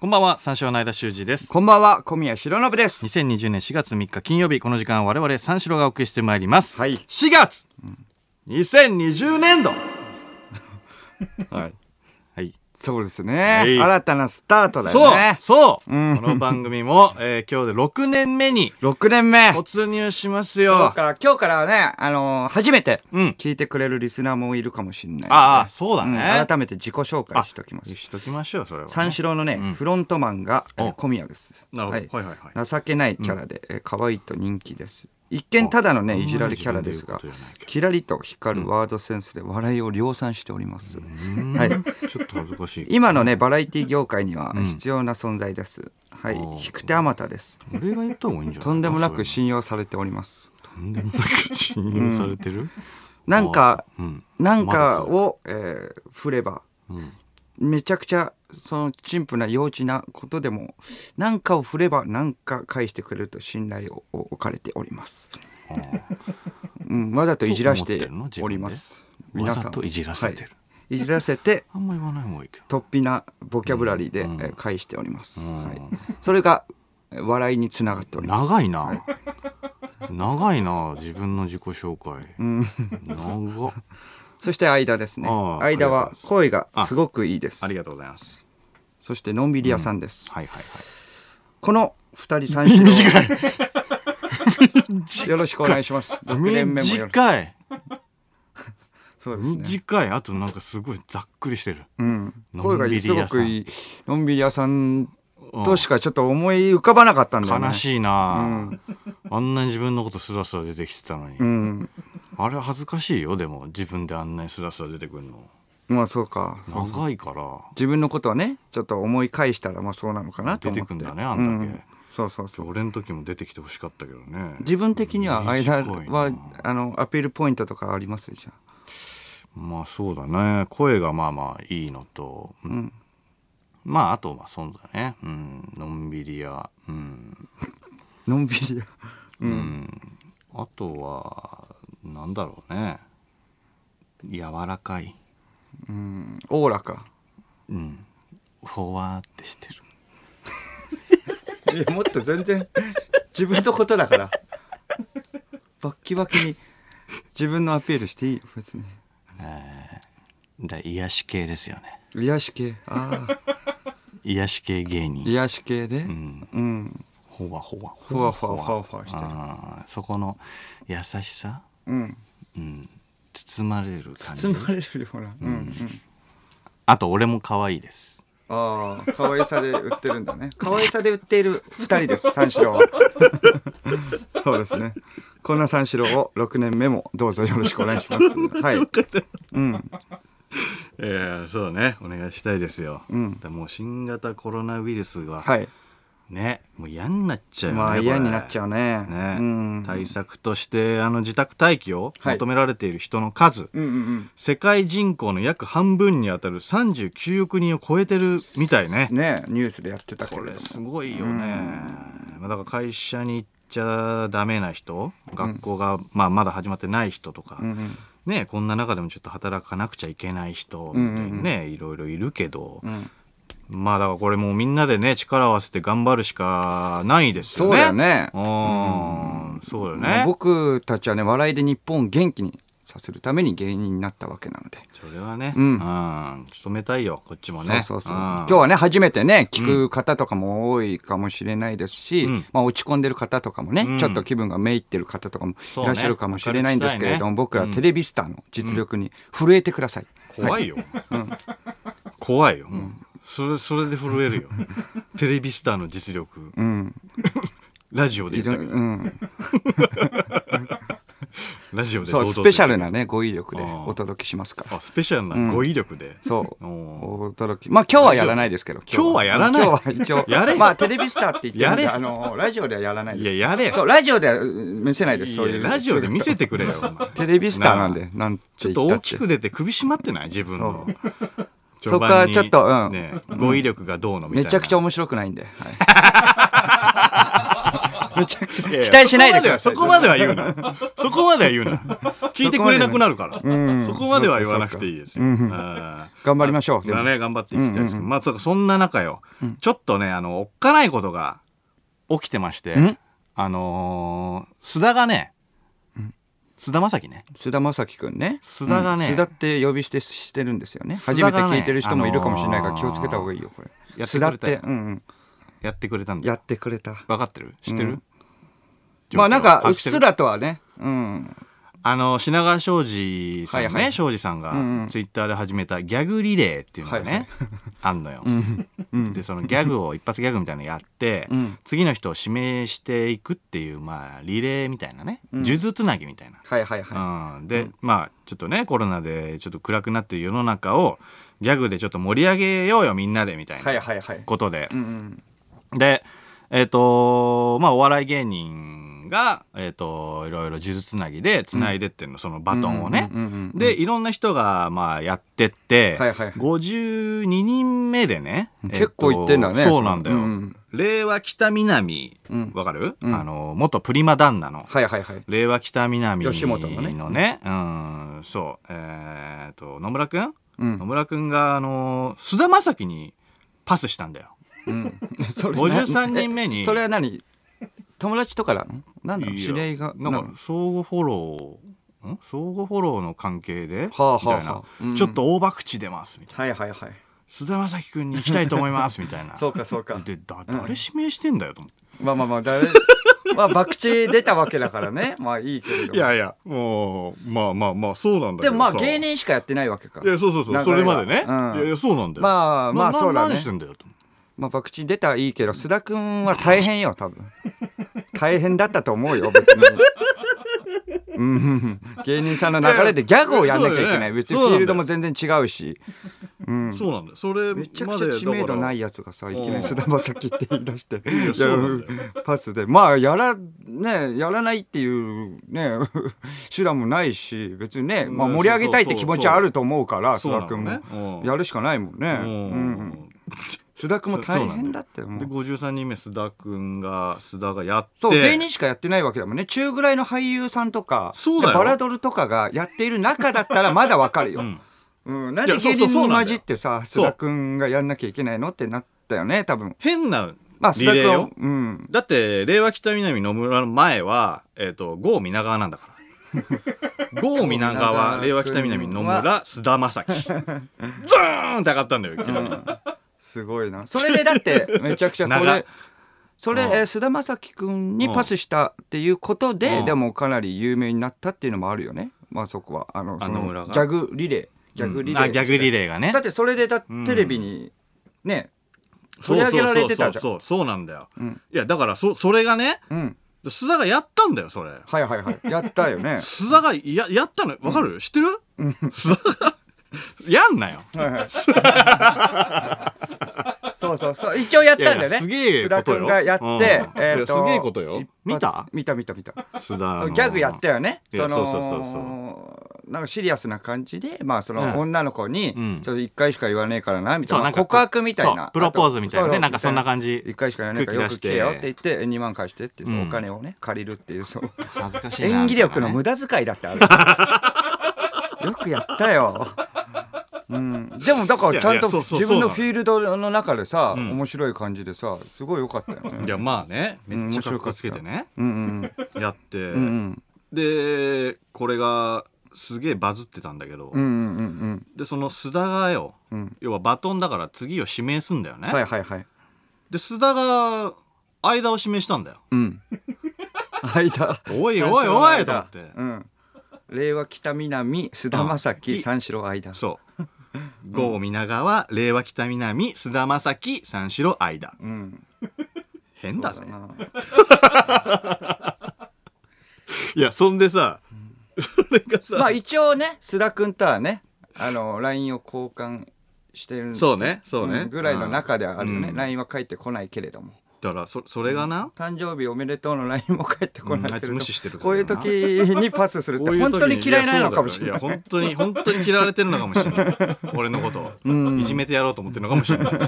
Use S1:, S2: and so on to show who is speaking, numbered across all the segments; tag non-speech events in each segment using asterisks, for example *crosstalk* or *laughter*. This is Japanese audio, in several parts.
S1: こんばんは、三四郎の間修二です。
S2: こんばんは、小宮弘信です。
S1: 2020年4月3日金曜日、この時間は我々三四郎がお送りしてまいります。
S2: はい
S1: 4月、!2020 年
S2: *laughs*
S1: 度
S2: はい。
S1: はい。
S2: そうです
S1: はい
S2: ね。新たなスタートだ
S1: そう
S2: よね。
S1: そう、この番組も、えー今日で6年目に
S2: 6年目。そう
S1: 突入しますよ。
S2: か、今日からはね、あのー初めて
S1: うん
S2: 聞いてくれるリスナーもいるかもしれない。
S1: ああ、そうだ
S2: うん
S1: ね。
S2: 改めて自己紹介しときます。
S1: しときましょう、それは。
S2: 三四郎のね、フロントマンが、えー
S1: お
S2: 小宮です。
S1: なるほどはいはいは
S2: 情けないキャラで、えー可愛いと人気です。一見ただのね、いじられキャラですが
S1: 自分で言うことじゃないけ、ど
S2: キラリと光るワードセンスで笑いを量産しております。はい。
S1: ちょっと恥ずかしい。
S2: 今のねバラエティ業界には必要な存在です、はい
S1: ー
S2: 引く手あまたです
S1: 俺が言った方がいいんじゃない
S2: とんでもなく
S1: そ
S2: 信用されております
S1: れとんでもなく信用されてる、
S2: なんか
S1: あーうん
S2: なん
S1: まだ
S2: か
S1: そう
S2: を、えー振れば、めちゃくちゃその陳腐な幼稚なことでもなんかを振ればなんか返してくれると信頼をを置かれております、うん、わざといじらし
S1: どう
S2: て
S1: 思ってるの
S2: おります
S1: 自分でわざといじらせてる
S2: はい、いじらせて
S1: あんま言わない方がいいけど。
S2: 突飛なボキャブラリーで、えー返しております、はい、それがえー笑いにつながっております
S1: 長いな。長いな、自分の自己紹介。長っ。
S2: そして間ですね
S1: あー
S2: 間は声がすごくいいです
S1: ありがとうございます。
S2: そしてのんびり屋さんです、
S1: はいはいはい。
S2: この二人三四短いよろしくお願いします六年目もよろしく
S1: 短い
S2: そうですね
S1: 短いあとなんかすごいざっくりしてる、
S2: うん
S1: の
S2: 声
S1: んびり
S2: が
S1: 屋
S2: す
S1: さん
S2: ごくいいのんびり屋さんとしかちょっと思い浮かばなかったんだよね
S1: 悲
S2: い
S1: しいな、あんなに自分のことスラスラ出てきてたのに、
S2: うん
S1: あれ恥ずかしいよでも自分であんなにスラスラ出てくるの
S2: まあそうか
S1: 長いから
S2: 自分のことはねちょっと思い返したらまあそうなのかなと思って
S1: 出てくんだねあんだけ
S2: うそうそうそう
S1: 俺の時も出てきてほしかったけどね
S2: 自分的には間
S1: 短いな
S2: はあのアピールポイントとかありますじゃあ
S1: まあそうだね声がまあまあいいのと、うんまああとまあそうだね、うん、のんびりや、うん、
S2: のんび *laughs* り屋
S1: あとはなんだろうね柔らかい、
S2: おおらか
S1: うん、ほわーってしてる
S2: いやもっと全 *laughs* 然自分のことだからバッキバキに自分のアピールしていいよ別に
S1: だ癒し系ですよね
S2: 癒し系ああ
S1: 癒し系芸人
S2: 癒し系でう、
S1: うんん、ほわほわ
S2: ふわふわふわふわしてる
S1: あーそこの優しさ、
S2: うん
S1: うん、包まれる感じ
S2: 包まれるようなうん、うん、
S1: あと俺も可愛いです
S2: ああ可愛さで売ってるんだね *laughs* 可愛さで売っている二人です三四郎は *laughs* そうですねこんな三四郎を六年目もどうぞよろしくお願い *laughs* しますはい
S1: えー、そうだねお願いしたいですよ、
S2: ん
S1: でもう新型コロナウイルスが、
S2: はい
S1: ねもう嫌になっちゃうよね
S2: まあ
S1: これ
S2: 嫌になっちゃうね
S1: ね、
S2: うん、
S1: 対策としてあの自宅待機を
S2: はい
S1: 求められている人の数、
S2: うんうんうん
S1: 世界人口の約半分にあたる39億人を超えてるみたいね
S2: ねニュースでやってたけ
S1: こ
S2: れ
S1: れ
S2: ども
S1: すごいよね、まあ、だから会社に行っちゃダメな人学校が、まあ、まだ始まってない人とか、
S2: うん
S1: ね、こんな中でもちょっと働かなくちゃいけない人みたいにね、いろいろいるけど、
S2: ん
S1: まあだからこれもうみんなでね力を合わせて頑張るしかないですよ
S2: そう
S1: ね。
S2: だよね
S1: うんそうだよ
S2: もう
S1: ね。
S2: 僕たちはね笑いで日本を元気にさせるために芸人になったわけなので、
S1: それはね、う
S2: うん
S1: ん、勤めたいよこっちも
S2: そう
S1: ね。
S2: そうそう
S1: うん
S2: 今日はね初めてね聞く方とかも多いかもしれないですし、
S1: ん
S2: まあ、落ち込んでる方とかもね、
S1: うん
S2: ちょっと気分がめいってる方とかも
S1: そう
S2: い
S1: ね
S2: らっしゃるかもしれないんですけれど
S1: 明
S2: も、
S1: るくし
S2: 僕
S1: たいね
S2: らテレビスターの実力に震えてください、
S1: 怖いよ、怖いよ、もうそれそれで震え
S2: *laughs*
S1: るよテレビスターの実力、ラジオで
S2: い
S1: 言
S2: ろ
S1: ったけど、
S2: うん、
S1: ラジオで堂
S2: そう
S1: 々と
S2: スペシャルなね語彙力で
S1: あー
S2: お届けします
S1: *laughs*
S2: から
S1: あスペシャルな語彙力で、
S2: そう
S1: お
S2: お驚きまあ今日はやらないですけど
S1: 今日はやらない
S2: 今日は一応
S1: やれ
S2: まあテレビスターって言ってるんで
S1: やれ
S2: あのラジオではやらないです
S1: いややれよ
S2: そうラジオではうん見せないですそうい
S1: いうやラジオで見せ
S2: て
S1: てく
S2: *laughs*
S1: れよお前
S2: テレビスターなんでなんて
S1: ちょ
S2: 言
S1: っ
S2: った
S1: と大
S2: って
S1: きく出て首絞まってない自分の
S2: そう
S1: 序盤に
S2: そっからちょっとうん
S1: ね、語彙力がどうのみたい
S2: め
S1: な
S2: ちゃくちゃ面白くないんで、はいめちゃくちゃ
S1: やや
S2: 期待しないでください。
S1: そこまではそこまでは言うな。そこまでは言う
S2: *laughs*
S1: な。聞いてくれなくなるから。そこまで,、
S2: うん
S1: は言わなくていいですよ。あー
S2: 頑張りましょうでも
S1: だね、頑張っていきたいですけど。まあ、そうかそんな中よ、ちょっとね、あの、おっかないことが起きてまして、
S2: ん
S1: あのー、須田がね、須田正樹ね。
S2: 須田正樹くんね。
S1: 須田がね
S2: うん須田って呼び捨てしてるんですよね。
S1: 須
S2: 初
S1: 田がね
S2: めて聞いてる人もいるかもしれない
S1: あ
S2: から
S1: のー
S2: 気をつけた方がいいよ、これ。
S1: やってく
S2: 須田
S1: れ
S2: った
S1: よ
S2: て、うんうん。
S1: やってくれたんだ
S2: や
S1: よ。
S2: ってくれた。
S1: 分かってる知ってる、
S2: まあなんか、うっす
S1: ら
S2: らとはね。うん。
S1: あの品川庄司さんね、
S2: はいはい
S1: 庄司さん
S2: んう
S1: が
S2: ん
S1: ツイッターで始めたギャグリレーっていうのがね、
S2: はいはい
S1: あんのよ。でそのギャグを一発ギャグみたいなのやって、
S2: うん
S1: 次の人を指名していくっていうまあリレーみたいなね数珠つなぎみたいな。
S2: はいはいは
S1: うん、で、まあちょっとねコロナでちょっと暗くなってる世の中をギャグでちょっと盛り上げようよみんなでみたい
S2: い。はい
S1: な
S2: はいはい。
S1: ことで
S2: う、んうん。
S1: でえっ、とまあお笑い芸人がえっ、といろいろ呪術つなぎでつないでってんの、そのバトンをね、
S2: うんうんうんうん
S1: でいろんな人がまあやってって、
S2: はいはい
S1: 52人目でね
S2: 結構いってんだね
S1: えとそうなんだよ、
S2: うんうん
S1: 令和北南わかる、あの元プリマ旦那の
S2: はいはいはい。
S1: 令和北南のね
S2: 吉本のね
S1: うんそうえっ、と野村くん、
S2: うん
S1: 野村くんがあの菅田将暉にパスしたんだよ
S2: うん。それ
S1: 53人目に
S2: えそれは何友達とかなのなんだろう
S1: いや
S2: 知り合いが。
S1: なんか相互フォローん相互フォローの関係で、
S2: あはあはあ
S1: みたいな、
S2: うん
S1: ちょっと大博打出ます
S2: *laughs*
S1: みたいな
S2: はいはいはい。
S1: 菅田将暉君に行きたいと思いますみたいな
S2: そうかそうか。
S1: でだ誰指名してんだよと思って、
S2: まあまあま
S1: *laughs*
S2: あ、誰まあ、博打出たわけだからね。まあいいけれども。
S1: いやいやもうまあまあまあそうなんだけど
S2: でもまあ
S1: さ
S2: 芸人しかやってないわけか。
S1: いやそうそうそうそれまでね、
S2: 流れがうん
S1: いやいやそうなんだよ
S2: まあまあ
S1: な
S2: そうだね
S1: 何してんだよと思って
S2: まあ、博打出たらいいけど、須田君は大変よ、多分。大変だったと思うよ、別に。うんうんうん芸人さんの流れでギャグをやんなきゃいけ
S1: いや
S2: ないい。
S1: や
S2: 別に
S1: そう
S2: フ
S1: だよ
S2: ィールドも全然違うし。
S1: そうなんだよそれ
S2: めちゃくちゃ知名度ないやつがさ、いきなり菅田将暉って言い出して、
S1: や
S2: い
S1: そう
S2: や
S1: なんだ
S2: パスで、まあ、やら、ね、やらないっていうね、 *laughs* 手段もないし、別にね、まあ
S1: うん
S2: 盛り上げたいって気持ちはあると思うから、
S1: そう
S2: 須田君
S1: そうなのね
S2: も。
S1: うん
S2: やるしかないもんね。
S1: う
S2: うんうん
S1: ん
S2: 須田君も大変だったよ、も
S1: で
S2: う。
S1: 53人目須田君が須田がやって
S2: そう、芸人しかやってないわけだもんね。中ぐらいの俳優さんとか、
S1: そうだよ
S2: バラドルとかがやっている中だったらまだわかるよ。
S1: ん
S2: うん。なん
S1: い
S2: で
S1: やそう
S2: 芸
S1: そう
S2: 人
S1: そうなん
S2: に
S1: だよ
S2: 混じってさ、須田君がやんなきゃいけないのってなったよね、多分。
S1: 変な
S2: まあ、須
S1: リ
S2: 田
S1: レー
S2: 君
S1: よ
S2: は、、うん。
S1: だって令和北南野村の前は、えっと郷皆川なんだから
S2: *laughs*
S1: 郷皆川令和北南野村須田将暉ズーンって上がったんだよいきなり
S2: すごい
S1: *laughs*
S2: な。それでだって、めちゃくちゃそ
S1: 長い
S2: れ、それ、
S1: うん
S2: えー菅田将暉君にパスしたっていうことで、
S1: うん
S2: でもかなり有名になったっていうのもあるよね。まあそこは、あの、そ
S1: 野村
S2: の
S1: が
S2: ギャグリレー。ギャグリレー。
S1: あギャグリレーがね
S2: だってそれでだテレビにね、取り上げられてたじゃん
S1: そうそうそうそうそうなんだよ、いやだからそそれがね
S2: うん
S1: 須田がやったんだよそれ
S2: はいはいはいやった
S1: *laughs*
S2: よね
S1: 須田がややったのわかる、知ってる、須田
S2: *laughs*
S1: がやんなよ
S2: はい
S1: *laughs*
S2: はいそうそうそう一応やったんだよね
S1: いやいやすげえことよ
S2: 須田君がやって、
S1: うんいやすげえことよ
S2: 一発
S1: 見た
S2: 見た見た見た
S1: 須田の
S2: *laughs* ギャグやったよね
S1: い
S2: そ
S1: や
S2: の
S1: そうそうそう
S2: なんかシリアスな感じで、まあ、そ
S1: うん
S2: の女の子に
S1: ん
S2: 「ちょっと一回しか言わねえからな」みた
S1: そ
S2: いう
S1: な
S2: なん
S1: か
S2: 告白みたい
S1: そう
S2: な
S1: プロポーズみたいなね
S2: あと
S1: なんかそんな感じ
S2: 一回しか言わねえからよく聞けよって言って2万返してってそうお金をね借りるってい
S1: *laughs*
S2: うそう *laughs*
S1: 恥ずかしいな
S2: 演技力の無駄遣いだってあ
S1: *laughs*
S2: るよくやったよ、うん、でもだからちゃ
S1: いやいや
S2: んと
S1: そうそう
S2: 自
S1: そう
S2: 分
S1: なの
S2: のフィールドの中でさ、面白い感じでさすごい良かったよね
S1: いやまあねめっちゃかっこつけてね、
S2: うんうん
S1: やって、
S2: うん
S1: でこれがすげえバズってたんだけど、
S2: うんうんうん
S1: でその須田がよ、
S2: うん
S1: 要はバトンだから次を指名すんだよね、
S2: うんはいはいはい
S1: で須田が間を指名したんだよ
S2: うん間
S1: おい *laughs* おいおいと思って、
S2: うん令和北南須田将
S1: うん
S2: 暉三四郎間
S1: そう郷皆川令和北南須田将暉三四郎間
S2: うん
S1: 変だぜ
S2: そうな
S1: いやそんでさ、それがさ、
S2: まあ一応ね須田君とはねあの LINE を交換してる
S1: そうねそうね、
S2: うんぐらいの中ではあるよね、
S1: うん
S2: LINE は返ってこないけれども
S1: だからそそれがな、
S2: 誕生日おめでとうの LINE も返ってこないけれども、
S1: うんあいつ無視してるか
S2: こ
S1: ら
S2: うい
S1: な
S2: う時にパスするって
S1: こういう時
S2: 本当に嫌いなのかもしれない
S1: やそうだよいや本当に本当に嫌われてるのかもしれない俺のことをいじめてやろうと思ってるのかもしれない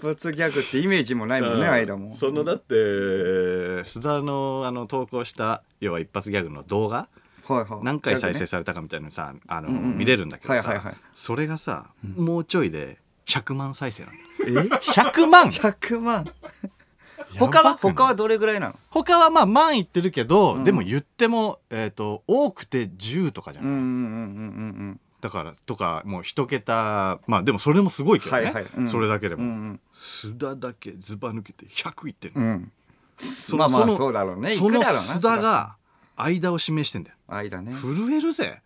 S2: 一発ギャグってイメージもないもんね間も
S1: そのだって須田のあの投稿した要は一発ギャグの動画
S2: はいはい
S1: 何回再生
S2: す
S1: されたかみたいなのさあの見れるんだけど
S2: はいはいは
S1: さ
S2: い
S1: それがさもうちょいで100万再生なんだよ
S2: るえ *laughs*
S1: 100万
S2: 100万
S1: ばく
S2: 他
S1: ない
S2: は他はどれぐらいなの
S1: 他はまあ万言ってるけど、でも言っても、えー、と多くて10とかじゃ
S2: う
S1: ない、
S2: んうんうん
S1: だからとかもう一桁まあでもそれもすごいけどね、
S2: はいはいうん
S1: それだけでも、
S2: うんうんうん
S1: 須田だけずば抜けて100いってる、
S2: うんうん
S1: そ
S2: まあまあ
S1: の
S2: そうだろうね
S1: その
S2: いくだろうな
S1: 須田が間を示してんだよ
S2: 間ね
S1: 震えるぜ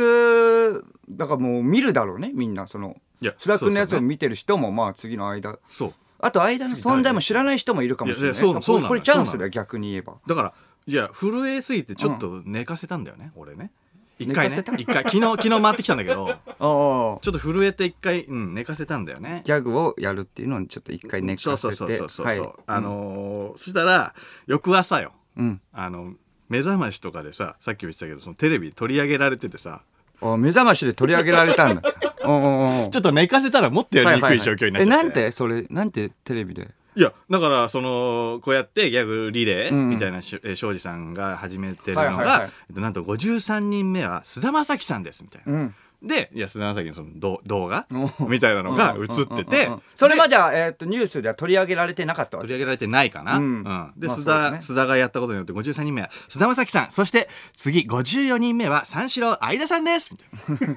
S2: 100だからもう見るだろうねみんなその
S1: いや
S2: 須田君のやつ
S1: そうそう
S2: を
S1: ね
S2: 見てる人もまあ次の間
S1: そう
S2: あと間の存在も知らない人もいるかもしれ
S1: い
S2: ない
S1: やいやそう
S2: だから
S1: そうなんだ
S2: これチャンスだよ逆に言えば
S1: だからいや震えすぎてちょっと寝かせたんだよね、俺ね一回ね
S2: 寝か
S1: 一回昨日昨日回ってきたんだけど *laughs*
S2: ああ
S1: ちょっと震えて一回、うん、寝かせたんだよね
S2: ギャグをやるっていうのにちょっと一回寝かせて
S1: そうそうそうそうそう、
S2: はい
S1: あのーそしたら翌朝よ
S2: うん
S1: あの目覚ましとかでささっきも言ってたけどそのテレビ取り上げられててさ
S2: あ目覚ましで取り上げられ
S1: *laughs*
S2: たんだうんうんうん
S1: ちょっと寝かせたらもっとやりにくい状況になっちゃって、
S2: えなんてそれなんてテレビで
S1: いやだからそのこうやってギャグリレー
S2: ん
S1: みたいなし、えー庄司さんが始めてるのが、
S2: はいはいはい
S1: えっとなんと53人目は菅田将暉さんですみたいな。
S2: うん
S1: で、いや、菅田将暉のそのど動画
S2: お
S1: みたいなのが映ってて、
S2: それまではえーっとニュースでは取り上げられてなかったわ
S1: 取り
S2: け
S1: 上げられてないかな。
S2: うん
S1: うんで、
S2: まあ
S1: 須
S2: そうだ
S1: 田、
S2: ね
S1: 須田がやったことによって53人目は須田将暉さん、そして次54人目は三四郎相田さんですみたい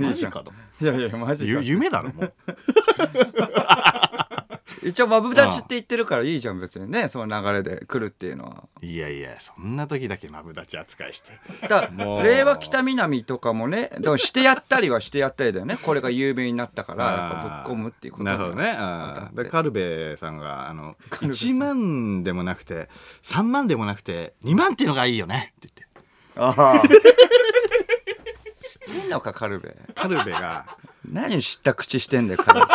S1: な。マジかと。
S2: いやいやマジ
S1: ゆ
S2: か
S1: 夢だろ、もう。
S2: 一応マブダチって言ってるからいいじゃん別にねその流れで来るっていうのはい
S1: やいや、そんな時だけマブダチ扱いして。
S2: だ
S1: もう
S2: 令和北南とかもねでもしてやったりはしてやったりだよねこれが有名になったからやっぱぶっ込むっていうこと
S1: な
S2: だ
S1: る
S2: よ
S1: ほどねあーでカルベさんがあの1万でもなくて3万でもなくて2万っていうのがいいよねって言って
S2: ああ知ってんのかカルベ
S1: カルベ *laughs* が
S2: 何知った口してんだよカ
S1: *laughs*
S2: ルベ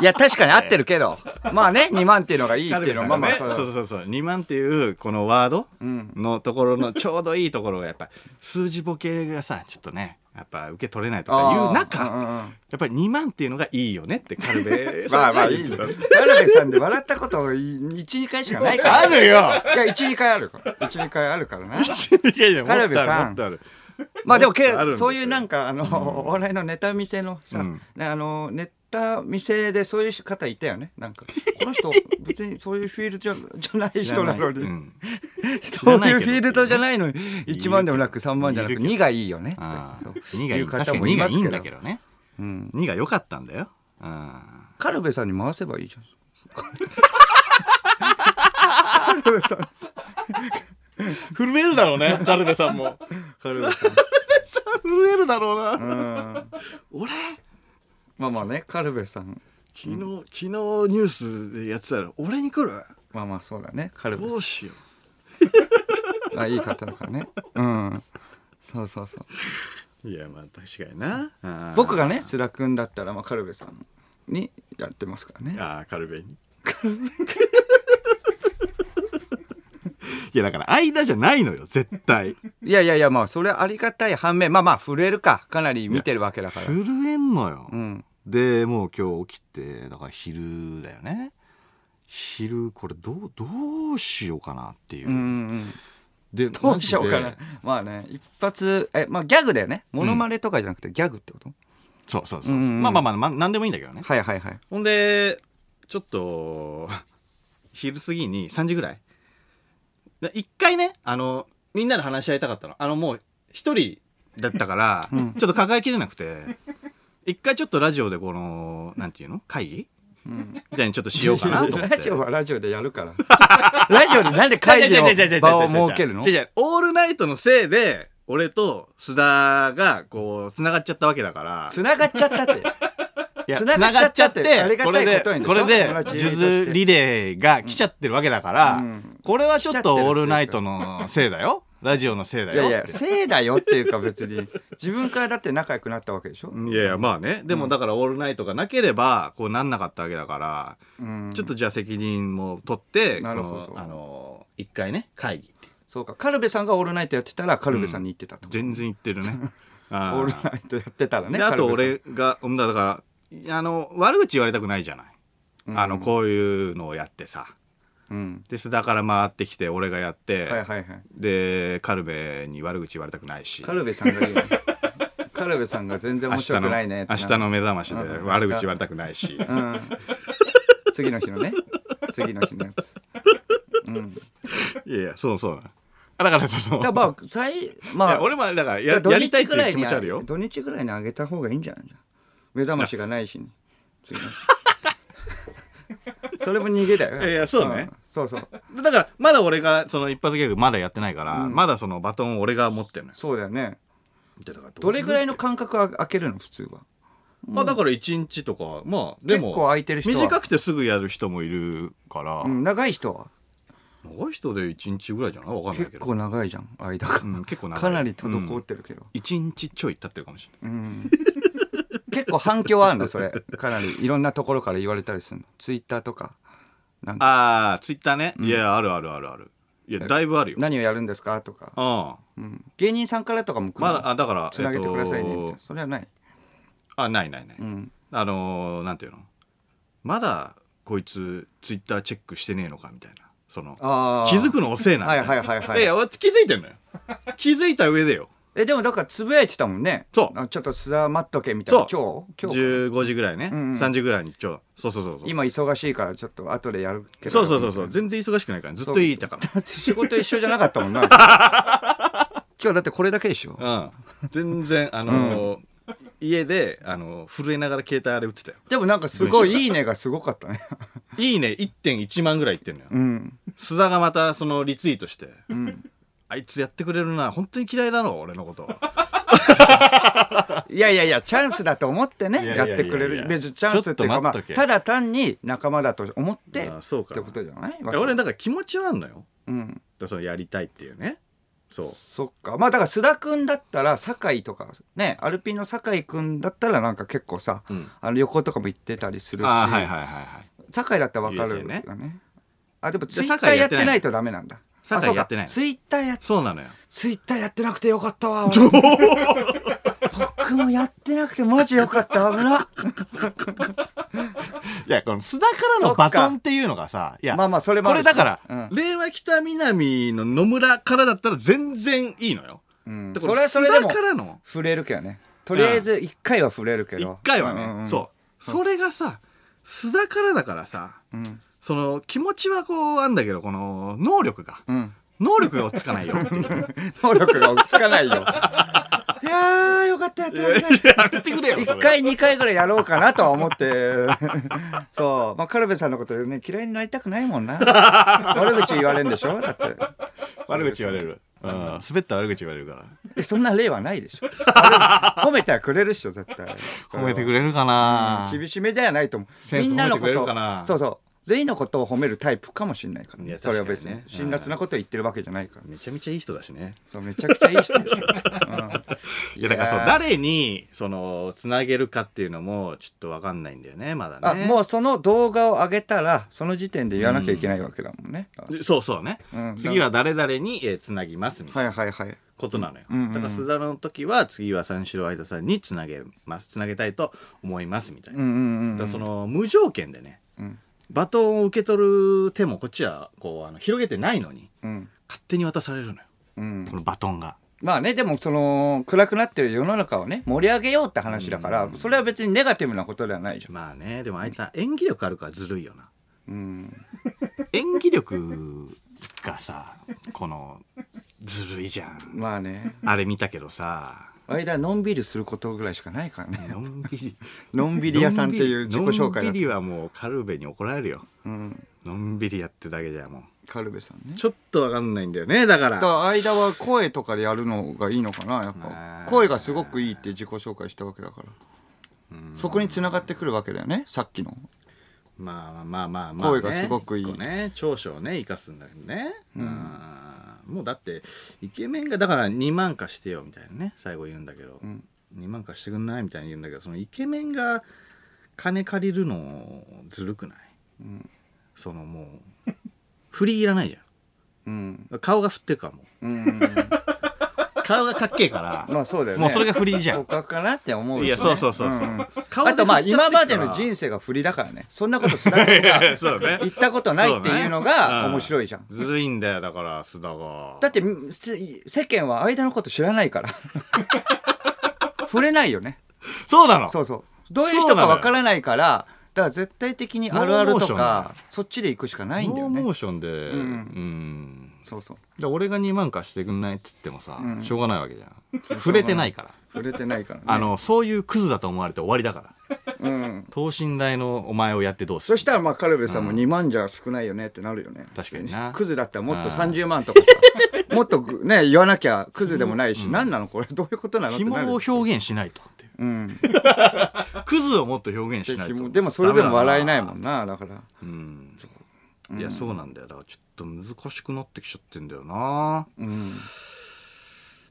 S2: いや確かに合ってるけどまあね2万っていうのがいいっ
S1: カル
S2: てい
S1: ベ
S2: うの
S1: さ
S2: は
S1: ん
S2: まあ
S1: が
S2: まあ
S1: ね
S2: そ
S1: そううそうそう2万っていうこのワードのところ
S2: *laughs*
S1: のちょうどいいところがやっぱ数字ボケがさちょっとねやっぱ受け取れないとかいう中
S2: あーうんうんうん
S1: やっぱり2万っていうのがいいよねってカル
S2: *laughs*
S1: ベ
S2: ま
S1: さ
S2: あ
S1: ん
S2: まあ
S1: が
S2: い
S1: 言
S2: い
S1: って
S2: ね
S1: た
S2: カルベさんで笑ったこと12回しかないから
S1: あるよ
S2: いや、1、2回あるから。1、2回あるからな。
S1: いやいやもっとあ
S2: カ
S1: る
S2: ルベさん
S1: もっとある
S2: まあでも
S1: もっ
S2: け
S1: とあるん、ですよ
S2: そういうなんか、あの、お笑いのネタ見せのさ、
S1: うん
S2: ねあの、ネタ見せでそういう方いたよね。なんか、この人、別にそういうフィールドじゃじゃない人なの
S1: うん
S2: に、*laughs* そう
S1: 知らないけど
S2: いうフィールドじゃないのに、1万でもなく3万じゃなく
S1: いるけど
S2: 2がいいよね。と
S1: あ
S2: か
S1: あ
S2: 言ってそう
S1: 2がいい確か
S2: 方
S1: に
S2: も
S1: 2が
S2: ま
S1: い
S2: す
S1: いんだけどね
S2: うん。
S1: 2が良かったんだようん
S2: カルベさんに回せばいいじゃん。
S1: 震えるだろう *laughs* ねカルベさんもカルベさん震えるだろうな、俺
S2: まあまあね、カルベさん。
S1: 昨日昨日ニュースでやってたら俺に来る
S2: まあまあそうだね、カルベさん
S1: どうしよ
S2: あいい方だからね。うん。そうそうそう。
S1: ういやまあ確かになあー
S2: 僕がね、須田君だったら、まあ、カルベさんにやってますからね。
S1: あーカルベに *laughs* いやだから間じゃないのよ絶対
S2: いやいやいや、まあ、それはありがたい反面、まあまあ、震えるか。かなり見てるわけだから。
S1: 震えんのよ、
S2: うん。
S1: でもう今日起きてだから昼だよね昼これどうどうしようかなっていう、
S2: うんうんうん。
S1: で
S2: どうしよう
S1: マ
S2: かな
S1: ジで。
S2: まあね、一発、え、まあ、ギャグだよね。モノマネとかじゃなくて、ギャグってこと、
S1: そうそうそうそう
S2: うんうんうん
S1: まあまあまあ、まあ、何でもいいんだけどね
S2: はいはいはい。
S1: ほんでちょっと昼過ぎに3時ぐらいで一回ねあのみんなで話し合いたかったのあのもう一人だった
S2: *laughs*
S1: から、ちょっと抱えきれなくて一回ちょっとラジオでこのなんていうの会議、みたいにちょっとしようかなと思って
S2: *laughs* ラジオはラジオでやる
S1: *laughs*
S2: から。ラジオでなんで会議の場を設けるの
S1: 違う違う違う違うオールナイトのせいで、俺と須田がこう、繋がっちゃったわけだから。
S2: 繋がっちゃったって。
S1: いや
S2: 繋がっちゃってありが
S1: こ
S2: た
S1: れ
S2: い
S1: で、
S2: ことに
S1: これで
S2: 友、達
S1: ジュズリレーが来ちゃってるわけだから、
S2: うん
S1: これはちょっとオールナイトのせいだよ。ラジオのせいだ
S2: い
S1: よ。
S2: やいや、せいだよっていうか別に、自分からだって仲良くなったわけでしょ
S1: いやいやまあね。でもだからオールナイトがなければ、こうなんなかったわけだから、
S2: うん
S1: ちょっとじゃあ責任も取って、
S2: なるほど
S1: このあの、一回ね、会議っていう。
S2: そうか。カルベさんがオールナイトやってたら、カルベさんに行ってたと。
S1: 全然言ってるね。 *laughs* あー
S2: オールナイトやってたらね。
S1: であと
S2: カルベ
S1: 俺がうんだだからあの悪口言われたくないじゃないあのこういうのをやってさ
S2: うん
S1: で須田から回ってきて俺がやって、
S2: はいはいはい
S1: でカルベに悪口言われたくないし
S2: カルベさんが
S1: *laughs*
S2: 言うカルベさんが全然
S1: 明
S2: 面
S1: 日
S2: 白
S1: の
S2: くないねって
S1: 明
S2: な
S1: 日の目覚ましで
S2: うん
S1: 悪口言われたくないし、
S2: うん次の日のね次の日のやつ
S1: *laughs* *laughs* いやいやそうそうあだからその
S2: だからまあ最ま
S1: い
S2: あ
S1: や俺もだからや
S2: 土日
S1: やりたいって
S2: ぐら
S1: い
S2: いう
S1: 気
S2: に
S1: 持ちあるよ
S2: 土日ぐらいにあげた方がいいんじゃないじゃん目覚ましがない日に
S1: *laughs*
S2: 次の日それも逃げだよ
S1: いやいやそうね
S2: んそうそう
S1: だからまだ俺がその一発ギャグまだやってないから、まだそのバトンを俺が持ってるのよ
S2: そうだよね
S1: でだからど
S2: どれぐらい
S1: の
S2: の間隔あ開けるの普通は
S1: まあだから1日とかまあでも
S2: 結構空いてる人は
S1: 短くてすぐやる人もいるから、
S2: うん長い人は
S1: 長い人で1日ぐらいじゃないわかんないけ
S2: 結
S1: ど
S2: 構長いじゃん間が、
S1: うん結構長い
S2: かなり滞ってるけど、
S1: 1日ちょい経ってるかもしれない
S2: 結構反響はあるのそれかなりいろんなところから言われたりするのツイッターとかなんか
S1: ああツイッターね、いやあるあるあるあるいやだいぶあるよ
S2: 何をやるんですかとか、
S1: ああ
S2: うん芸人さんからとかも来る
S1: ま
S2: の、
S1: だあだから
S2: つなげてくださいねみたいな、
S1: えっと
S2: それはない
S1: あないないない、
S2: ん
S1: あのーなんていうのまだこいつツイッターチェックしてねえのかみたいなその
S2: あー
S1: 気づくの遅えな
S2: はいはいはいはい
S1: いや俺気づいてんのよ気づいた上でよ
S2: えでもだからつぶやいてたもんね
S1: そう
S2: あちょっと須田待っとけみたいな今
S1: そ
S2: 日今日
S1: 15時ぐらいね、3時ぐらいにちょそうそうそうそう
S2: 今忙しいからちょっと後でやるけど
S1: そうそうそうそう全然忙しくないからずっと言いたか
S2: *laughs* 仕事一緒じゃなかったも
S1: *laughs*
S2: んな今日だってこれだけでしょ
S1: ら、うん、全然あのー家で、あのー震えながら携帯あれ打ってたよ
S2: でもなんかすごい「いいね」がすごかったね
S1: いいね1.1万ぐらいいってんのよ、
S2: うん
S1: 須田がまたそのリツイートして、あいつやってくれるな本当に嫌いなの俺のこと
S2: いやいやいやチャンスだと思ってね
S1: いやいや
S2: や
S1: いや
S2: ってくれ
S1: いや
S2: る別にチャンスっていうか
S1: ちょっと
S2: ま
S1: 待っ
S2: あ
S1: とけ
S2: ただ単に仲間だと思って
S1: あそうか
S2: ってことじゃない
S1: いや俺だから気持ちはあんのよだか
S2: うん
S1: らそのやりたいっていうねそう
S2: そっかまあだから須田君だったら酒井とかねアルピンの酒井君だったらなんか結構さ、
S1: ん
S2: あの旅行とかも行ってたりするし、
S1: あーはいはいはいはい
S2: 酒井だったらわかるよ
S1: USA
S2: ねあでもツイッタ
S1: 酒
S2: ー
S1: 井や
S2: や
S1: っ
S2: ってて
S1: ない
S2: ないとダメなんだ
S1: 酒井やってないの
S2: あそうかツイッターや
S1: そうなのよ
S2: ツイッターやってなくてよかったわ俺僕もやってなくてマジよかった危な
S1: いやこの須田からのバトンっていうのがさいや
S2: まあまあそれも
S1: こ
S2: あ
S1: れ
S2: る
S1: だから、
S2: う
S1: 令和北南の野村からだったら全然いいのよ、
S2: うん
S1: だか
S2: そ
S1: ら
S2: れはそれでも
S1: 須田からの
S2: 触れるけどねとりあえず1回は触れるけど
S1: 一回はね、
S2: うんうんうん
S1: そうそれがさ須田からだからさ、
S2: ん
S1: その気持ちはこうあんだけどこの能力が、
S2: ん
S1: 能力が追っつかない
S2: *laughs*
S1: よっていう
S2: 能力が追いつかないよいやーよかったやってなくて
S1: やめてくれよそれ
S2: 1回2回ぐらいやろうかなとは思ってそうまあカルベさんのことね嫌いになりたくないもんな悪口言われんでしょだって
S1: 悪口言われる、うん、滑った悪口言われるから
S2: えそんな例はないでしょ褒めてはくれるっしょ絶対
S1: 褒めて
S2: れ
S1: くれるかな、
S2: 厳しめではないと思う
S1: センス
S2: みんな
S1: 褒
S2: の
S1: めて
S2: こ
S1: くれ
S2: と
S1: るかな
S2: そうそう全員のことを褒めるタイプかもしれないから
S1: いや
S2: それは
S1: 確
S2: 別
S1: かにね
S2: に辛辣なことを言ってるわけじゃないから、
S1: めちゃめちゃいい人だしね
S2: そうめちゃくちゃいい人でしょ、
S1: いやだからそう
S2: いやー
S1: 誰にそのつなげるかっていうのもちょっと分かんないんだよねまだ
S2: あ
S1: ね
S2: もうその動画を上げたらその時点で言わなきゃいけないわけだもんね、
S1: そうそうね、
S2: うん
S1: 次は誰々にえーつなぎますみたいな
S2: はいはいはい
S1: ことなのよ、
S2: うんうんうん
S1: だから須田の時は次は三四郎相田さんにつなげますつなげたいと思いますみたいな、
S2: うんうんうん
S1: だからその無条件でね、
S2: ん
S1: バトンを受け取る手もこっちはこうあの広げてないのに
S2: うん
S1: 勝手に渡されるのよ
S2: うん
S1: このバトンが。
S2: まあねでもその暗くなってる世の中をね盛り上げようって話だから、それは別にネガティブなことではないじゃん、
S1: まあねでもあいつは演技力あるからずるいよな
S2: うん、
S1: *laughs* 演技力がさこのずるいじゃん
S2: まあね
S1: あれ見たけど *laughs* さ
S2: 間のんびりすることぐらいしかないからね
S1: のんびり
S2: のんびり屋さんっていう自己紹介
S1: の
S2: だ
S1: ん
S2: と
S1: びりはもうカルベに怒られるよ
S2: うん、
S1: のんびりやってだけじゃも
S2: カルベさんね
S1: うちょっとわかんないんだよねだから
S2: だから間は声とかでやるのがいいのかなやっ
S1: まあ
S2: ぱ声がすごくいいって自己紹介したわけだからそこに繋がってくるわけだよねさっきの
S1: まあまあまあまあ、
S2: 声がすごくいい
S1: 一個ね長所をね生かすんだけどね、うんもうだってイケメンがだから2万貸してよみたいなね最後言うんだけど、2万貸してくんないみたいに言うんだけどそのイケメンが金借りるのずるくない、そのもう *laughs* 振りいらないじゃ
S2: うん
S1: ん顔が振ってるからもう
S2: うん
S1: 顔がかっけえから、
S2: まあ *laughs* そうだよね。
S1: も *laughs* うそれが振りじゃん
S2: 他かなって思うよね、
S1: いやそうそうそうそう、
S2: ん
S1: 顔
S2: あとまあ今までの
S1: 生
S2: 人生が振りだからねそんなことす
S1: *laughs*
S2: らとか
S1: そうだね
S2: 言ったことないっていうのが面白いじゃん、
S1: ずるいんだよだから須田が
S2: だってせ世間は間のこと知らない
S1: *laughs*
S2: から触れないよね
S1: そうなの
S2: そうそうどういう人かわからないからだから絶対的にあるある
S1: ノーモ
S2: と
S1: ーショ
S2: かそっちで行くしかないんだよ
S1: ノー
S2: ね
S1: モーションでうん、
S2: んそうそう
S1: だから俺が2万貸してくんないっつってもさ、
S2: うん
S1: しょうがないわけじゃん触れてないから
S2: 触れてないからね
S1: あのそういうクズだと思われて終わりだから
S2: うん
S1: 等身大のお前をやってどうす
S2: そ
S1: る
S2: したらまあカルベさんも2万じゃ少ないよねってなるよね
S1: 確かにな
S2: クズだったらもっと
S1: うん
S2: 30万とかさもっとね言わなきゃクズでもないし、何なのこれどういうことなのってな
S1: 紐を
S2: る
S1: 表現しないとっていう
S2: うん、
S1: クズをもっと表現しない
S2: で
S1: と
S2: もでもそれでも笑えないも
S1: ん
S2: んなだから
S1: うんいやそうなんだよだからちょっと難しくなってきちゃってんだよな
S2: うん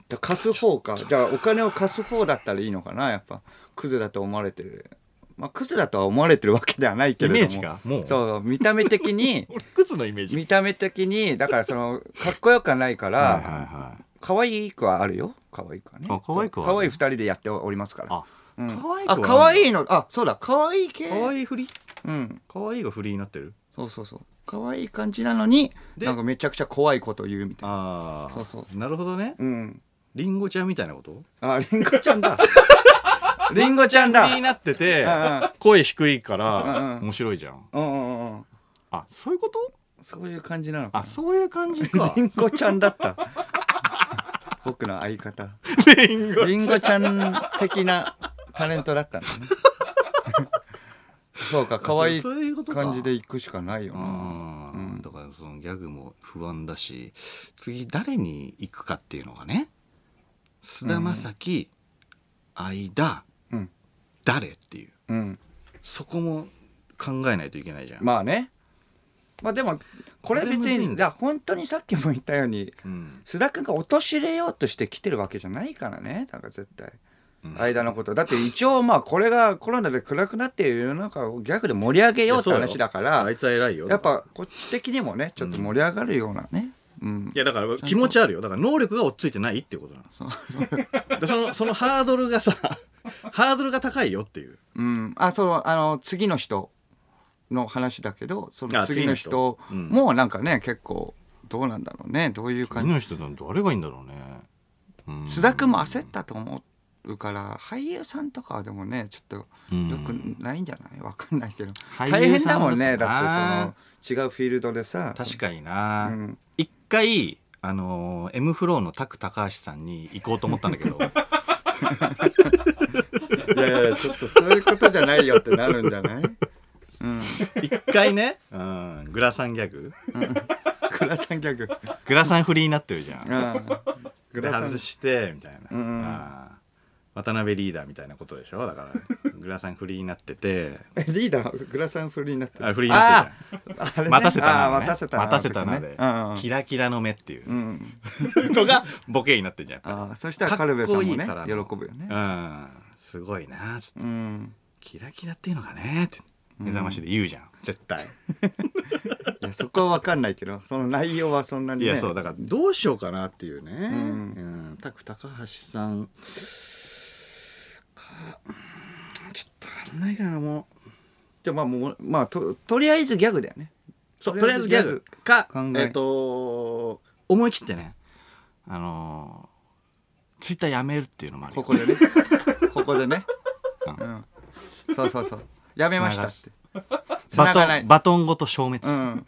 S2: だから貸す方かじゃあお金を貸す方だったらいいのかなやっぱクズだと思われてるまあクズだとは思われてるわけではないけれども
S1: イメージがもう
S2: そう見た目
S1: *laughs*
S2: 的に
S1: 俺クズのイメー
S2: 見た目的にだからそのかっこよくはないから、
S1: はいはいはい
S2: 可愛いくはあるよ可愛いくはね
S1: あ可愛くはある
S2: そう可愛い二人でやっておりますから
S1: あ
S2: うん
S1: 可愛いくはあ
S2: あ
S1: る
S2: 可愛いのあそうだ可愛い系
S1: 可愛い振り
S2: うん
S1: 可愛いが振りになってる
S2: そうそうそう可愛い感じなのに
S1: で
S2: なんかめちゃくちゃ怖いこと言うみたい
S1: ああ
S2: そうそ
S1: なるほどね
S2: なうん
S1: りんごちゃんみたいなこと
S2: あリンゴちゃ
S1: *laughs*
S2: んだリンゴちゃんだ
S1: 振りになってて
S2: うんうん
S1: 声低いから
S2: うんうん
S1: 面白いじゃん
S2: うんうんうん
S1: あそういうこと
S2: そういう感じなのか
S1: あそういう感じか *laughs*
S2: なリンゴちゃんだった僕の相方
S1: りんご
S2: リンゴちゃん的なタレントだったんだね
S1: *laughs*
S2: そうか可愛い
S1: そういうことか
S2: 感じで行くしかないよな
S1: あーだからそのギャグも不安だし次誰に行くかっていうのがね菅田将暉、間
S2: うん
S1: 誰っていう
S2: うん
S1: そこも考えないといけないじゃん、
S2: まあねまあでもこれ
S1: こ
S2: 別
S1: れむずいん
S2: に
S1: だ
S2: だ本当にさっきも言ったように
S1: うん
S2: 須田君が陥れようとして来てるわけじゃないからねだから絶対間のことだって一応まあこれがコロナで暗くなっている世の中をギャグで盛り上げようって話だか
S1: あ
S2: ら
S1: いつは偉いよ
S2: やっぱこっち的にもねちょっと盛り上がるようなねうん
S1: いやだから気持ちあるよだから能力が落ち着いてないってことなんです *laughs* でそのそのハードルがさハードルが高いよっていう
S2: うんあそうあの次の人の話だけどその
S1: あ
S2: 次の人
S1: 次の人うん
S2: もなんかね結構どうなんだろうねどういう感じ
S1: の人なんて誰がいいんだろうね
S2: 須田君も焦ったと思うから俳優さんとかはでもねちょっと
S1: うん
S2: よくないんじゃないわかんないけど
S1: 俳優さん
S2: 大変だもんね
S1: だとな
S2: だってその違うフィールドでさ
S1: 確かにな
S2: うん
S1: 一、回あのー、M フローのタク高橋さんに行こうと思ったんだけ
S2: *laughs*
S1: ど
S2: いやいやちょっとそういうことじゃないよってなるんじゃないうん
S1: 一回ね、うん、グラサンギャグ
S2: グラサンギャグ
S1: グラサンフリーになってるじゃん
S2: うんグ
S1: で
S2: ラサン
S1: 外してみたいな、
S2: うんうん
S1: あー渡辺リーダーみたいなことでしょだからグラサンフリーになってて
S2: えリーダーグラサンフリーになって
S1: あフリーになってるじゃん
S2: あーあれね
S1: 待たせたな
S2: あー
S1: のね
S2: 待たせたな
S1: 待たせたなで、
S2: うんうん
S1: キラキラの目っていううんのがボケになってんじゃんやっ
S2: あーそした
S1: ぱ
S2: らカルベさんも
S1: かっ
S2: ね
S1: こ
S2: 喜
S1: いいからの
S2: ぶよね
S1: うんすごいなちょっと
S2: うん
S1: キラキラっていうのがねって目覚ましで言うじゃん、絶対
S2: いやそこは分かんないけどその内容はそんないに
S1: や
S2: ね
S1: そうだからどうしようかなっていうね、うんタク高橋さんかちょっとわかんないからも
S2: じゃあまあもうまあととりあえずギャグだよね
S1: うそうとりあえずギャグか
S2: 考え
S1: えっ、と思い切ってねあのー、ツイッターやめるっていうのもあるよ
S2: ここでねここでね、うんそうそうそうやめましたって
S1: *laughs* バ
S2: 繋
S1: ト
S2: がない
S1: ンバトンごと消滅、
S2: うん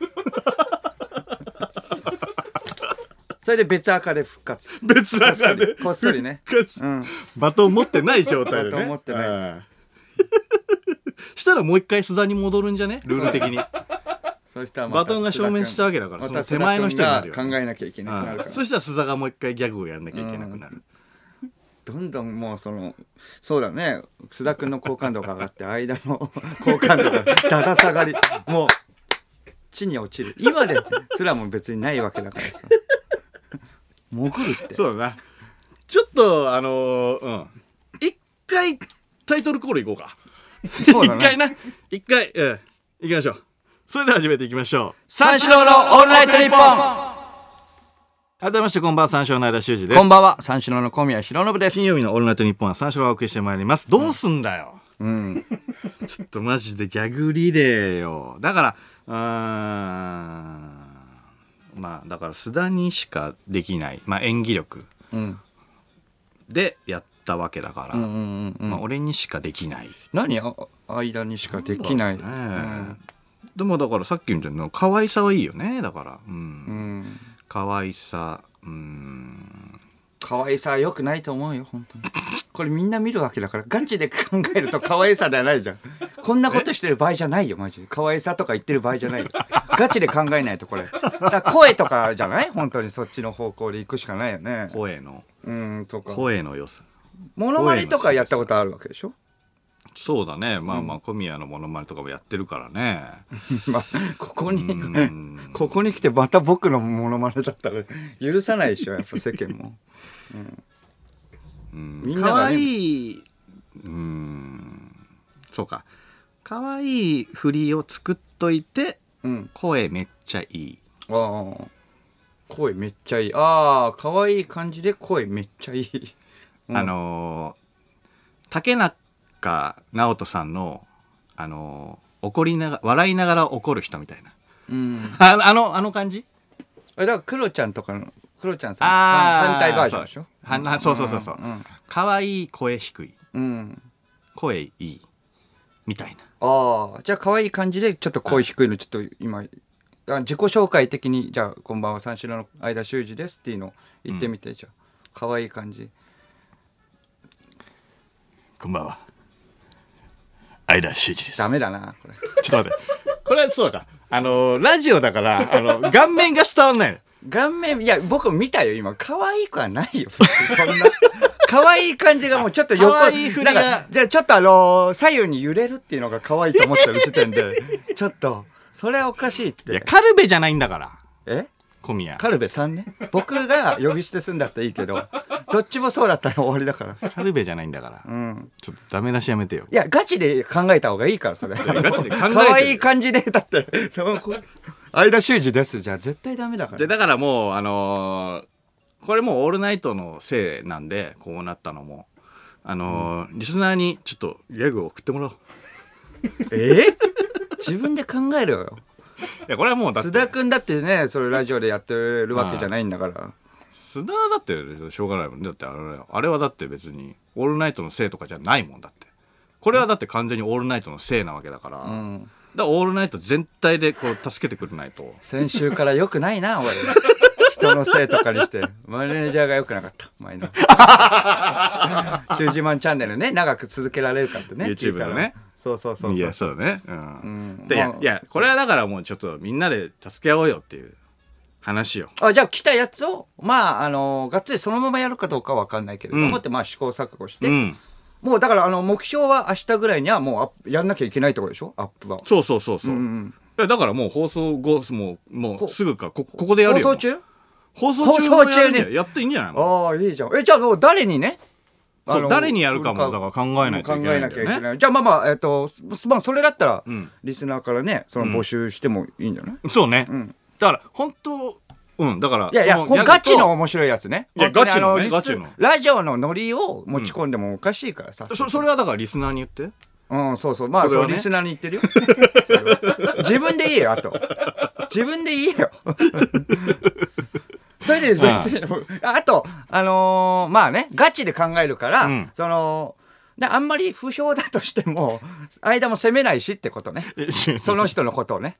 S2: それで別垢で復活
S1: 別だからね
S2: こっそ
S1: *laughs*
S2: りね
S1: 復活
S2: うん
S1: *laughs* バトン持ってない状態でね
S2: バトン持ってない
S1: うん *laughs* したらもう一回須田に戻るんじゃねルール的に
S2: そしたらま
S1: バ
S2: た
S1: トンが消滅したわけだから、
S2: ま
S1: その
S2: た
S1: 手前の人になるよ。
S2: 考えなきゃいけなくなる
S1: う
S2: か
S1: ん
S2: ら
S1: そしたら須田がもう一回ギャグをやんなきゃいけなくなる。
S2: どんどんもうそのそうだね須田君の好感度が上がって間の *laughs* 好感度がだだ下がりもう地に落ちる今ですらも別にないわけだからさ潜るって
S1: そうだな。ちょっと、あのーうん。一回、タイトルコールいこうか。
S2: そうだ
S1: 一回
S2: ね
S1: な。一回、うん。行きましょう。それでは始めていきましょう。
S2: 三四郎のオールナイトニッポン
S1: 改めましてこんばんは三四郎の間修二です
S2: こんばんは三四郎の小宮弘信です
S1: 金曜日の「オールナイトニッポン」は三四郎がお送りしてまいりますどうすんだよ、
S2: うん
S1: ちょっとマジでギャグリレーよだからうーんまあだから須田にしかできない、まあ、演技力
S2: うん
S1: でやったわけだから、
S2: うんうんうん
S1: まあ、俺にしかできない
S2: 何あ間にしかできない
S1: ねでもだからさっきみたいな可愛さはいいよねだから、うん
S2: うんうん
S1: 可愛さうん
S2: 可愛さは良くないと思うよ本当にこれみんな見るわけだからガチで考えると可愛さではないじゃんこんなことしてる場合じゃないよマジで可愛さとか言ってる場合じゃないよガチで考えないとこれだから声とかじゃない本当にそっちの方向で行くしかないよね
S1: 声の
S2: うんとか
S1: 声の良さ
S2: モノマネとかやったことあるわけでしょ
S1: そうだねまあまあ小宮のモノマネとかもやってるからね、
S2: まあ、ここに
S1: ん、
S2: ここに来てまた僕のモノマネだったら許さないでしょ、やっぱ世間も。
S1: うん
S2: みんな
S1: 可
S2: がね
S1: 愛いうんそうか可愛い振りを作っといて
S2: うん。
S1: 声めっちゃいい
S2: ああ。声めっちゃいい。ああ、可愛い感じで声めっちゃいい。うん
S1: あのー竹中直人さんの、あのー怒りなが笑いながら怒る人みたいな。
S2: うん。
S1: あ *laughs* あの、あの感じ
S2: あだから、クロちゃんとかの、クロちゃんさん
S1: あー
S2: 反対バージョンでしょ
S1: そうはそうそうそうそう。可愛い声低い。
S2: うん。
S1: 声いい。みたいな。
S2: ああ、じゃあ可愛い感じでちょっと声低いのちょっと今、あ自己紹介的に、じゃあこんばんは三四郎の相田修二ですっていうのを言ってみて、じゃあ可愛い感じ。
S1: こんばんは。相田修二です
S2: ダメだな、これ。
S1: ちょっと待って。これはそうか。あのーラジオだから、あの、 *laughs* 顔面が伝わんないの。
S2: 顔面、いや、僕見たよ、今。可愛くはないよ、別にそ
S1: *laughs*
S2: んな。可愛い感じがもうちょっと横
S1: 可愛い振りが
S2: なんかじゃあちょっとあのー左右に揺れるっていうのが可愛いと思ってる時点で、ちょっと、それはおかしいっ
S1: いや、
S2: て。
S1: カルベじゃないんだから。
S2: え
S1: 小宮。
S2: カルベさんね。僕が呼び捨てすんだったらいい
S1: *laughs*
S2: けど、どっちもそうだったら終わりだから。
S1: カルベじゃないんだから。
S2: うん。
S1: ちょっとダメ出しやめてよ。
S2: いや、ガチで考えた方がいいから、それ。
S1: ガチで考えてる
S2: 可愛い感じで、だって、その、こ相田修二です。じゃあ絶対ダメだか
S1: でだ
S2: ら。
S1: からもうあのーこれもう「オールナイト」のせいなんでこうなったのもあのーリスナーにちょっとギャグを送ってもらおう
S2: え自分で考えろよ。
S1: いやこれはもうだって
S2: 須
S1: 須田
S2: 田君だってねそれラジオでやってるわけじゃないんだから
S1: だってしょうがないもんねだってあれあれはだって別に「オールナイト」のせいとかじゃないもんだってこれはだって完全に「オールナイト」のせいなわけだから、
S2: うん
S1: だから「オールナイト」全体でこう助けてくれないと
S2: 先週から良くないな俺人のせいとかにしてマネージャーが良くなかった
S1: *laughs*
S2: 前の「シュージマンチャンネルね」長く続けられるかってね
S1: YouTube のね
S2: 聞いたらそうそうそうそう
S1: いやそうだねうん、
S2: うん
S1: でいや
S2: まあ
S1: いやこれはだからもうちょっとみんなで助け合おうよっていう話よ
S2: あじゃあ来たやつをまああのがっつりそのままやるかどうかは分かんないけれども、
S1: うん
S2: ってまあ試行錯誤して、
S1: うん
S2: もうだからあの目標は明日ぐらいにはもうアップやんなきゃいけないところでしょアップは
S1: そうそうそうそう。
S2: うんうん
S1: いやだからもう放送後もうも
S2: ほ
S1: うすぐかこここでやる
S2: 放
S1: よ
S2: 送中
S1: 放送中
S2: 放
S1: も
S2: 送
S1: や
S2: 中
S1: るん
S2: に
S1: だよやっていいんじゃないの
S2: ああいいじゃんえじゃあもう誰にね
S1: そ
S2: あの
S1: う誰にやるかもだから考えないといけ
S2: 考
S1: な
S2: え
S1: いん
S2: なきゃい
S1: だよ
S2: け
S1: ね
S2: ない。じゃあまあまあ、えっ、と、すまあそれだったら、
S1: ん
S2: リスナーからね、その募集してもいいんじゃない、
S1: そうね、
S2: ん
S1: だから本当うんだから
S2: いやいや、
S1: その
S2: こう
S1: ギャグと
S2: ガチの面白いやつね。
S1: いや
S2: 本当に
S1: ガチのね
S2: あリス
S1: ガチの
S2: ラジオのノリを持ち込んでもおかしいからさ。
S1: そそれはだからリスナーに言って
S2: うん、そうそう。まあ、
S1: それ
S2: そ
S1: は
S2: う、
S1: ね
S2: リスナーに言ってるよ。 *laughs* それは自分で言えよ、あと。自分で言えよ。 *laughs* それで別に、 *laughs* あと、あのーまあね、ガチで考えるから、
S1: うん
S2: その、であんまり不評だとしても、間も責めないしってことね。その人のことをね。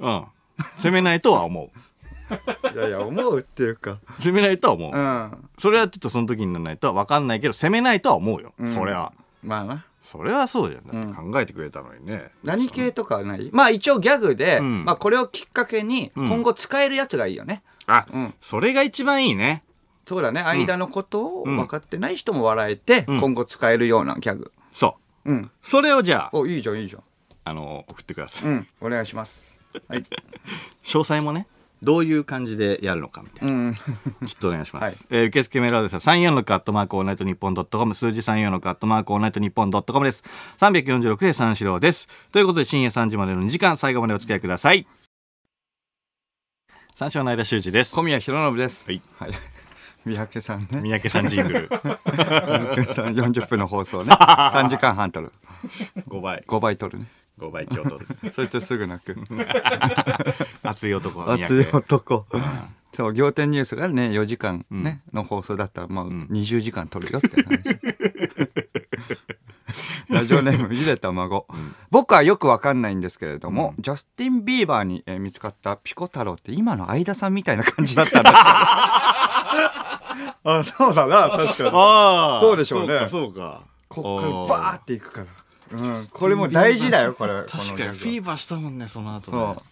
S1: うん責めないとは思う
S2: いやいや、思うっていうか。
S1: 責めないとは思う、
S2: うん。
S1: それはちょっとその時にならないとは分かんないけど責めないとは思うよ、それは
S2: まあな。
S1: それはそうじゃんだって考えてくれたのにね、
S2: 何系とかはないまあ一応ギャグで、
S1: ん
S2: まあこれをきっかけに、
S1: ん
S2: 今後使えるやつがいいよね。
S1: あ、
S2: うん
S1: それが一番いいね
S2: そうだね。間のことを
S1: ん
S2: 分かってない人も笑えて、
S1: ん
S2: 今後使えるようなギャグ。
S1: そう
S2: うん。
S1: それをじゃあ
S2: お、いいじゃん、いいじゃん。
S1: あの送ってください、
S2: うん。お願いします。 *laughs* はい。
S1: 詳細もねどういう感じでやるのかみたいな、
S2: うん。
S1: ちょっとお願いします、
S2: はい
S1: えー受付メールアドレスは346アットマークオールナイトニッポンドットコム数字346アットマークオールナイトニッポンドットコムです346で三四郎ですということで深夜3時までの2時間最後までお付き合いください三照の間修二です
S2: 小宮弘信です。
S1: はい。
S2: 三宅さんね。
S1: 三宅さんジングル
S2: 三宅さん40分の放送 *laughs* ね。3時間半撮る。
S1: 5倍
S2: 5倍撮るね。
S1: 5倍京都 *laughs*
S2: そしてすぐ泣く。
S1: 熱い男三宅
S2: 熱い男。そう、仰天ニュースがね、4時間ね、の放送だったら、まあ、20時間撮るよって *laughs* 話。ラジオネーム、ゆでた孫。僕はよくわかんないんですけれども、ジャスティン・ビーバーに、えー見つかったピコ太郎って今の相田さんみたいな感じだったんですか *laughs* あ、そうだな、確かに。
S1: ああ
S2: そうでしょうね
S1: そうか
S2: こっから
S1: お
S2: バーっていくから、うん、これも大事だよこれ
S1: 確かにフィーバーしたもんねその後ね
S2: そ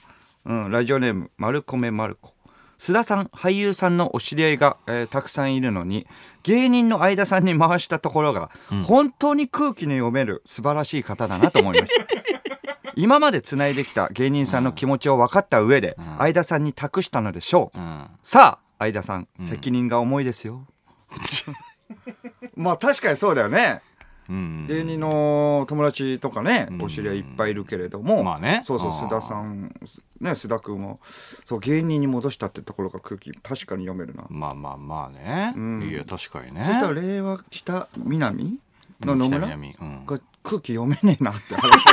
S2: う、うん、ラジオネームマルコメマルコ須田さん俳優さんのお知り合いが、えーたくさんいるのに芸人の相田さんに回したところが、本当に空気に読める素晴らしい方だなと思いま *laughs* した今までつないできた芸人さんの気持ちを分かった上で、相田さんに託したのでしょう、
S1: うん
S2: さあ相田さん、責任が重いです *laughs* よまあ確かにそうだよね
S1: うん
S2: 芸人の友達とかね、お知り合いいっぱいいるけれども、
S1: まあね
S2: そうそう
S1: あー
S2: 須田さん、ね、須田君もそう芸人に戻したってところが空気確かに読めるな、
S1: まあまあまあね、
S2: ん
S1: いや確かにね
S2: そしたら令和北南の野
S1: 北
S2: 村
S1: 南うん
S2: が空気読めねえなって話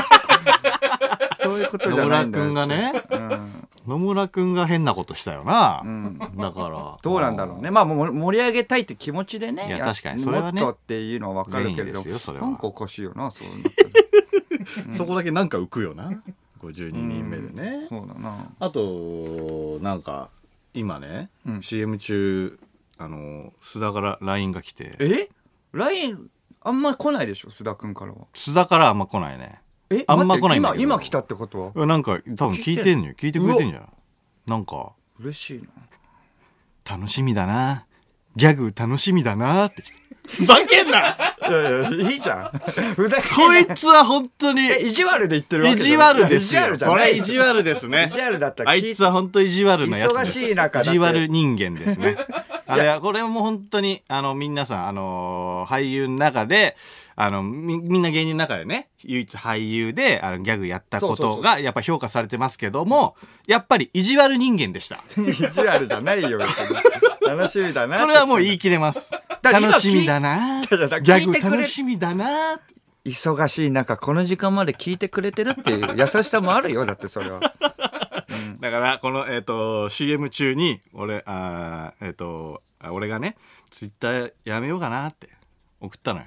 S2: *laughs* そういうことじ
S1: 野
S2: ゃな
S1: 村
S2: いんだ
S1: 君
S2: よ、
S1: がね
S2: うん
S1: 野村君が変なことしたよな、
S2: ん
S1: だから
S2: どうなんだろうねまあもう盛り上げたいって気持ちでね
S1: いや確かにそれはね
S2: もっとっていうのは分かるけ
S1: 善
S2: れ
S1: 意
S2: ど
S1: ですよそれは
S2: なんかおかしいよなそういうの
S1: そこだけなんか浮くよな52人目でね、
S2: そうだな
S1: あとなんか今ね、
S2: うん
S1: CM 中あの須田から LINE が来て
S2: え LINE あんまり来ないでしょ須田君からは
S1: 須田からあんま来ないね
S2: え
S1: あんま来ないんだ
S2: 待
S1: け
S2: って
S1: ど
S2: 今今来たってことは
S1: なんか多分聞いてんのよ聞いてくれてんじゃんなんか
S2: 嬉しいな
S1: 楽しみだなギャグ楽しみだなって来てふざけん
S2: *laughs*
S1: ない
S2: やいやいいじゃん *laughs* ふざけん
S1: こ
S2: ない
S1: つは本当に
S2: え意地悪で言ってるわ
S1: 意
S2: けじ
S1: 地
S2: ゃない
S1: 悪です
S2: 意地
S1: よ
S2: 悪じゃ
S1: こ
S2: ない
S1: れ意地悪ですね
S2: 意地悪だったら
S1: あ
S2: 聞
S1: い
S2: い
S1: つは本当意地悪なやつです。
S2: 忙しい中だ
S1: 意
S2: って
S1: 地悪人間です
S2: *laughs*
S1: ね。あれは、これはもう本当に、あの、皆さん、あのー、俳優の中で、あの、み、みんな芸人の中でね、唯一俳優で、あの、ギャグやったこ
S2: そうそ
S1: と
S2: うそ
S1: が、やっぱ評価されてますけども、やっぱり意地悪人間で
S2: *laughs*
S1: した。
S2: 意地悪じゃないよ別に楽しみだな
S1: これはもう言い切れます。
S2: から今
S1: 楽しみだなギ
S2: 聞いだから聞い
S1: ャ
S2: て
S1: グ
S2: くれ
S1: 楽しみだな
S2: 忙しい中この時間まで聞いてくれてるっていう優しさもあるよだってそ
S1: *laughs*
S2: れは
S1: だから、この、えっ、と、CM 中に、俺、あーえっ、と、あ俺がね、ツイッターやめようかなって送ったのよ。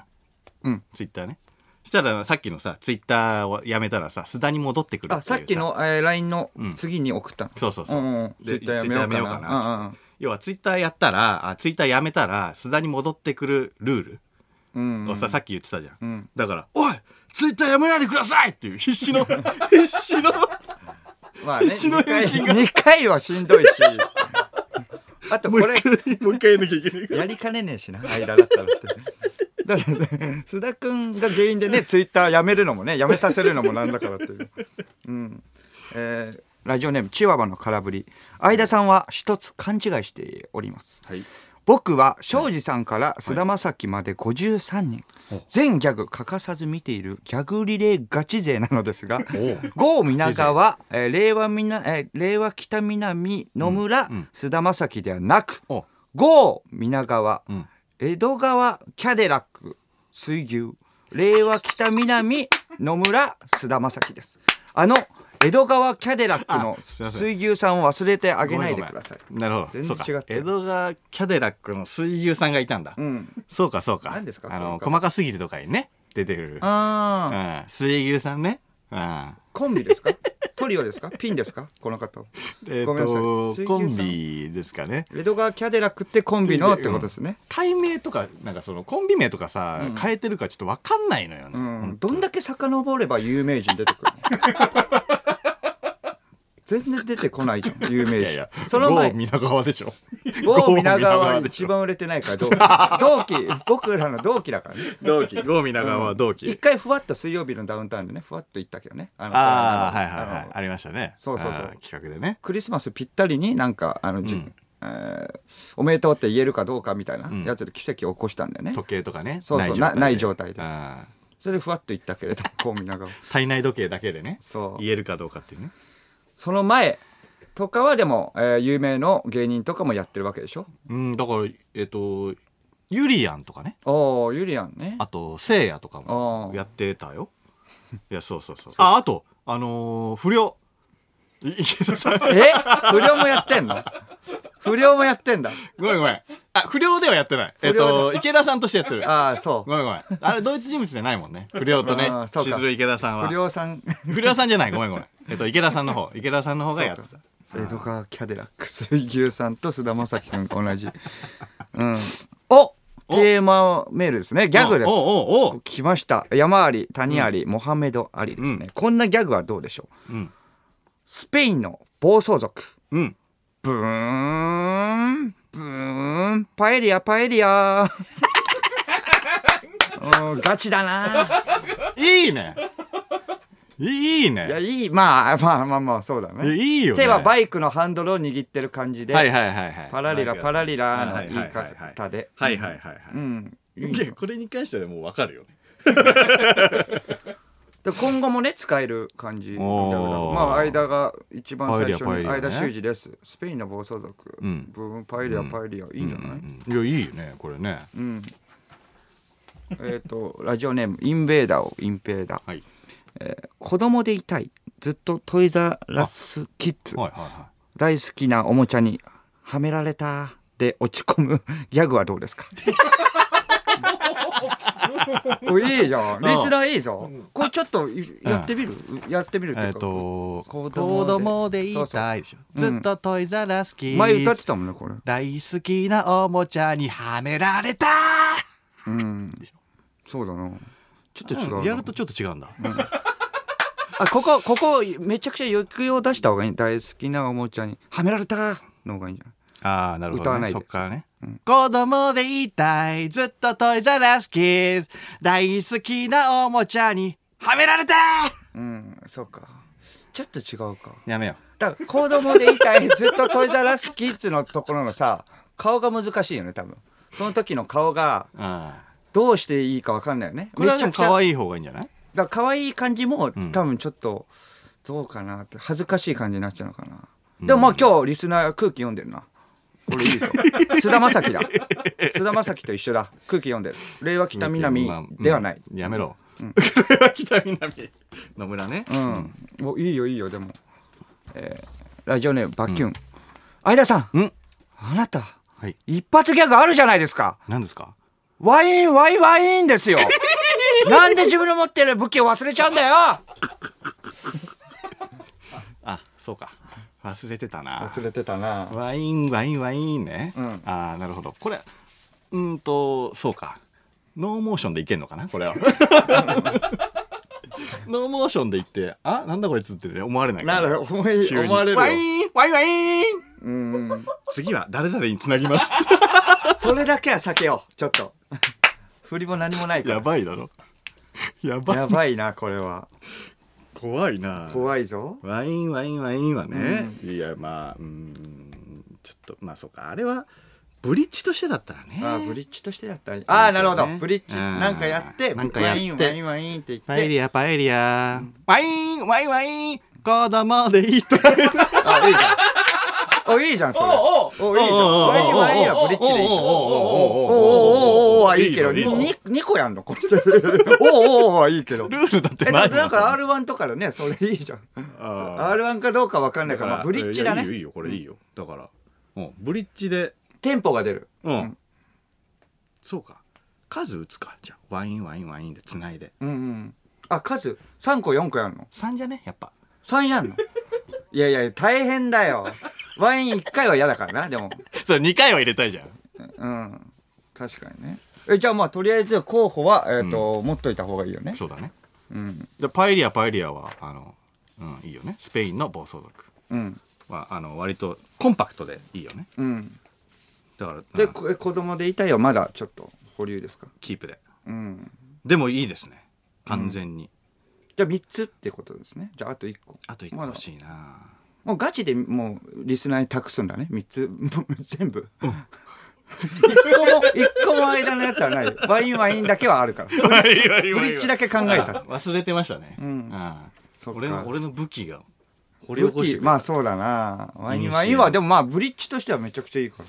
S2: うん
S1: ツイッターね。したら、さっきのさ、ツイッターをやめたらさ、須田に戻ってくるっていう
S2: あさっきの、えー、LINE の次に送ったの、
S1: そうそうそう。
S2: んん
S1: で
S2: ツイッターやめよう
S1: ツイッ
S2: かな
S1: ターやめようかなっつって要は、ツイッターやったら、あツイッターやめたら、須田に戻ってくるルール。
S2: うんうん
S1: をささっき言ってたじゃん、
S2: ん
S1: だから「おいツイッターやめないでください!」っていう必死
S2: *laughs*
S1: の必死の
S2: まあ
S1: *laughs*
S2: ね、
S1: 必死の返信が
S2: 2回はしんど
S1: *laughs*
S2: いしあとこ
S1: もう
S2: れ
S1: 一回もう一回やんなきゃいけない
S2: やりかねねえしな間だったらって。だからね、須田君が原因でねツイッターやめるのもねやめさせるのもなんだからっていう、うんえーラジオネームチワワの空振り相田さんは一つ勘違いしております
S1: はい
S2: 僕は庄司さんから菅田将暉まで53人、全ギャグ欠かさず見ているギャグリレーガチ勢なのですが
S1: う
S2: 郷皆川、えー令和みな、えー令和北南野村菅、田将暉ではなく
S1: お
S2: 郷皆川、
S1: ん
S2: 江戸川キャデラック水牛令和北南野村菅田将暉ですあの江戸川キャデラックの
S1: あすいませ
S2: 水牛さんを忘れてあげないでください
S1: ごめんごめんなるほど
S2: 全然
S1: そうか
S2: 違った
S1: 江戸川キャデラックの水牛さんがいたんだ、
S2: うん
S1: そうかそうか
S2: 何ですか
S1: あの
S2: この方
S1: 細かすぎてとかにね出てる
S2: ああ
S1: うん、水牛さんねうん
S2: コンビ
S1: *laughs*
S2: ですかトリオですかピンですかこの方
S1: えっ、
S2: ごめんなさい
S1: と
S2: 水牛
S1: コン
S2: さん
S1: ビですかね
S2: 江戸川キャデラックってコンビのってことですね、
S1: 対名とかなんかそのコンビ名とかさ、変えてるかちょっと分かんないのよね、
S2: うんどんだけ遡れば有名人出て
S1: *laughs*
S2: くるの全然出てこないじゃん有名人
S1: いやいや
S2: その前
S1: 郷皆川でしょ
S2: *laughs* 郷皆川は
S1: 郷でし
S2: 一
S1: ょ
S2: 番売れてないから同期同期僕らの同期だからね
S1: 同期郷皆川は同期、
S2: 一回ふわっと水曜日のダウンタウンでねふわっと行ったけどねあの
S1: ああ
S2: の
S1: はいはいはい
S2: の
S1: ありましたね
S2: そうそうそう
S1: あー企画でね
S2: クリスマスぴったりになんかあの、じえーおめでとうって言えるかどうかみたいなやつで奇跡を起こしたんだよね、
S1: 時計とかね
S2: そうそうなない状態で
S1: あー
S2: それでふわっと行ったけれ *laughs* ど、こう見ながら。
S1: 体内時計だけでね
S2: そう
S1: 言えるかどうかっていうね
S2: その前、とかはでも、えー有名の芸人とかもやってるわけでしょ
S1: うん、だから、えっ、と、ユリアンとかね。
S2: ああゆりやんね
S1: あと、せいやとかも
S2: あー
S1: やってた
S2: *laughs*
S1: よ。いや、そうそうそう。あ、あと、あのー不良。い池田
S2: *laughs*
S1: さん。
S2: え不良もやってんの *laughs* 不良もやってんだ
S1: ごめんごめん。あ、不良ではやってない。えっ、
S2: 不良
S1: と、池田さんとしてやってる。
S2: ああそう
S1: ごめんごめん。あれ、同一人物じゃないもんね。不良とね
S2: あー、そう
S1: し
S2: か
S1: ずる池田さんは
S2: 不。良さん
S1: 不良さんじゃない。ごめんごめん。えっ、と、池田さんの方。池田さんの方がやってた。
S2: *laughs* 江戸川キャデラックス牛さんと菅田将暉君同じうんおテーマメールですねギャグです
S1: おうおうおう
S2: 来ました山あり谷あり、モハメドありですね、こんなギャグはどうでしょう、
S1: うん
S2: スペインの暴走族
S1: うん。
S2: ブーンブーンパエリアパエ
S1: *laughs*
S2: リアうんガチだない
S1: いね。いい
S2: いや
S1: ね。
S2: いいまあまあまあまあそうだ
S1: いやい
S2: ね
S1: いよね。
S2: 手はバイクのハンドルを握ってる感じで、
S1: はいはいはいはい。
S2: パラリラパラリラの言い方で
S1: はいはいはいはいはい。
S2: うん
S1: いやこれに関してはもうわかるよね。
S2: で今後もね使える感じだから
S1: おー
S2: まあ間が一番最初
S1: パエリ
S2: に
S1: アパエリア
S2: 間
S1: ね
S2: 修二ですスペインの暴走族
S1: うん
S2: ブームパエリアパエリアいいんじゃない、
S1: いやいいよねこれね。
S2: えっ、とラジオネームインベーダーをインペーダー
S1: はい
S2: 子供でいたいずっとトイザラスキッズ
S1: はいはいは
S2: 大好きなおもちゃにはめられたで落ち込む *laughs* ギャグはどうですか *laughs* おいいじゃんリスナーいいぞこれちょっとやってみる、やってみるって
S1: い。
S2: い
S1: えっ
S2: うか、
S1: と子
S2: 子供で
S1: 供でいたいでしょ。ずっとトイザラスキ
S2: 前歌っ
S1: ー
S2: て
S1: ズ。
S2: たもんねこれ
S1: 大好きなおもちゃにはめられた。
S2: そうだな
S1: ちょっと
S2: 違うな
S1: やるとちょっと違うんだ。
S2: あここここめちゃくちゃ抑揚出した方がいい大好きなおもちゃにはめられたの方がいいんじゃない
S1: ああなるほ
S2: 歌わ
S1: ど
S2: ない
S1: ね。そ
S2: で
S1: っからね。子供でいたいずっとトイザラスキーズ。大好きなおもちゃにはめられた。
S2: うんそうかちょっと違うか
S1: やめよう。
S2: だから子供でいたいずっとトイザラスキッズのところのさ顔が難しいよね多分その時の顔が
S1: ああ
S2: どうしていいか分かんないよね
S1: これはでも
S2: めちゃくちゃ
S1: 可愛い方がいいんじゃない？
S2: だから可愛い感じも多分ちょっとどうかなって恥ずかしい感じになっちゃうのかな、でもまあ今日リスナー空気読んでるなこれいい *laughs* ぞ菅田将暉だ菅田将暉と一緒だ空気読んでる令和北南ではない、
S1: うんやめろ、 *laughs* 北南野村ね、
S2: うん、もういいよいいよでも、えーラジオネームバキュン、相田さん
S1: うん
S2: あなた
S1: はい
S2: 一発ギャグあるじゃないですか
S1: 何ですか
S2: ワインワインワインです *laughs* よなんで自分の持ってる武器を忘れちゃうんだよ
S1: あそうか忘れてたな
S2: れてたな
S1: ワインワインワインね、
S2: ん
S1: ああなるほどこれうんとそうかノーモーションでいけんのかなこれ
S2: *laughs*
S1: はノーモーションでいってあなんだこいつってね思われないか
S2: なるほど思い
S1: 急に
S2: 思われるよ
S1: ワインワインワイン
S2: うん
S1: 次は誰々につなぎ
S2: *laughs*
S1: ます
S2: それだけは避けようちょっと振りも何もないか
S1: やばいだろやば
S2: ら
S1: い
S2: やばいなこれは
S1: 怖いな
S2: 怖いぞ
S1: ワインワインワインはね、いやまあうんちょっとまあそうかあれはブリッジとしてだったらね
S2: あーブリッジとしてだったらああなるほど
S1: ね
S2: ブリッジ
S1: うん
S2: なんかやって
S1: なんかやって
S2: ワインワインワインって言って
S1: パエリアパエリア、ワインワインワイン子供でいいと
S2: あいいじゃんおいいじゃんそれ
S3: おう
S2: おいいじゃん
S1: おうおうおう
S2: ワインワインはブリッジでいいじゃ
S1: お
S2: ん
S1: うおう
S2: お
S1: おうおうおうおう
S2: おおおおはいいけど
S1: いいじゃんいいじゃん
S2: に二個やんのこれおおおおはいいけど
S1: ルールだって
S2: え
S1: な
S2: ないんか R1 とかのねそれいいじゃん
S1: あ
S2: R1 かどうかわかんないからブリッジだ
S1: いやいいよ
S2: ね
S1: いいよこれいいよ、だから、うん、ブリッジで
S2: テンポが出る
S1: うん、そうか数打つかじゃあワインワインワインでつないで
S2: うんうんあ数三個四個やんの
S1: 3じゃねやっぱ
S2: 三やんのいやいや大変だよワイン一回は嫌だからなでも
S1: それ2回は入れたいじゃん
S2: うん確かにねえじゃあまあとりあえず候補は、えーと持っといた方がいいよね
S1: そうだね
S2: うん
S1: でパエリアパエリアはあの、うん、いいよねスペインの暴走族
S2: うん
S1: はあの割とコンパクトでいいよね
S2: うん
S1: だから
S2: で、
S1: うん
S2: こ子供でいたいはまだちょっと保留ですか
S1: キープで
S2: うん
S1: でもいいですね完全に、
S2: じゃあ3つってことですねじゃああと1個
S1: あと1個
S2: まだ
S1: 欲しいな
S2: もうガチでもうリスナーに託すんだね3つ *laughs* もう全部一個も *laughs* 一個も間のやつはないワインワインだけはあるから
S1: ブリッ
S2: ブリッジだけ考えた
S1: 忘れてましたね、うん
S2: んそっか
S1: 俺の俺の武器が掘り
S2: 武
S1: 起こして
S2: 器まあそうだなワイン
S1: いい
S2: ワイ
S1: 試
S2: ン
S1: 合
S2: はでもまあブリッジとしてはめちゃくちゃい
S1: *laughs*
S2: いから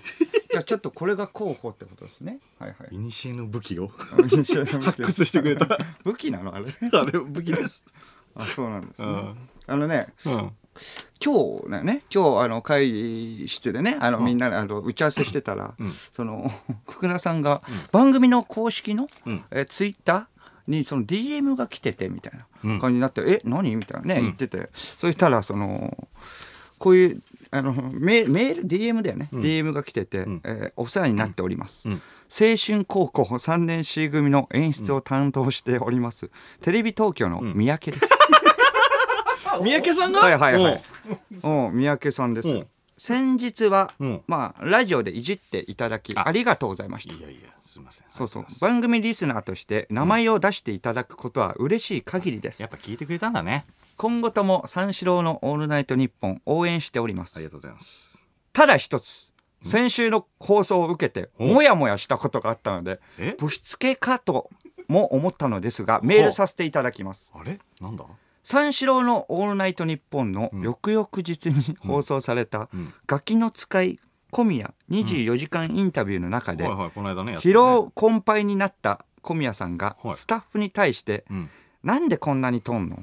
S2: じゃあちょっとこれが候補ってことですねはいはい
S1: いにしえの武器を *laughs*
S2: 発
S1: 発掘してくれ *laughs* た
S2: *laughs* 武器なのあれ
S1: あれ武器です
S2: あそうなんですね、
S1: うん
S2: あのね
S1: うん
S2: 今日だよね今日あの会議室でねあのみんなであの打ち合わせしてたら、
S1: うん
S2: その *laughs* 福田さんが番組の公式の、
S1: うん
S2: えツイッター Twitter にその DM が来ててみたい
S1: うん
S2: な感じになって「え何?」みたいなね言ってて、そしたらそのこういうあのメメール DM だよね、DM が来てて、
S1: ん
S2: えーお世話になっております、
S1: うん
S2: 青春高校3年 C 組の演出を担当しております、テレビ東京の三宅です、
S1: 三宅さんが
S2: はいはいはい
S1: お。
S2: お三宅さんです
S1: うん。
S2: 先日は、
S1: うん
S2: まあラジオでいじっていただき
S1: あ
S2: ありがとうございました
S1: う。いやいやすいません
S2: そうそ
S1: ありがとござい
S2: う
S1: ます
S2: 番組リスナーとして名前を出していただくことは嬉しい限りです、
S1: やっぱ聞いてくれたんだね
S2: 今後とも三四郎の「オールナイトニッポン」応援しておりま
S1: ありが
S2: す
S1: とうございます
S2: ただ一つ先週の放送を受けて
S1: うん
S2: モヤモヤしたことがあったので
S1: え
S2: ぶしつけかとも思ったのですがメールさせていただきます
S1: あれなんだ
S2: 三四郎の「オールナイトニッポン」の翌々日に放送された
S1: うん
S2: 「ガキの使い小宮24時間インタビュー」の中で
S1: はいはいこの間ねやったね
S2: 疲労困憊になった小宮さんが
S1: はい
S2: スタッフに対して
S1: うん
S2: 「なんでこんなにとんの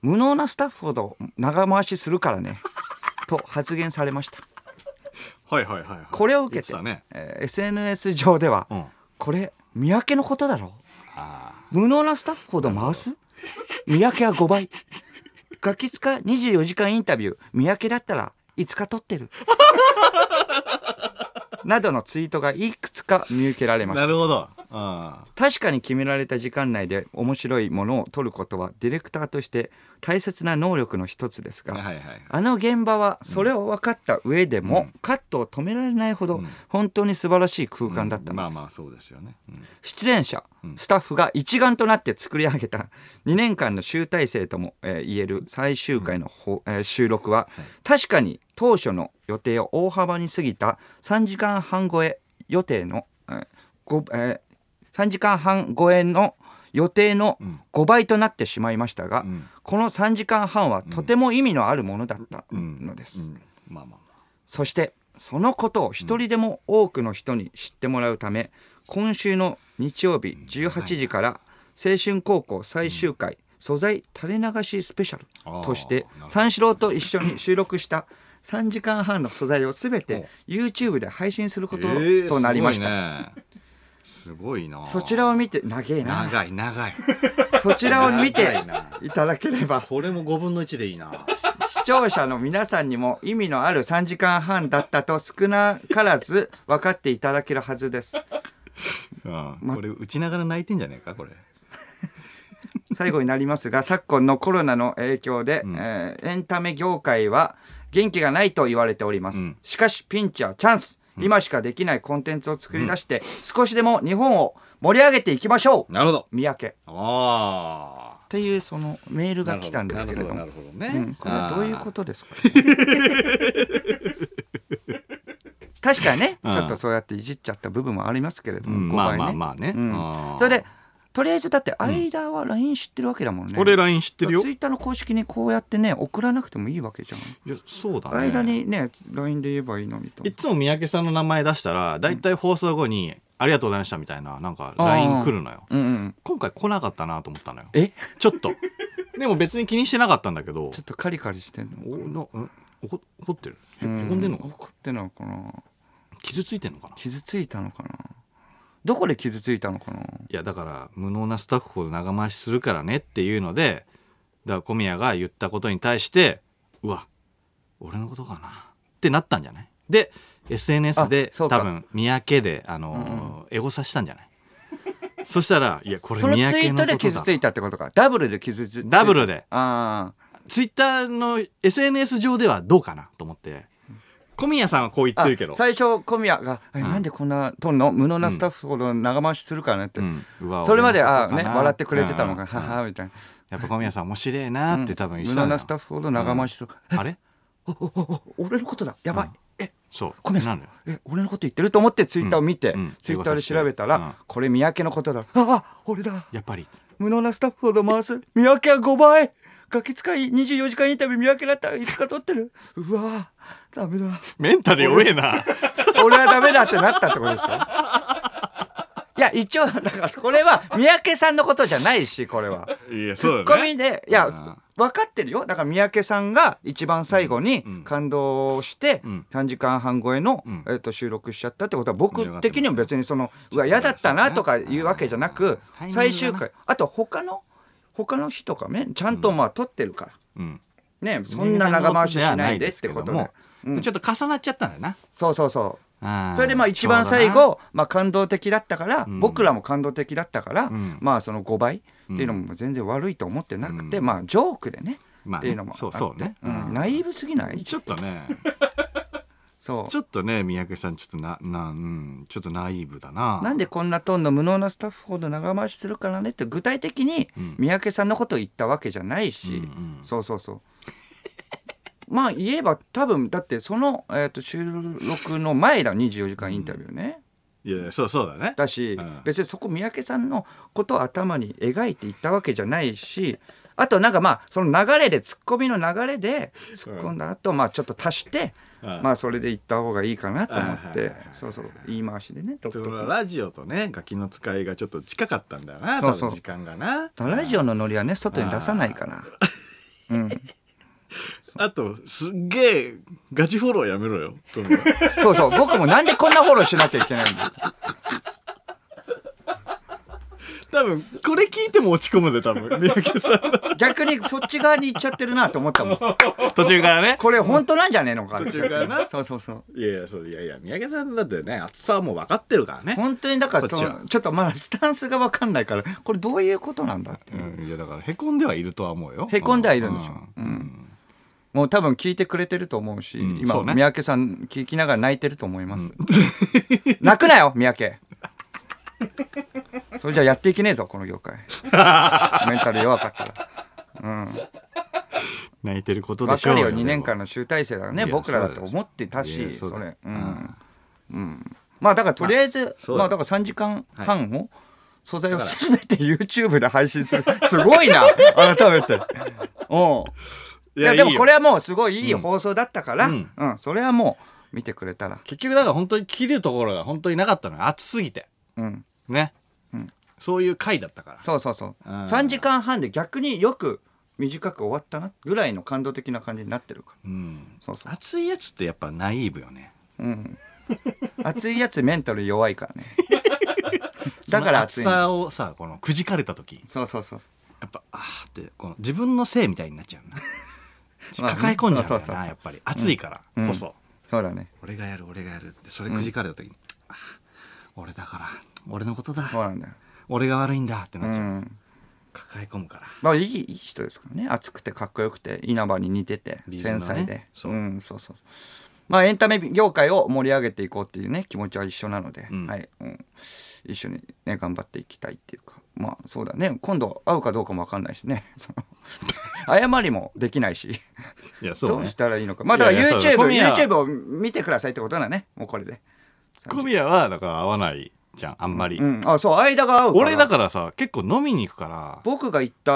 S2: 無能なスタッフほど長回しするか
S1: *laughs*
S2: らね」と発言されました
S1: はいはいはいはい
S2: これを受けて
S1: 言ってたね
S2: えー SNS 上では
S1: うん
S2: 「これ三宅のことだろ
S1: あ
S2: 無能なスタッフほど回す三宅は5倍ガキ使24時間インタビュー三宅だったら5日撮ってるなどのツイートがいくつか見受けられ
S1: あ
S2: ました
S1: なるほどあ
S2: 確かに決められた時間内で面白いものを撮ることはディレクターとして大切な能力の一つです
S1: あ
S2: が、
S1: はいはいはい
S2: あの現場はそれを分かった上でも、カットを止められないほど本当に素晴らしい空間だったのです、
S1: まあまあそうですよねうん
S2: 出演者、スタッフが一丸となって作り上げた2年間の集大成とも、えー言える最終回のほ、えー収録は、確かに当初の予定を大幅に過ぎた3時間半超え予定の、えーごえー3時間半超えの予定の5倍となってしまいましたが、
S1: ん
S2: この3時間半はとても意味のあるものだったのです。
S1: うんまあまあまあ
S2: そしてそのことを一人でも多くの人に知ってもらうため、今週の日曜日18時から青春高校最終回、素材垂れ流しスペシャル
S1: あー
S2: として
S1: なるほど
S2: 三四郎と一緒に収録した3時間半の素材を全て YouTube で配信することとなりました、
S1: たすごいな
S2: そちらを見て長えな
S1: 長い長い
S2: そちらを見
S1: 長
S2: て
S1: いない
S2: ただければ
S1: これも5分の1でいいな
S2: 視聴者の皆さんにも意味のある3時間半だったと少なからず分かっていただけるはずです
S1: うんこれ打ちながら泣いてんじゃねえかこれ
S2: 最後になりますが昨今のコロナの影響で、えーエンタメ業界は元気がないと言われております、
S1: ん
S2: しかしピンチはチャンス、今しかできないコンテンツを作り出して、少しでも日本を盛り上げていきましょう
S1: なるほど
S2: 三宅っ
S1: ああ
S2: ていうそのメールが来たんですけれど
S1: な
S2: も
S1: るほど
S2: うん
S1: ね
S2: これはどういうこととですか *laughs* 確かにね、
S1: うん
S2: ちょっとそうやっていじっちゃった部分もありますけれども、誤
S1: まあ
S2: 解ね
S1: まあまあね
S2: うん
S1: あー
S2: それでとりあえずだって間は LINE 知ってるわけだもんね、
S1: 俺 LINE 知ってるよ
S2: ツイッターの公式にこうやってね送らなくてもいいわけじゃん、
S1: いやそうだね
S2: 間にね LINE で言えばいいのにと
S1: いつも三宅さんの名前出したら大体放送後に「ありがとうございました」みたいななんか
S2: あー
S1: LINE 来るのよ
S2: うんうん
S1: 今回来なかったなと思
S2: *laughs*
S1: ったのよ
S2: え
S1: ちょっとでも別に気にしてなかったんだけど
S2: ちょっとカリカリしてんの
S1: おなうん怒怒ってるへ
S2: う
S1: へこんでんのか
S2: 怒ってんのかな
S1: 傷ついてんのかない
S2: 傷ついたのかなどこで傷ついたのかな
S1: やだから無能なスタッフほど長回しするからねっていうのでだから小宮が言ったことに対してうわ俺のことかなってなったんじゃないで SNS で
S2: あそ
S1: 多
S2: うか
S1: 分三宅であのーエゴさしたんじゃない *laughs* そしたらいやこれ
S2: その
S1: 三
S2: ツイ
S1: 宅
S2: ー
S1: の
S2: トで
S1: こと
S2: 傷
S1: だ
S2: ついたってことかダブルで傷ついた
S1: ダブルで
S2: ああ
S1: ツイッターの SNS 上ではどうかなと思って小宮さんはこう言ってるけど
S2: あ最初小宮が「えなんでこんなとんの無能なスタッフほど長回しするからね」って、
S1: うんうわ
S2: それまで「
S1: 俺の
S2: あ
S1: こと
S2: あね
S1: かな
S2: 笑ってくれてたの
S1: う
S2: が「
S1: ん
S2: はは」みたいな
S1: やっぱ小宮さん面白いなって多分
S2: 無
S1: 一緒
S2: 能なスタッフほど長回しするから、
S1: あれ
S2: 俺のことだやばい、え
S1: そう
S2: ごめんな
S1: な
S2: さ
S1: ん
S2: い
S1: だよ
S2: え俺のこと言ってると思ってツイッターを見て、
S1: うんうん
S2: ツイッターで調べたら、
S1: うん
S2: これ三宅のことだああ俺だ
S1: やっぱり
S2: 無能なスタッフほど回す三宅は5倍ガキ使い24時間インタビュー見分けられたらいつか撮ってるうわーダメだ
S1: メンタル弱えな。
S2: 俺はダメだってなったってことでしょいや一応だからこれは三宅さんのことじゃないしこれはい
S1: や、
S2: ツ
S1: そう
S2: ッ
S1: だ
S2: コ
S1: ね
S2: ミ。でいや
S1: うん
S2: 分かってるよだから三宅さんが一番最後に
S1: うん
S2: 感動して
S1: うん
S2: 3時間半超えの、
S1: うん
S2: えっと収録しちゃったってことは僕的にも別にそのうわ嫌だったなとかいうわけじゃなく
S1: うん
S2: 最終回あと他の他の日とかねちゃんとまあ撮ってるから。
S1: うん。
S2: ね、そんな長回ししないでってこと
S1: ではない
S2: で
S1: ですけど
S2: う
S1: も
S2: ん
S1: ちょっと重なっちゃったんだよな。
S2: そうそうそう
S1: あー
S2: それでまあ一番最
S1: ちょう
S2: 後、まあ、感動的だったから、
S1: ん
S2: 僕らも感動的だったから、
S1: ん
S2: まあその5倍っていうのも全然悪いと思ってなくて、まあジョークでね、
S1: まあ
S2: っ
S1: ね
S2: ていうのもあって
S1: そうそうね
S2: ん
S1: うん
S2: ナイーブすぎな
S1: どないちょっとね、
S2: そう
S1: ちょっとね、三宅さん、ちょっとな、な、うん、ちょっとナイーブだな。
S2: なんでこんなトーンの無能なスタッフほど長回しするからねって具体的に
S1: うん
S2: 三宅さんのことを言ったわけじゃないし、
S1: うんうん
S2: そうそうそうまあ言えば多分だってその、えー、と収録の前だ24時間インタビューね、
S1: いや、そうそうだね。
S2: だし、
S1: うん
S2: 別にそこ三宅さんのことを頭に描いていったわけじゃないしあとなんかまあその流れでツッコミの流れで突っ込んだ後、まあちょっと足して、
S1: うん
S2: まあそれでいった方がいいかなと思っ
S1: はいはい
S2: て
S1: はいはい
S2: そうそう言い回しでね独
S1: そ
S2: 特
S1: の
S2: な
S1: ラジオとね、ガキの使いがちょっと近かったんだよな、多
S2: そう
S1: 分
S2: そう
S1: 時間がな。
S2: ラジオのノリはね外に出さないからうん、
S1: あと、すっげえ、ガチフォローやめろよ。トム
S2: そうそう僕もなんでこんなフォローしなきゃいけないんだよ
S1: 多分、これ聞いても落ち込むぜ、多分。 *laughs* 三宅さんの。
S2: 逆にそっち側に行っちゃってるなと思ったもん
S1: 途中からね。
S2: これ本当なんじゃねえのかって
S1: 途中からな
S2: そうそうそう
S1: いやいや、そう、いやいや、三宅さんだってね、熱さはもう分かってるからね。
S2: 本当にだからそ
S1: こっちは
S2: のちょっとまだスタンスが分かんないからこれどういうことなんだっていう、
S1: うん、いやだからへこんではいるとは思うよ
S2: へこんではいるんでしょ
S1: ううん
S2: もう多分聞いてくれてると思うし、
S1: うん
S2: 今
S1: そうね
S2: 三宅さん聞きながら泣いてると思います、 *laughs* 泣くなよ三宅それじゃやっていけねえぞこの
S1: *laughs*
S2: 業界メンタル弱かったら。
S1: 泣いてることで
S2: 分
S1: しょ
S2: か
S1: う
S2: るよ
S1: でも
S2: 2年間の集大成だね
S1: いや
S2: 僕らだと思って
S1: そう
S2: た
S1: だ
S2: し
S1: よ
S2: そ
S1: いや
S2: れう
S1: そうだ
S2: ん、
S1: よ
S2: うんまあだからとりあえず
S1: そう
S2: ま
S1: だ
S2: あ
S1: よ
S2: だから3時間半を素材を全て YouTube で配信するすごいな改めておうい
S1: いや
S2: やでもこれ
S1: いいよ
S2: はもうすごいいい放送だったからう
S1: うんん、
S2: それはもう見てくれたら
S1: 結局だから本当に切るところが本当になかったのよ熱すぎて
S2: うん
S1: ね、そういう回だったから
S2: そうそうそう
S1: うん
S2: 3時間半で逆によく短く終わったなぐらいの感動的な感じになってるから
S1: うん
S2: そうそう
S1: 熱いやつってやっぱナイーブよね
S2: うん。熱いやつメンタル弱いか
S1: *laughs*
S2: らね。だから熱い
S1: その
S2: の。
S1: さをさこのくじかれた時
S2: そうそうそう。
S1: やっぱあーってこの自分のせいみたいになっち *laughs* ゃうな
S2: まあ
S1: 抱え込んじゃうんだ
S2: そう
S1: よ
S2: そうそう
S1: なやっぱり熱いからこそ、
S2: そうだね。
S1: 俺がやる俺がやるってそれくじかれた時に、あー俺だから俺のことだ
S2: そうなんだよ。
S1: 俺が悪いんだって
S2: う
S1: なっちゃう、
S2: ん。
S1: 抱え込むから
S2: まあいいいい人ですからね。熱くてかっこよくて稲葉に似てて
S1: リーズナ
S2: 繊
S1: ーね
S2: 細で。
S1: そう
S2: うんそうそうそう。まあエンタメ業界を盛り上げていこうっていうね気持ちは一緒なので、
S1: うん
S2: はい、うん、一緒にね頑張っていきたいっていうか。まあそうだね今度会うかどうかも分かんないしね *laughs* その謝りもできないし
S1: いやそ
S2: どうしたらいいのかまあだ
S1: いや
S2: か
S1: い
S2: ら
S1: や
S2: YouTube,
S1: そう小宮
S2: YouTube を見てくださいってことだねもうこれで
S1: 小宮はだから合わないじゃんあんまり、
S2: うん、あそう間が合うから
S1: 俺だからさ結構飲みに行くから
S2: 僕が行った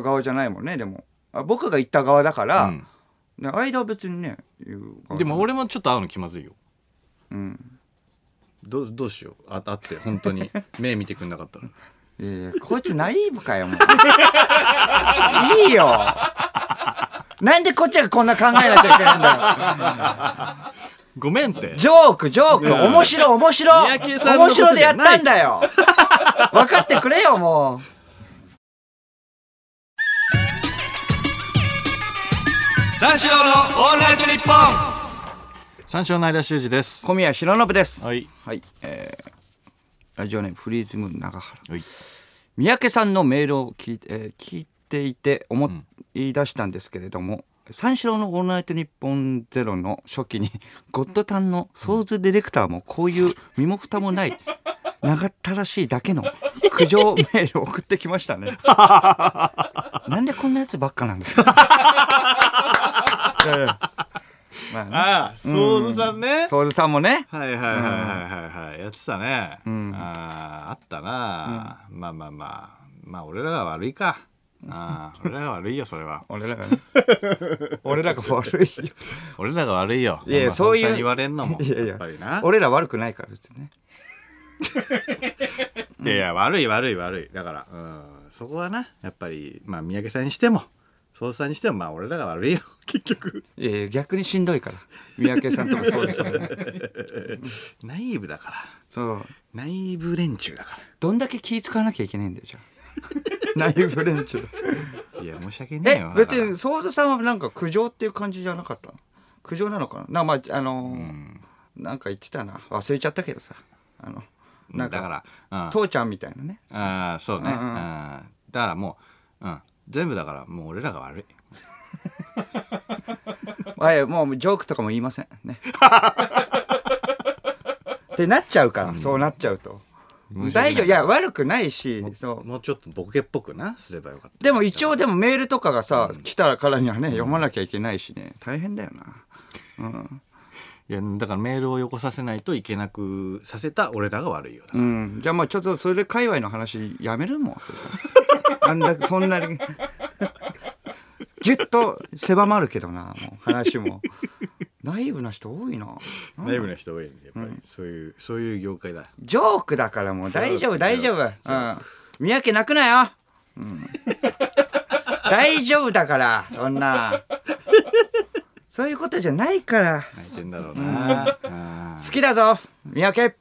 S2: 側じゃないもんねでもあ僕が行った側だから、
S1: うん
S2: ね、間は別にね言う側
S1: でも俺もちょっと会うの気まずいよ
S2: うん
S1: どうどうしようあ会って本 *laughs* 当に目見てくんなかったら
S2: いやいやこいつナイーブか
S1: *laughs*
S2: よもういいよなんでこっちがこんな考えなきゃいけないんだ
S1: ごめんって
S2: よジョークジョーク面白い面白
S1: 三
S2: い
S1: 宅さんの
S2: 面
S1: ことじゃな
S2: 白
S1: い
S2: でやったんだよ分かってくれよもう
S1: 三四郎のオールナイトニッポン三四郎の間修二です
S2: 小宮浩信です
S1: はい
S2: はい、えーラジオネームフリーズム長原
S1: はい
S2: 三宅さんのメールを聞いて,、えー聞いていて思い出したんですけれども、三四郎の「オールナイトニッポンゼロの初期に *laughs* ゴッドタンのソーズディレクターもこういう身も蓋もない *laughs* 長ったらしいだけの苦情メールを送ってきましたね *laughs* なんでこんなやつばっかなんですか *laughs* いやいやまあね
S1: ああソーズさんね
S2: ソーズさんもね
S1: はいはいはいはいはいはいやってたね、あああったな、まあまあまあまあ俺らが悪いかああ俺らが悪いよそれは
S2: 俺らがね俺らが悪いよ
S1: 俺らが悪いよ
S2: いやいやそういう
S1: お前さんに言われんのも
S2: いや
S1: や
S2: い
S1: っ
S2: や
S1: ぱりな
S2: 俺ら悪くないから別にね
S1: いやいや悪い悪い悪いだからうんそこはなやっぱりまあ三宅さんにしても総さんにしてもまあ俺らが悪いよ結局
S2: いやいや逆にしんどいから三宅さん *laughs* とかそうですよね
S1: 内部だから
S2: そう
S1: 内部連中だか
S2: どんだけ気使わなきゃいけないんだ *laughs* よじゃあ内部連中
S1: らいや申し訳ねえ
S2: え
S1: よ
S2: 別
S1: だ
S2: に想像さんはなんか苦情っていう感じじゃなかったの苦情なのかななんかまああのーなんか言ってたな忘れちゃったけどさあの
S1: か
S2: な
S1: ら
S2: んか
S1: だから、うん、
S2: 父ちゃんみたいなね
S1: ああそうね、
S2: うんうんうん
S1: あーだからもう、うん、全部だからもう俺らが悪い
S2: あいやもうジョークとかも言いま *laughs* せんねってなっちゃうから、そうなっちゃうと
S1: 申し訳ない
S2: 大丈夫いや悪くないしそう
S1: もうちょっとボケっぽくなすればよかった
S2: でも一応でもメールとかがさ、来たからにはね読まなきゃいけないしね大変だよな、
S1: いやだからメールをよこさせないといけなくさせた俺らが悪いよだか
S2: うん、じゃあまあちょっとそれ界隈の話やめるもんそした *laughs* らあんだけそんなにぎゅっと狭まるけどなもう話も内部の人多いな
S1: ら内部の人多いんでやっぱり、そういうそういう業界だ
S2: ジョークだからもう大丈夫大丈夫、うん、三宅泣くなよ、うん大丈夫だからそんなそういうことじゃないから
S1: 泣いてんだろうな、あー
S2: 好きだぞ三宅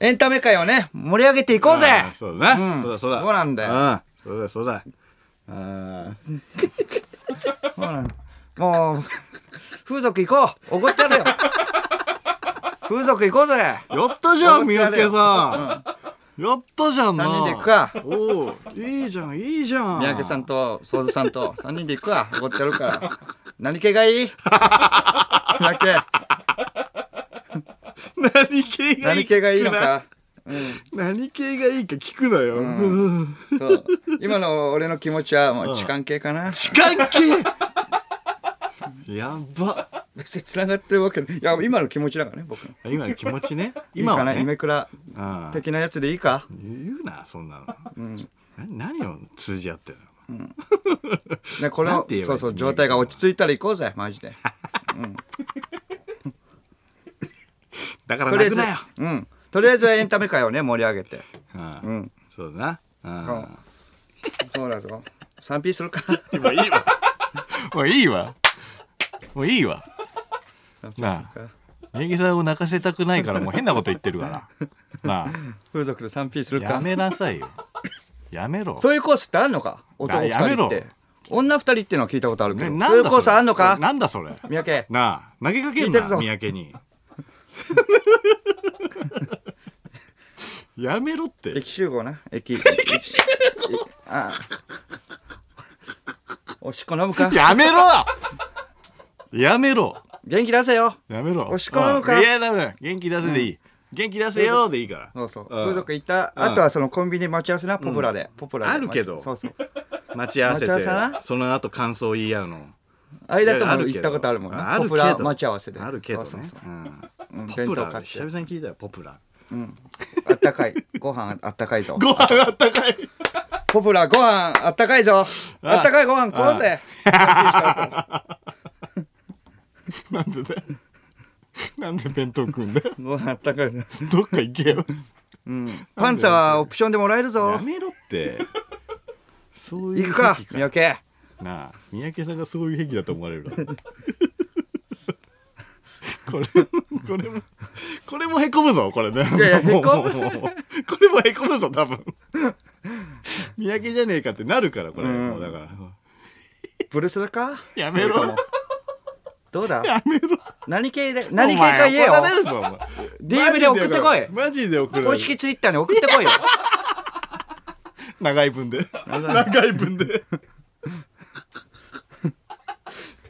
S2: エンタメ界をね盛り上げていこうぜ
S1: あーそうだな、
S2: うん
S1: そうだそうだ
S2: そうなんだよ
S1: よ、うん、そうだそうだあー
S2: そうなのもう風俗行こうおごってやるよ風俗行こうぜ
S1: やったじゃん三宅さん、やったじゃんな
S2: 3人で行くか
S1: おおいいじゃんいいじゃん
S2: 三宅さんとソズさんと3人で行くわおごってやるから何系がいい三宅
S1: 何系がいい
S2: 何系がいいのか
S1: 何系がいいか聞くなよ、うん
S2: そう今の俺の気持ちはもう痴漢系かな、
S1: 痴漢系やば
S2: 別に繋がってるわけないいや今の気持ちだからね僕の
S1: 今の気持ちね今
S2: 今は
S1: は
S2: ね
S1: ね
S2: イメクラ
S1: うん
S2: 的なやつでいいか
S1: 言うなそんなの、な何を通じ合ってるの
S2: ねこ
S1: なん
S2: の
S1: て言えば
S2: そ
S1: いいう
S2: そう状態が落ち着いたら行こうぜマジで
S1: だから
S2: とり
S1: 泣
S2: あえ
S1: く
S2: ず
S1: なよ、
S2: うんとりあえずエンタメ界をね盛り上げて
S1: うん
S2: うん
S1: そうだな、うん
S2: うんそうだぞ 3P *laughs* するか
S1: もういいわもういいわもういいわなあ三宅さんを泣かせたくないからもう変なこと言ってる
S2: *laughs*
S1: からな
S2: 風俗と 3P す
S1: あ
S2: る
S1: や
S2: か
S1: めなさいよやめろ
S2: そういうコースってあんのか男
S1: あ
S2: 2
S1: やめ
S2: 人
S1: ろ
S2: って女2人っていうのは聞いたことあるけ
S1: ね
S2: ど
S1: なんだ
S2: そういうコースあんの
S1: そ
S2: か
S1: れなんだそれ
S2: 三宅
S1: なあ投げかけ
S2: 聞
S1: ん
S2: いて
S1: な
S2: るぞ
S1: 三宅に *laughs* やめろって
S2: 駅集合な駅ああおしっこ飲むか
S1: やめろ *laughs* やめろ
S2: 元気出せよ
S1: やめろ
S2: 押し込むか
S1: うんいやダメ元気出せでいい、元気出せよでいいから
S2: そうそう
S1: うん
S2: 風俗行ったあとはそのコンビニ待ち合わせなポプラでポプラで
S1: あるけど
S2: そ
S1: *laughs*
S2: うそう
S1: 待ち合わせ
S2: 待ち合わせ
S1: て
S2: な
S1: その後感想言い合うの
S2: 間と
S1: いやあ
S2: も
S1: るけど
S2: 行ったことあるもんね
S1: ある
S2: ポ
S1: け
S2: プ
S1: ど
S2: ラ待ち合わせで
S1: あるけど
S2: そう
S1: ね
S2: そう
S1: う
S2: うんん
S1: ポプ
S2: 弁当
S1: ラ
S2: 買って
S1: 久々に聞いたよポプラ
S2: そうあったかいご飯あったかいぞ
S1: ご飯
S2: *laughs*
S1: あったかい
S2: ポプラご飯あったかいぞあったかいご飯食おうぜ
S1: *laughs* なんでだよなんで弁当食うんだよ
S2: ご飯あったかいぞ
S1: どっか行けよ
S2: パンツァはオプションでもらえる
S1: や
S2: ぞ
S1: めろってそういう
S2: 行くか
S1: 癖
S2: 三宅
S1: なあ三宅さんがそういう癖だと思われる
S2: *laughs*
S1: なこれこれもこれもへこむぞこれね
S2: やいや
S1: もう
S2: へこむ
S1: もうもうもうこれもへこむぞ多分三宅じゃねえかってなるからこれ、もうだから
S2: ブルースだか
S1: やめろ
S2: それともどうだ
S1: やめろ
S2: 何系で何系か言え
S1: お前怒られ
S2: よ
S1: るぞお前
S2: DM で送ってこい
S1: マジで送る
S2: 公式ツイッターに送ってこいよ
S1: 長い分で長い分
S2: *laughs*
S1: で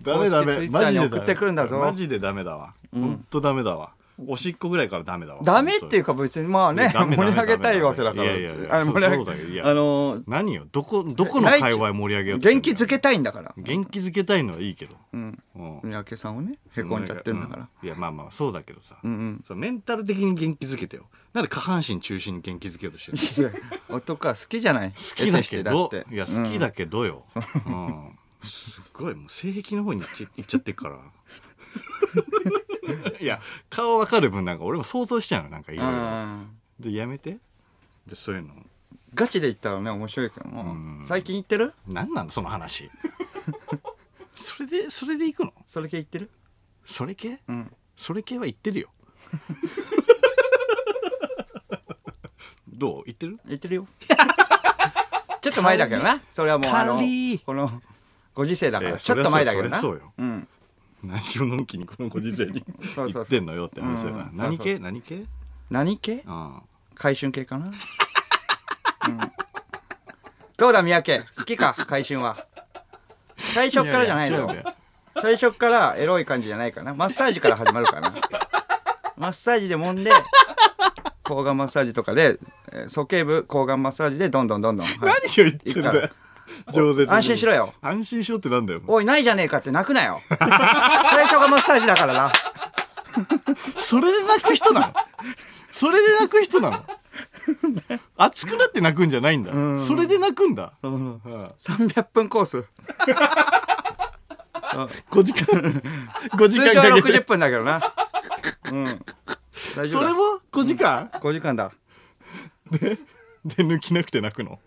S1: ダメダ
S2: 公式ツイ
S1: メ
S2: ッター
S1: マ
S2: に
S1: ジで
S2: 送ってくるんだぞ
S1: マジでダメだわ、ほんとダメだわおしっこぐらいからダメだわ
S2: ダメっていう
S1: か
S2: か別にまあね
S1: ダメ
S2: 盛
S1: ダメ
S2: り上げたいわけだから
S1: いやいやいや
S2: あの
S1: そう
S2: 盛り上げ
S1: そうだけどいや
S2: あの
S1: 何よどこどこの界隈盛り上げようとしてんの
S2: 元気づけたいんだから
S1: 元気づけたいのはいいけど、
S2: うん
S1: うん
S2: 三宅さんをねへこんじゃってんだから、
S1: ういやまあまあそうだけどさ、
S2: うんうん
S1: そのメンタル的に元気づけてよなんで下半身中心に元気づけようとしてるの
S2: いや男は好きじゃない好
S1: 好きだけどいや好き
S2: だ
S1: だけどよ、うん、すごいもう性癖の方にいっちいっちゃってっ
S2: *laughs*
S1: からいや顔わかる分なんか俺も想像しちゃうのなんかいろいろでやめてでそういうの
S2: ガチで言ったらね面白いけども、
S1: うん
S2: 最近言ってる
S1: 何なのその話 *laughs* それでそれでいくの
S2: それ系言ってる
S1: それ系
S2: うん
S1: それ系は言ってるよ *laughs* どう言ってる
S2: 言ってる
S1: *laughs*
S2: よちょっと前だけどなそれはもうあの
S1: 軽い
S2: このご時世だか
S1: いや
S2: らちょっと前だけどな
S1: そりゃそうよ
S2: うん、
S1: 何をのんきにこのご時世に
S2: そ
S1: 言
S2: うそうそう
S1: ってんのよって話だから
S2: うん
S1: 何
S2: そう
S1: 系何系
S2: 何系
S1: あ
S2: 回春系かな、うん、どうだ三宅好きか回春は最初っからじゃないの
S1: いやいや違うんだよ
S2: 最初っからエロい感じじゃないかなマッサージから始まるかなマッサージで揉んで抗がんマッサージとかでえー鼠径部抗がんマッサージでどんどんどんどん、はい
S1: 何を言ってんだよ饒舌に
S2: 安心しろよ
S1: 安心しろってなんだよ
S2: おいないじゃねえかって泣くなよ最初がマッサージだからな
S1: それで泣く人なのそれで泣く人なの熱くなって泣くんじゃないんだそれで泣くんだはい
S2: 300分コース
S1: 5時
S2: *laughs*
S1: 間5時
S2: 通
S1: 間
S2: 常
S1: かけ
S2: 60
S1: て
S2: 分だけどなうん大丈
S1: そ
S2: 夫
S1: れ
S2: だ
S1: も5時間
S2: 5時間だ
S1: で抜きなくて泣くの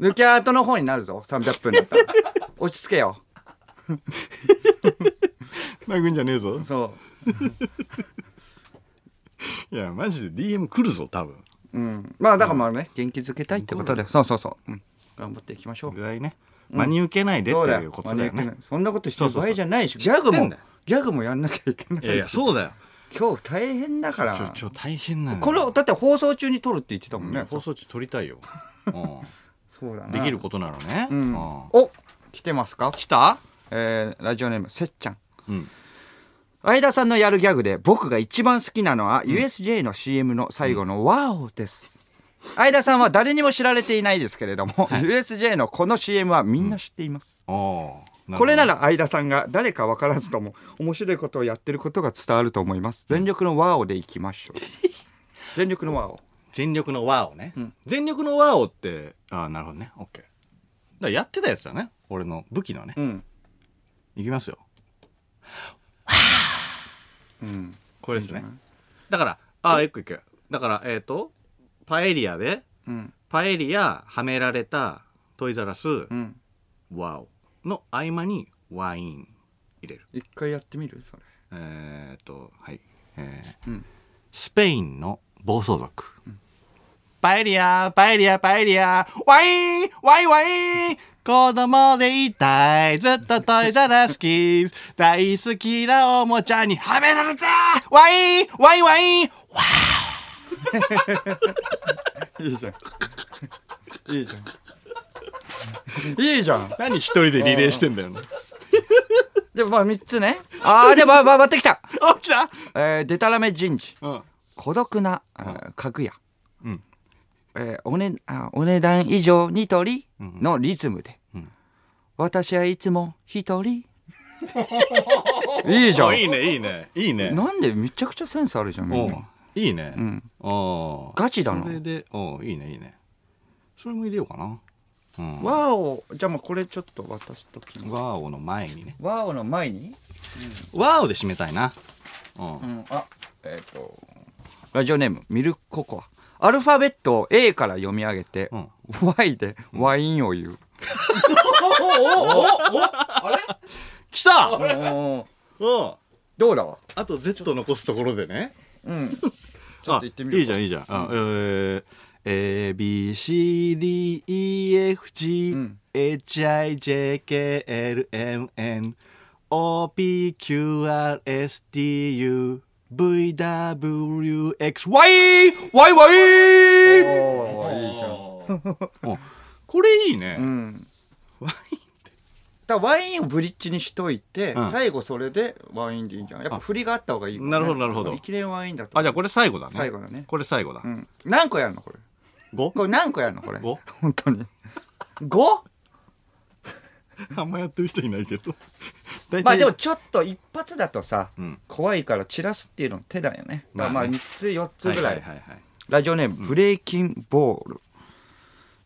S2: 抜き跡の方になるぞ300分
S1: *laughs*
S2: だったら落ち着けよ
S1: 泣くんじゃねえぞ
S2: そ
S1: いやマジで DM 来るぞ多分
S2: ううんまあだからまあね元気づけたいってことでそうそうそう、うん、頑張っていきましょう
S1: ぐらいね真に受けないでって
S2: そうだ
S1: いう
S2: よ
S1: ことだよ
S2: 真に
S1: ね
S2: 受けないそんなことしてる
S1: そう
S2: 場
S1: そうそう
S2: 合じゃないでしょギャグ
S1: 知ってん
S2: も
S1: だよ
S2: ギャグもやんなきゃいけない
S1: いやいやそうだよ
S2: 今日大変だから
S1: ちょちょ大変なのよ
S2: これだって放送中に撮るって言ってたもんね、
S1: 放送中撮りた
S2: *laughs*
S1: いよ、う、
S2: そうだなん
S1: できることならね、
S2: うん
S1: うん
S2: お来てますか、
S1: 来た、
S2: えー、ラジオネームせっちゃん
S1: うん、
S2: 相田さんのやるギャグで僕が一番好きなのは USJ の CM の最後の「ワオ!」です相田さんは誰にも知られていないですけれども、USJ のこの CM はみんな知っています、
S1: お
S2: これな
S1: ら
S2: ら相田さんが誰か分からずとも面白いことをやってることが伝わると思います全力の「ワオ!」でいきましょう全力の「ワオ
S1: 全力のワオね、全力のワオってああなるほどねオッケーだからやってたやつだね俺の武器のね」、
S2: うん
S1: いきますよ
S2: うん
S1: これですねだからああいくいくだからえっ、とパエリアで
S2: うん
S1: パエリアはめられたトイザラス、
S2: うん
S1: ワオの合間にワイン入れる
S2: 一回やってみるそれ
S1: えーっとはい、えー
S2: うん
S1: スペインの暴走族、パエリアパエリアパエリアワインワインワイン子供でいたいずっとトイザラスキーズ大好きなおもちゃにはめられたワインワインワインワ
S2: いいじゃん。いいじゃん。いいじゃん。
S1: 何一人でリレーしてんだ *laughs* よね
S2: でもまあ三つね。ああ、でもまあまあ待ってきた。
S1: あ来た
S2: えー、でたらめ人事。
S1: うん
S2: 孤独な、えー家具屋。
S1: うん
S2: えーおね、あお値段以上にとり
S1: ん
S2: のリズムで。
S1: うん
S2: 私はいつも一人。いいじ
S1: *laughs*
S2: ゃ
S1: あいい
S2: ん。
S1: ねいいねいいね
S2: *laughs* なんでめちゃくちゃセンスあるじゃん。みん
S1: お
S2: な
S1: ういいね、
S2: ん
S1: おう
S2: ガチだな
S1: それでおういいねいいねそれも入れようかな、うん、わ
S2: わお、じゃあもうこれちょっと渡しときます。
S1: おの前にね
S2: わおの前に。
S1: わおで締めたいな、うん
S2: うん、あえっ、とラジオネームミルクココアアルファベットを A から読み上げて、
S1: うん
S2: Y でワインを
S1: *laughs*
S2: 言う、
S1: 来たおう
S2: どうだわ
S1: あと Z 残すところでね *laughs*
S2: うん
S1: ちょ
S2: っと行ってみようか
S1: いいじゃんいいじゃん、あえー A B C D E F G、
S2: ん
S1: H I J K L M N O P Q R S T U V W X Y Y Y
S2: おーいいじゃん
S1: これいいね、
S2: うん
S1: ワインって
S2: だからワインをブリッジにしといて、
S1: うん
S2: 最後それでワインでいいんじゃんやっぱ振りがあった方がいいもんね、
S1: なるほどなるほど
S2: 一連ワインだと
S1: あじゃあこれ最後だね
S2: 最後だね
S1: これ最後だ、
S2: うん、何個やるのこれ
S1: 五
S2: これ何個やるのこれ
S1: *laughs* 五
S2: 本当に
S1: *laughs*
S2: 5?
S1: あんまやってる人いないけ
S2: *laughs*
S1: ど大体
S2: まあでもちょっと一発だとさ、
S1: うん
S2: 怖いから散らすっていうの手だよね、
S1: まあね
S2: まあ3つ4つぐらい、
S1: はいはいはいはい
S2: ラジオネーム、ブレイキンボール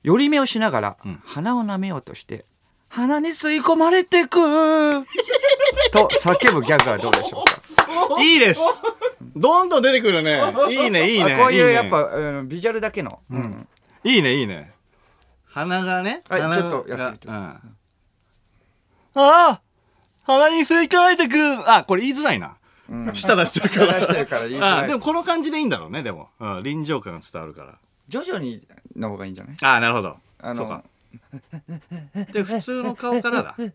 S2: 寄り目をしながら、
S1: ん
S2: 鼻を舐めようとして鼻に吸い込まれてく
S1: *laughs*
S2: と叫ぶギャグはどうでしょうか
S1: いいですどんどん出てくる
S2: *laughs*
S1: ねいいねいいね
S2: あこういう
S1: ね
S2: やっぱうんビジュアルだけの、うん
S1: いいねいいね鼻がね
S2: はい
S1: 鼻が
S2: ちょっとやってみて
S1: うんああ鼻に吸い替えてくあこれ言いづらいな、舌出してるから
S2: 話してるからいいです
S1: あ
S2: ね
S1: でもこの感じでいいんだろうねでも、うん、臨場感が伝わるから
S2: 徐々にの方がいいんじゃない
S1: ああなるほど
S2: あの
S1: そうかで普通の顔から
S2: *laughs*
S1: だ
S2: 鼻に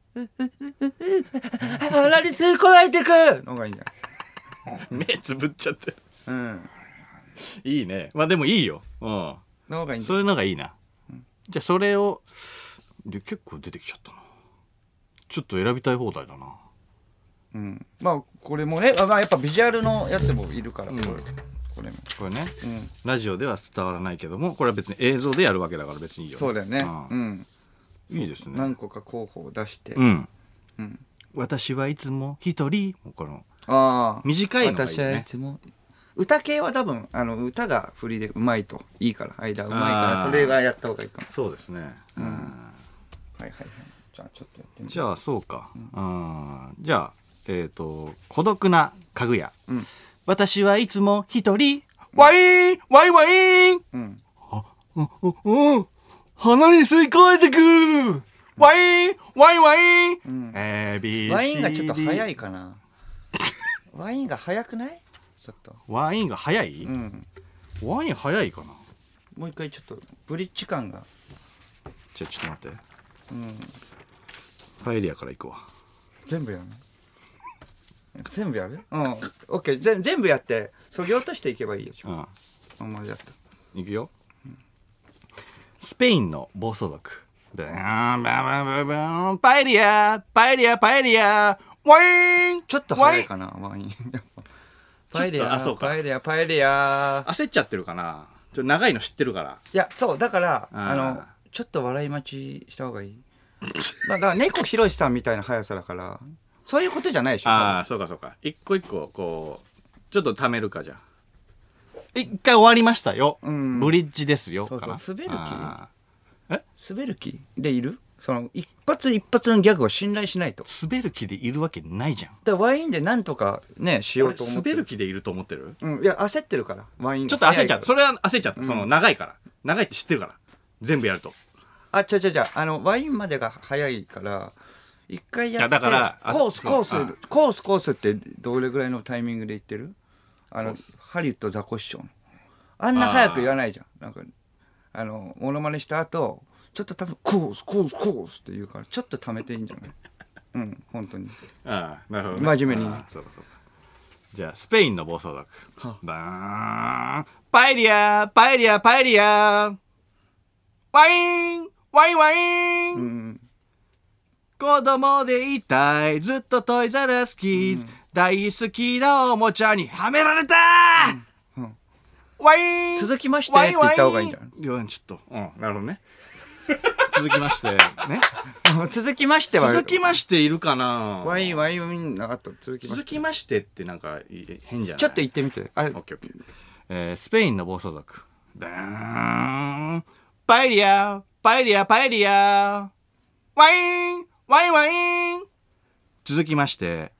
S2: 吸い込まれてくの方がいいんじゃ
S1: 目つぶっちゃって
S2: ないうん
S1: いいねまあでもいいよ、うん、
S2: の方がいいんじゃ
S1: それのがいいな、じゃあそれをで結構出てきちゃったなちょっと選びたい放題だな
S2: ない、うん、まあこれもね、あまあ、やっぱビジュアルのやつもいるから、これこれも
S1: これね、ラジオでは伝わらないけどもこれは別に映像でやるわけだから別にいいよ
S2: そうだよね、
S1: う
S2: うんん、
S1: いいですね
S2: 何個か候補を出して、
S1: うん、私はいつも一人もうこの
S2: ああ
S1: 短いのがいい
S2: 私はい
S1: ね
S2: つも歌系は多分あの歌が振りでうまいといいから間うまいか
S1: あー
S2: らそれがやった方がいいかも
S1: そうですね、うん
S2: はいはいはいじゃあちょっとやってみて
S1: じゃあそうか、うんじゃあえっ、と「孤独な家具屋」私はいつも一人ワインワインワイン
S2: うん
S1: ううん鼻に吸い込えてくワインワインワイン、えび
S2: ワインがちょっと早いかなワインが早くないちょっと
S1: ワインが早い、
S2: うん
S1: ワイン早いかな
S2: もう一回ちょっとブリッジ感が
S1: じゃあちょっと待って
S2: うん
S1: パエリアから行くわ
S2: 全部やる全部やるうんオッケーぜん全部やってそぎ落としていけばいいでしょ
S1: うん
S2: あんまりだった
S1: いくよ。スペインの暴走族。ブーンブーンブーンブーンパエリアパエリアパエリアワイン
S2: ちょっと早いかなワイン *laughs* やっぱパエリ
S1: ちょっと
S2: ア
S1: あそうか
S2: パエリアパエリア
S1: 焦っちゃってるかなちょっと長いの知ってるから。
S2: いやそうだから
S1: あー
S2: あのちょっと笑い待ちした方がいいまあだから猫ひろしさんみたいな速さだからそういうことじゃないでしょ
S1: ああ、そうかそうか。一個一個、こう、ちょっと貯めるかじゃあ。一回終わりましたよ。
S2: うん
S1: ブリッジですよ。
S2: そうそう
S1: かな
S2: 滑る気
S1: あ
S2: 滑る気でいるその一発一発のギャグを信頼しないとだか
S1: ー滑る気でいるわけないじゃん。
S2: らワインでなんとかねしようと思って
S1: 滑る気でいると思ってる
S2: うん、いや焦ってるからワイン
S1: ちょっと焦っちゃった。
S2: た
S1: それは焦っちゃった。その長いから。長いって知ってるから。全部やると。
S2: あちゃちゃちゃあのワインまでが早いから一回やって
S1: いやだからあ
S2: コース
S1: そう
S2: コース
S1: あ
S2: コースコースってどれぐらいのタイミングで言ってるあの
S1: コース
S2: ハリウッドザコシショウのあんな早く言わないじゃんなんかあのモノマネした後ちょっと多分コースコースコースって言うからちょっと貯めていいんじゃないうん本当に
S1: ああなるほど、
S2: 真面目に
S1: ああそうかそうかじゃあスペインの暴走族
S2: は
S1: バーンパエリアパエリアパエリアワインワインワイン、
S2: うん
S1: 子供でいたいずっとトイザラスキーズ、大好きなおもちゃにはめられた、
S2: うん
S1: ワイン
S2: 続きましてって言った方がいいんじゃない
S1: ワインワインいやちょっとうんなるほどね続きま
S2: *laughs*
S1: してね
S2: 続きましては
S1: 続きましているかな
S2: ワインワインなかった続きまし
S1: 続
S2: て
S1: きましてってなんかい変じゃない
S2: ちょっと言ってみてあ
S1: オッケーオッケー、えー、スペインの暴走族バーンパエリアパエリアパエリアワインワインワイン続きまして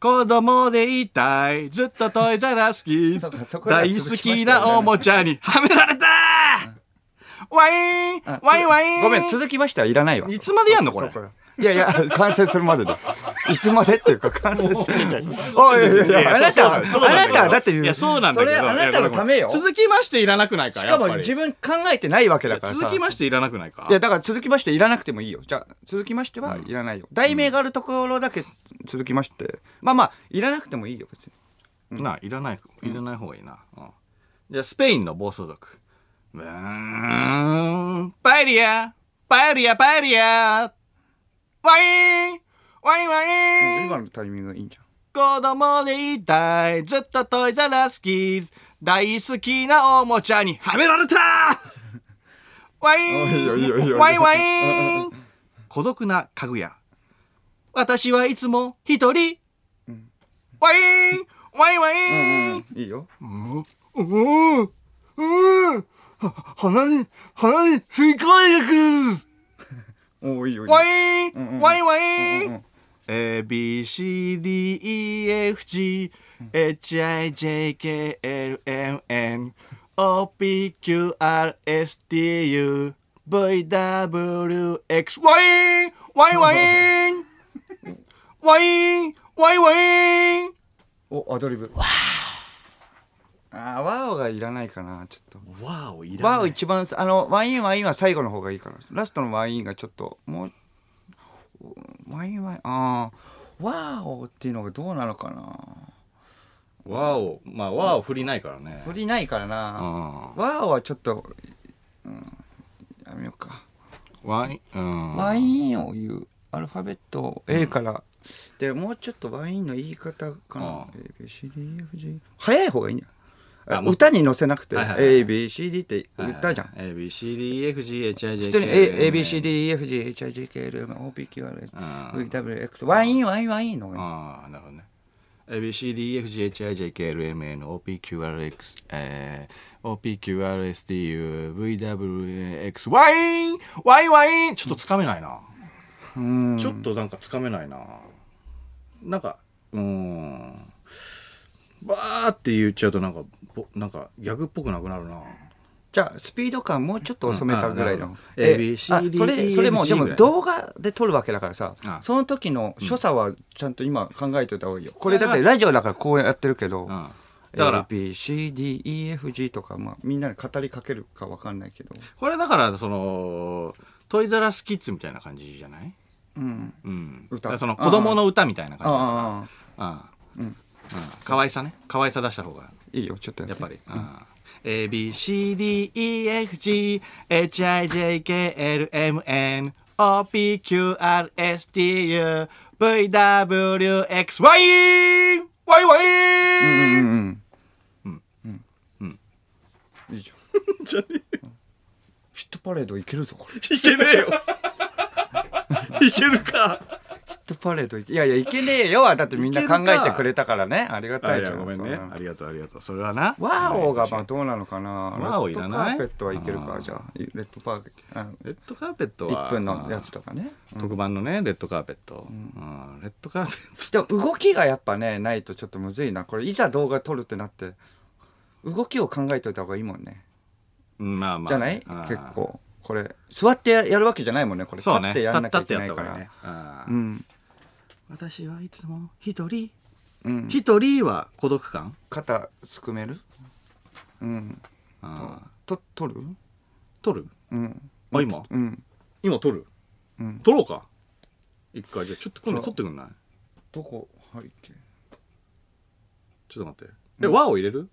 S1: 子供でいたいずっとトイザラスキー
S2: そうかそ
S1: ズ
S2: こでは
S1: 大好きなおもちゃにはめられたワイン
S2: あ
S1: ワインワイン
S2: ごめん、続きましてはいらないわ。
S1: いつまでやんのこれ
S2: そういやいや、完成するまでだ。いつまでっていうか、完成する。
S1: *laughs*
S2: おいやいやいや、あなたは、あ
S1: そうなんだけど
S2: なたはだって言う。
S1: いやそうなんだけど
S2: それあなたのためよ。し
S1: 続きましていらなくないかや
S2: か
S1: っぱ
S2: も
S1: り
S2: 自分考えてないわけだからさ。
S1: 続きましていらなくないか
S2: いや、だから続きましていらなくてもいいよ。じゃあ、続きましてはいらないよ。題名があるところだけ続きまして。まあまあ、いらなくてもいいよ、別に。
S1: なあいらないいらない方がいいな、うんじゃあスペインの暴走族ブーンパエリアパエリアパエリアワインワインワイン
S2: 今のタイミングいいんじゃん
S1: 子供でいたいずっとトイザラスキーズ大好きなおもちゃにはめられたワイ
S2: いいよいい
S1: ン
S2: よ
S1: ワインワイン孤独な家具屋私はいつも一人ワインワインワイン
S2: いいよ
S1: うんうんは鼻に鼻に吸い込まれてくる
S2: おーいいよいいよ
S1: ワインワインワイ
S2: うんう
S1: ン
S2: ん
S1: A, B, C, D, E, F, G, H, I, J, K, L, M, N, O, P, Q, R, S, T, U, V, W, X, Y, Y, Y, Y, Y, Y.
S2: おアドリブわあーわおがいらないかなちょっと
S1: わお、い
S2: わお一番あのワインワインは最後の方がいいからラストのワインがちょっともうおワインワインああわおっていうのがどうなのかな
S1: わお、まあ、わお振りないからね
S2: 取りないからな
S1: わ
S2: わおはちょっと、うん、やめようか
S1: い、うん
S2: ワインを言うアルファベットを A から、でもうちょっとワインの言い方かな
S1: う
S2: ABCDEFG 早い方がいいんじゃ
S1: あ
S2: ん
S1: もう
S2: 歌に乗せなくて
S1: はいはいはい
S2: ABCD って言ったじゃん
S1: A, B, C, D, E, F, G, H, I, J, K,
S2: 普通に
S1: L, M, N
S2: ABCDEFGHIJKLMOPQRSVWX ワインワインワインの
S1: ああ、なるほどね。ABCDEFGHIJKLMNOPQRX、えー、OPQRSDUVWX ワインワインワインちょっとつかめないな、
S2: うん
S1: ちょっとなんかつかめないななんかうーんバーって言っちゃうとなんかぼなんかギャグっぽくなくなるな
S2: じゃあスピード感もうちょっと遅めたぐらい
S1: うん
S2: の
S1: あなるほど
S2: え
S1: ABCDEFG
S2: あそれそれもうで
S1: ぐら
S2: も
S1: い
S2: 動画で撮るわけだからさ
S1: あ
S2: その時の所作はちゃんと今考えておいた方がいいよこれだってラジオだからこうやってるけど
S1: うんだから
S2: ABCDEFG とかまあみんなに語りかけるかわかんないけど
S1: これだからそのトイザラスキッズみたいな感じじゃない
S2: うん
S1: うん
S2: 歌
S1: だからその子供の歌みたいな感じだから
S2: ああ
S1: ああうん可愛さね可愛さ出した方が
S2: いいよちょっとや
S1: やっ
S2: っぱ
S1: ぱ
S2: り
S1: り、ああ ABCDEFGHIJKLMNOPQRSTUVWXY ワイワ
S2: うんう
S1: イ
S2: んうんうんいいじゃん
S1: じゃね
S2: ヒットパレードいけるぞこれ
S1: えいけね
S2: *laughs*
S1: えよいけるか
S2: ヒットパレードいけいやいやいけねえよはだってみんな考えてくれたからねありが
S1: あ
S2: たい
S1: い
S2: じゃ
S1: や
S2: ん
S1: ごめん
S2: そ
S1: ね
S2: な
S1: ありがとうありがとうそれはな
S2: ワオがまあどうなのかな
S1: ワオいらない
S2: レッドカーペットはいける
S1: あ
S2: か
S1: ー
S2: じゃあレッドパーケあの
S1: レッドカーペットは
S2: 1分のやつとかね
S1: 特番のねレッドカーペット、うんレッドカーペット
S2: でも動きがやっぱねないとちょっとむずいなこれいざ動画撮るってなって動きを考えといた方がいいもんね
S1: うんまあまあ
S2: じゃない
S1: ああ
S2: 結構これ座ってややるわけじゃないもんねこれ立
S1: そうね
S2: ってやんなきゃいけない
S1: 立
S2: か
S1: ってや
S2: ら
S1: った方がいいね
S2: う
S1: うん
S2: ん
S1: 私はいつも一人
S2: うん
S1: 一人は孤独感
S2: 肩すくめるうん
S1: ああ
S2: と取る
S1: 取る
S2: うん
S1: あ今
S2: うん
S1: 今取る
S2: うん
S1: 取ろうか一回じゃあちょっと今度取ってくんない
S2: どこ背景
S1: ちょっと待ってえ和を入
S2: *laughs*
S1: れる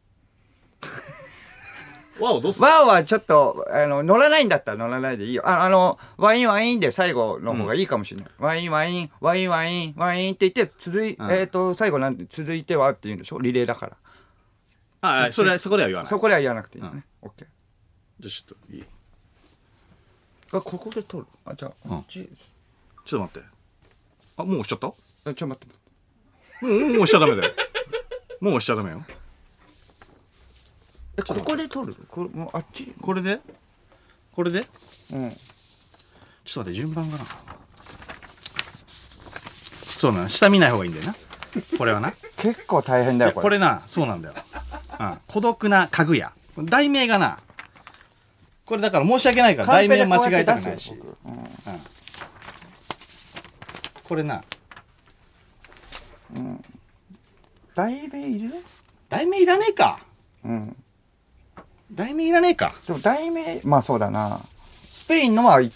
S1: 和をどうする
S2: ワオはちょっとあの乗らないんだったら乗らないでいいよああのワインワインで最後の方がいいかもしれない、ワインワインワインワインワインって言って続い、
S1: ん
S2: えっ、と最後なんて続いてはって言うんでしょリレーだから、
S1: ああそれはそこでは言わないじ
S2: そこでは言わなくていいのね、オッケ
S1: ゃあちょっといい
S2: ーあここで撮るあじゃあ
S1: ん
S2: こっち、
S1: ちょっと待ってあもう押しちゃった
S2: あちょっと待って
S1: もうもう押しちゃダメだよもう押しちゃダメよ
S2: えここで撮るこれもうあっち
S1: これでこれで
S2: うん
S1: ちょっと待って、順番がな。そうなの、下見ない方がいいんだよな。これはな。
S2: 結構大変だよこれ
S1: これな、そうなんだよ。うん、孤独な家具屋。題名がな、これだから申し訳ないから、
S2: カン
S1: 題名
S2: ペでこ
S1: 間
S2: うや
S1: 違
S2: って
S1: えたくな
S2: 出
S1: い
S2: す
S1: し
S2: よ。僕うん
S1: これな、
S2: 題名いる
S1: 題名いらねえか。
S2: うん
S1: 題名いらねえか。
S2: でも題名まあそうだなスペインのはいいっ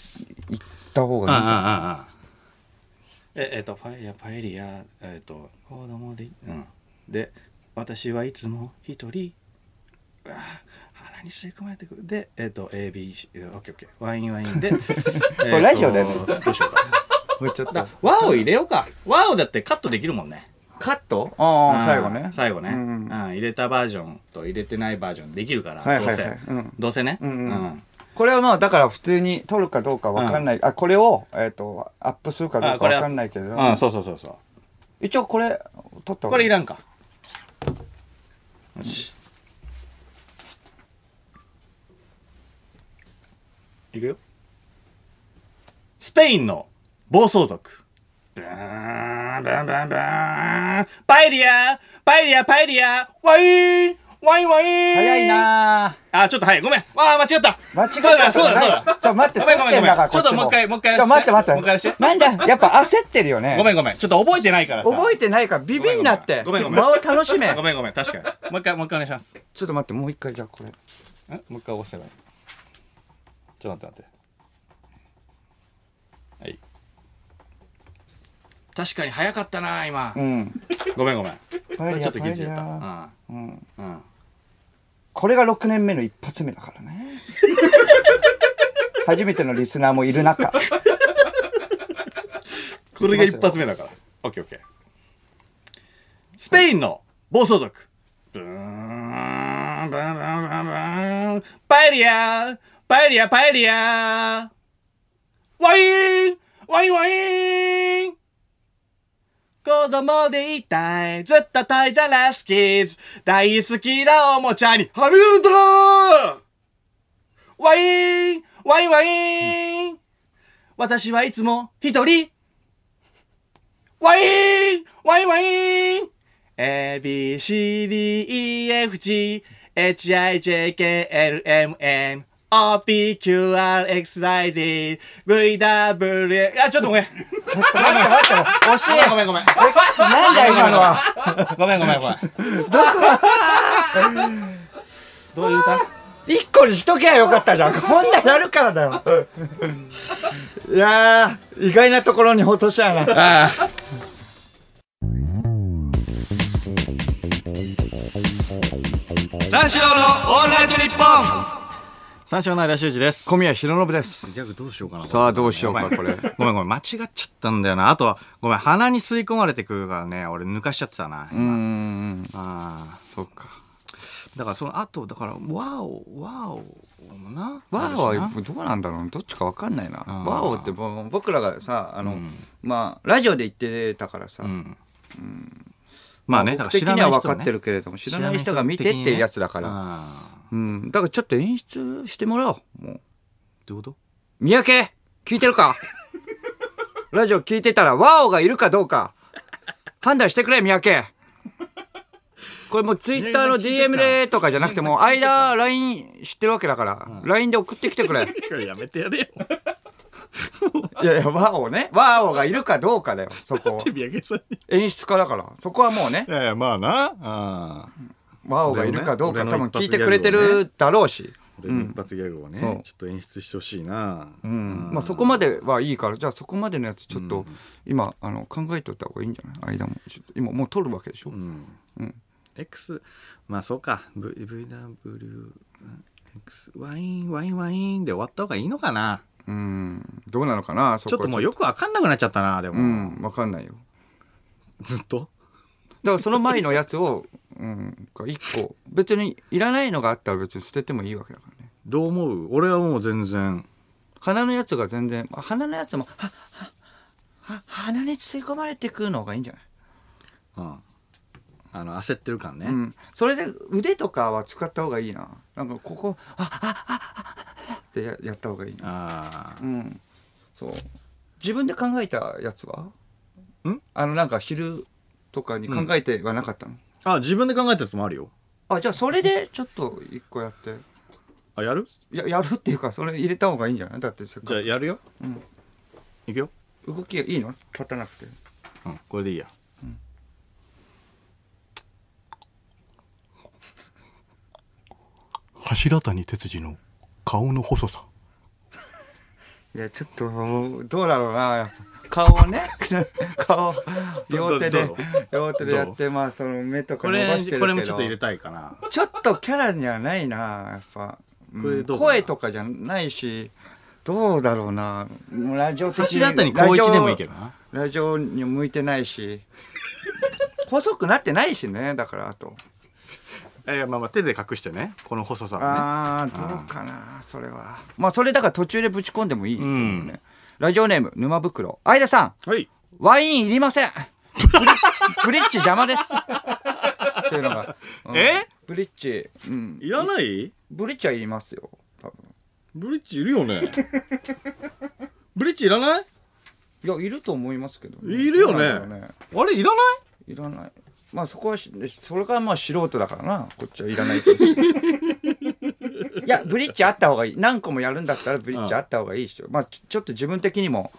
S2: た
S1: うんう
S2: 方
S1: んう
S2: が
S1: ん
S2: いい
S1: うん。え、えっと、パエリア、パエリア、えっと、子供で、うん。で、私はいつも一人、うわあ鼻に吸い込まれてくる。で、えっと、ABC、オッケーオッケー、ワインワインで、えっと
S2: ラジオだよ
S1: どうしようか。
S2: もうちょっと
S1: ワを入れようか。ワをだってカットできるもんね。
S2: カットあ
S1: う
S2: あ
S1: ん
S2: 最後ね
S1: 最後ね、
S2: う
S1: うんん入れたバージョンと入れてないバージョンできるから、
S2: はいはいは
S1: どう
S2: い
S1: せ、
S2: うん
S1: どうせね、
S2: うんうん
S1: うん
S2: これはまあだから普通に撮るかどうかわかんない、あこれを、えっとアップするかどう
S1: あ
S2: か
S1: これ
S2: わ
S1: は
S2: かんないけど、
S1: うん、そうそうそうそう
S2: 一応これ撮った
S1: これい
S2: ら
S1: らんかよしいくよスペインの暴走族ブーンブーンブーンブーンパエリアパエリアパエリアワインワインワイン
S2: 早いなあ
S1: あちょっと早いごめんわあ間違った
S2: 間違えた
S1: そうだそうだそうだ
S2: ちょ待って
S1: ごめんごめんごめん
S2: 撮てだから
S1: ちょっと
S2: こ
S1: もう一回もう一回や
S2: ち
S1: ら
S2: ょ
S1: せて
S2: 待って待って
S1: もう一回やらせて
S2: なんだやっぱ焦ってるよね
S1: ごめんごめんちょっと覚えてないからさ
S2: 覚えてないからビビんなって
S1: ごめんごめん
S2: 間を楽し
S1: *laughs*
S2: め
S1: ごめんごめん確かにもう一回もう一回お願いします
S2: ちょっと待ってもう一回じゃあこれ
S1: んもう一回押せばいいちょっと待って待ってはい確かに早かったな今
S2: うん
S1: ごめんごめんこ
S2: パエリア
S1: れちょっと気づいちゃっ
S2: パエリ
S1: た
S2: うん
S1: うんうん
S2: これが6年目の一発目だから
S1: *laughs*
S2: ね初めてのリスナーもいる中
S1: これが一発目だからオッケーオッケースペインの暴走族ブーンブーンブーンブーンブーンパエリアパエリアパエリアワインワインワイン子供でいたいずっとトイザラスキーズ大好きなおもちゃにはみ出るんだワインワインワイン私はいつも一人ワインワインワイン !A, B, C, D, E, F, G, H, I, J, K, L, M, N, O, P, Q, R, X, Y, Z, V, W, あ、ちょっとごめん。
S2: 惜しい
S1: ごめんごめん。
S2: なんだよ今のは
S1: ごめんごめんごめん。 *laughs* どこどういう歌
S2: 一個にしときゃよかったじゃ *laughs* ん。こんななるからだよ。いやー、意外なところに落とし穴。
S1: ああ。三四郎のオールナイトニッポン三四郎の間修二です。
S2: 小宮弘信です。
S1: ギャグどうしようかな。
S2: さあどうしようか
S1: ごめん
S2: これ
S1: ごめんごめん、間違っちゃったんだよな。あとは、ごめん、鼻に吸い込まれてくるからね、俺抜かしちゃってたな。
S2: うーん、
S1: ああ
S2: そうか。
S1: だからその後、だから、ワオ、ワオもな。
S2: ワー
S1: あるしな
S2: はどうなんだろうどっちかわかんないな。
S1: あー
S2: ワーオってもう僕らがさ、あの、まあ、ラジオで言ってたからさ、
S1: うん。まあね、だから
S2: 僕
S1: 知
S2: 的
S1: ら
S2: に
S1: ない
S2: は
S1: 人、ね、
S2: 分かってるけれども、知らない人が見てっていうやつだから。
S1: ああ
S2: うん、だからちょっと演出してもらおう。もう。
S1: どういうこと
S2: 三宅聞いてるかラジオ聞いてたらワオがいるかどうか判断してくれ三宅これもうツイッターの
S1: いやいや聞い
S2: DM
S1: てた
S2: でとかじゃなくてもう間 LINE 知ってるわけだから、LINE で送ってきてくれ
S1: これやめてや *laughs* れよ。
S2: いやいやワオねワオがいるかどうかだよそこ
S1: ビアケさんに。
S2: 演出家だからそこはもうね
S1: いやいや、まあな。あ
S2: ワオがいるかどうか、
S1: 俺の
S2: 多
S1: ね
S2: 分聞いてくれてるだろうし、
S1: これの一発ギャグをね、
S2: そう
S1: ちょっと演出してほしいな。
S2: うんまあ、そこまではいいからじゃあそこまでのやつちょっと今あの考えといた方がいいんじゃない間もちょっと今もう取るわけでしょ、
S1: X、まあそうか。V- VW、X、ワイン、ワイン、ワインで終わった方がいいのかな。
S2: うんどうなのかなそ
S1: ちょっ
S2: こと
S1: もう
S2: よ
S1: よくわかんなくなっちゃったな、でも。
S2: うん分かんないよ
S1: ずっと。
S2: だからその前のやつを、うん、一個別にいらないのがあったら別に捨ててもいいわけだからね
S1: どう思う俺はもう全然。
S2: 鼻のやつが全然あ鼻のやつもははは鼻に吸い込まれてくのがいいんじゃない、
S1: うん。あの、焦ってる感ね。
S2: うん、それで腕とかは使った方がいいななんかここあああああってややった方がいいな
S1: ああ。
S2: うんそう自分で考えたやつは
S1: ん
S2: あのなんか昼とかに考えてはなかったの、
S1: あ、自分で考えたやつもあるよ。
S2: あじゃあそれでちょっと一個やって
S1: あ、やる
S2: ややるっていうかそれ入れた方がいいんじゃないだってせっ
S1: じ
S2: か
S1: ゃあやるよ。
S2: ん
S1: いくよ。
S2: く動きがいいの立たなくて
S1: うん、これでいいや。
S3: 柱谷哲司の顔の細さ
S2: いやちょっともうどうだろうなやっぱ顔をね *laughs* 顔両手で
S1: どう
S2: 両手でやってまあその目とか
S1: こ
S2: 伸ば
S1: れ
S2: してるけ、ど
S1: これもちょっと入れたいかな。
S2: ちょっとキャラにはないなやっぱ、うん
S1: これどうかな
S2: 声とかじゃないしどうだろうなもうラジオ的に
S1: 柱谷光一でもいいけどな
S2: ラジオラジオに向いてないし細くなってないしねだからあと
S1: いやまあまあ手で隠してねこの細さはね
S2: あーどうかなそれはまあそれだから途中でぶち込んでもいいと思うね、ラジオネーム沼袋相田さん
S1: はい
S2: ワインいりませんブリブリッジ邪魔ですっていうのが、うん
S1: え
S2: ブリッジ、うん、
S1: いらない
S2: ブリッジはいりますよ多分
S1: ブリッジいるよ *laughs* ねブリッジいらない
S2: いやいると思いますけどね、
S1: いるよ
S2: どうなんだろう
S1: ねあれいらない
S2: いらないまあそこはしそれがまあ素人だからなこっちはいらないけどいやブリッジあった方がいい何個もやるんだったらブリッジあった方がいいでしょ、まあちょちょっと自分的にも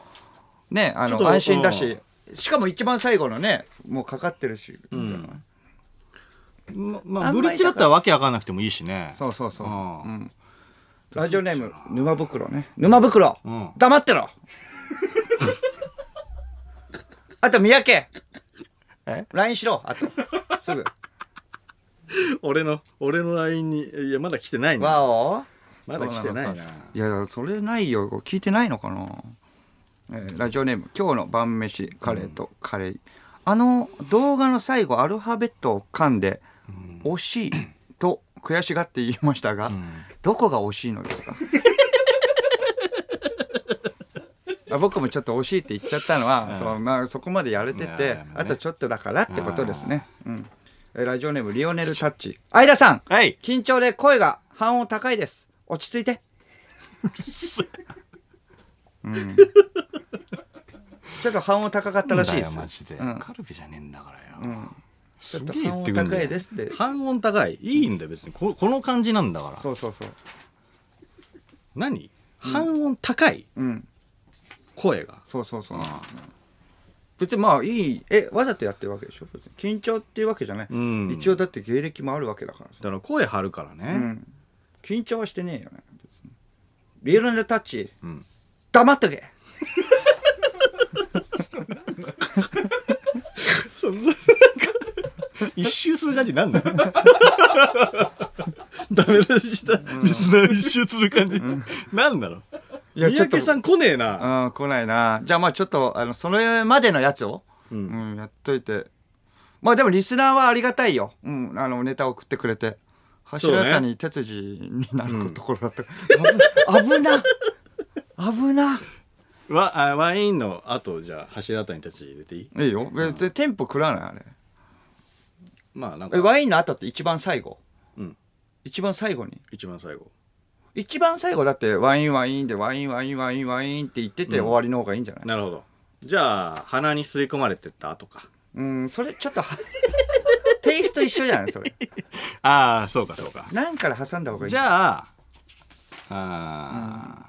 S2: ねあ
S1: ちょっ
S2: の
S1: と
S2: 安心だししかも一番最後のねもうかかってるし、いいんじゃない
S1: まま
S2: あ
S1: あ
S2: ん
S1: ブ
S2: まり
S1: リッジだったらわけわかんなくてもいいしね
S2: そうそうそう、
S1: ああ
S2: うんラジオネーム沼袋ね沼袋、黙ってろあと三宅
S1: え
S2: LINE しろあと
S1: *laughs*
S2: すぐ
S1: 俺の俺の LINE にいやまだ来てないな
S2: わお
S1: まだ来てないな
S2: ないやそれないよ聞いてないのかな、えーラジオネーム「今日の晩飯カレーとカレー」あの動画の最後アルファベットを噛んで「惜しい」と悔しがって言いましたが、どこが惜しい
S1: *laughs*
S2: のですかあ僕もちょっと惜しいって言っちゃったのは、そのまあ、そこまでやれて
S1: いや
S2: て、
S1: でもね
S2: あとちょっとだからってことですね、うん、えーラジオネームリオネル・タッチ相田さん、
S1: はい
S2: 緊張で声が半音高いです落ち着いてちょっと半音高かったらしいです
S1: マジで、
S2: うん
S1: カルビじゃねえんだからよ、
S2: ち
S1: す
S2: ょっと
S1: げえ言っ
S2: 半音
S1: てくんだよ
S2: 高いですって
S1: 半音高いいいんだよ別にここの感じなんだから
S2: そうそうそう
S1: 何半音高い
S2: うん
S1: 声が、
S2: そうそうそう別にまあいいえわざとやってるわけでしょ別に緊張っていうわけじゃない、
S1: うん
S2: 一応だって芸歴もあるわけだからさ
S1: だから声張るからね、
S2: うん緊張はしてねえよね別にリールネタッチ、
S1: ん
S2: 黙っとけ
S1: そうそうなんか *laughs* 一周する感じなんだよ *laughs* ダメ出ししたリスナー一周する感じ、なんだろう
S2: いや
S1: 三
S2: ちょっと
S1: 宅さん来ねえな
S2: ああ来ないなじゃあまあちょっとあのそれまでのやつを、うんやっといてまあでもリスナーはありがたいよ、うん、あのネタ送ってくれて
S1: そうね
S2: 柱谷哲司になるところだった、危な危な
S1: わあワインの後じゃあ柱谷たち入れていい
S2: いいよ別にテンポ食らわないあれ
S1: まあなん
S2: え
S1: か
S2: ワインの後って一番最後、
S1: うん
S2: 一番最後に
S1: 一番最後
S2: 一番最後だってワインワインでワインワインワインワインって言ってて終わりの方がいいんじゃない、
S1: なるほどじゃあ鼻に吸い込まれてった後か
S2: うん、それちょっと *laughs* はテイスト一緒じゃないそれ
S1: ああそうかそうか
S2: 何から挟んだ方がいい
S1: じゃああ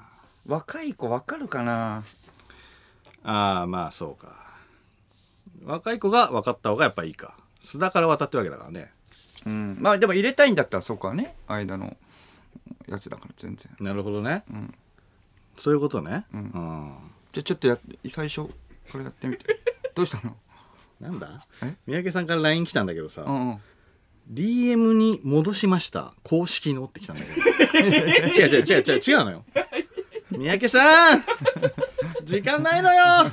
S2: 若い子わかるかな
S1: ー、あーまあそうか若い子が分かった方がやっぱいいか須田から渡ってるわけだからね
S2: うんまあでも入れたいんだったらそこはね間のやつだから全然
S1: なるほどね、そういうことねうん、
S2: じゃあちょっとやって最初これやってみて *laughs* どうしたの
S1: なんだ
S2: え
S1: 三宅さんから LINE 来たんだけどさ、
S2: うんうん
S1: DM に戻しました公式のってきたんだけど *laughs* 違う違う違う違う違うのよ *laughs* 三宅さん時間ないのよ *laughs*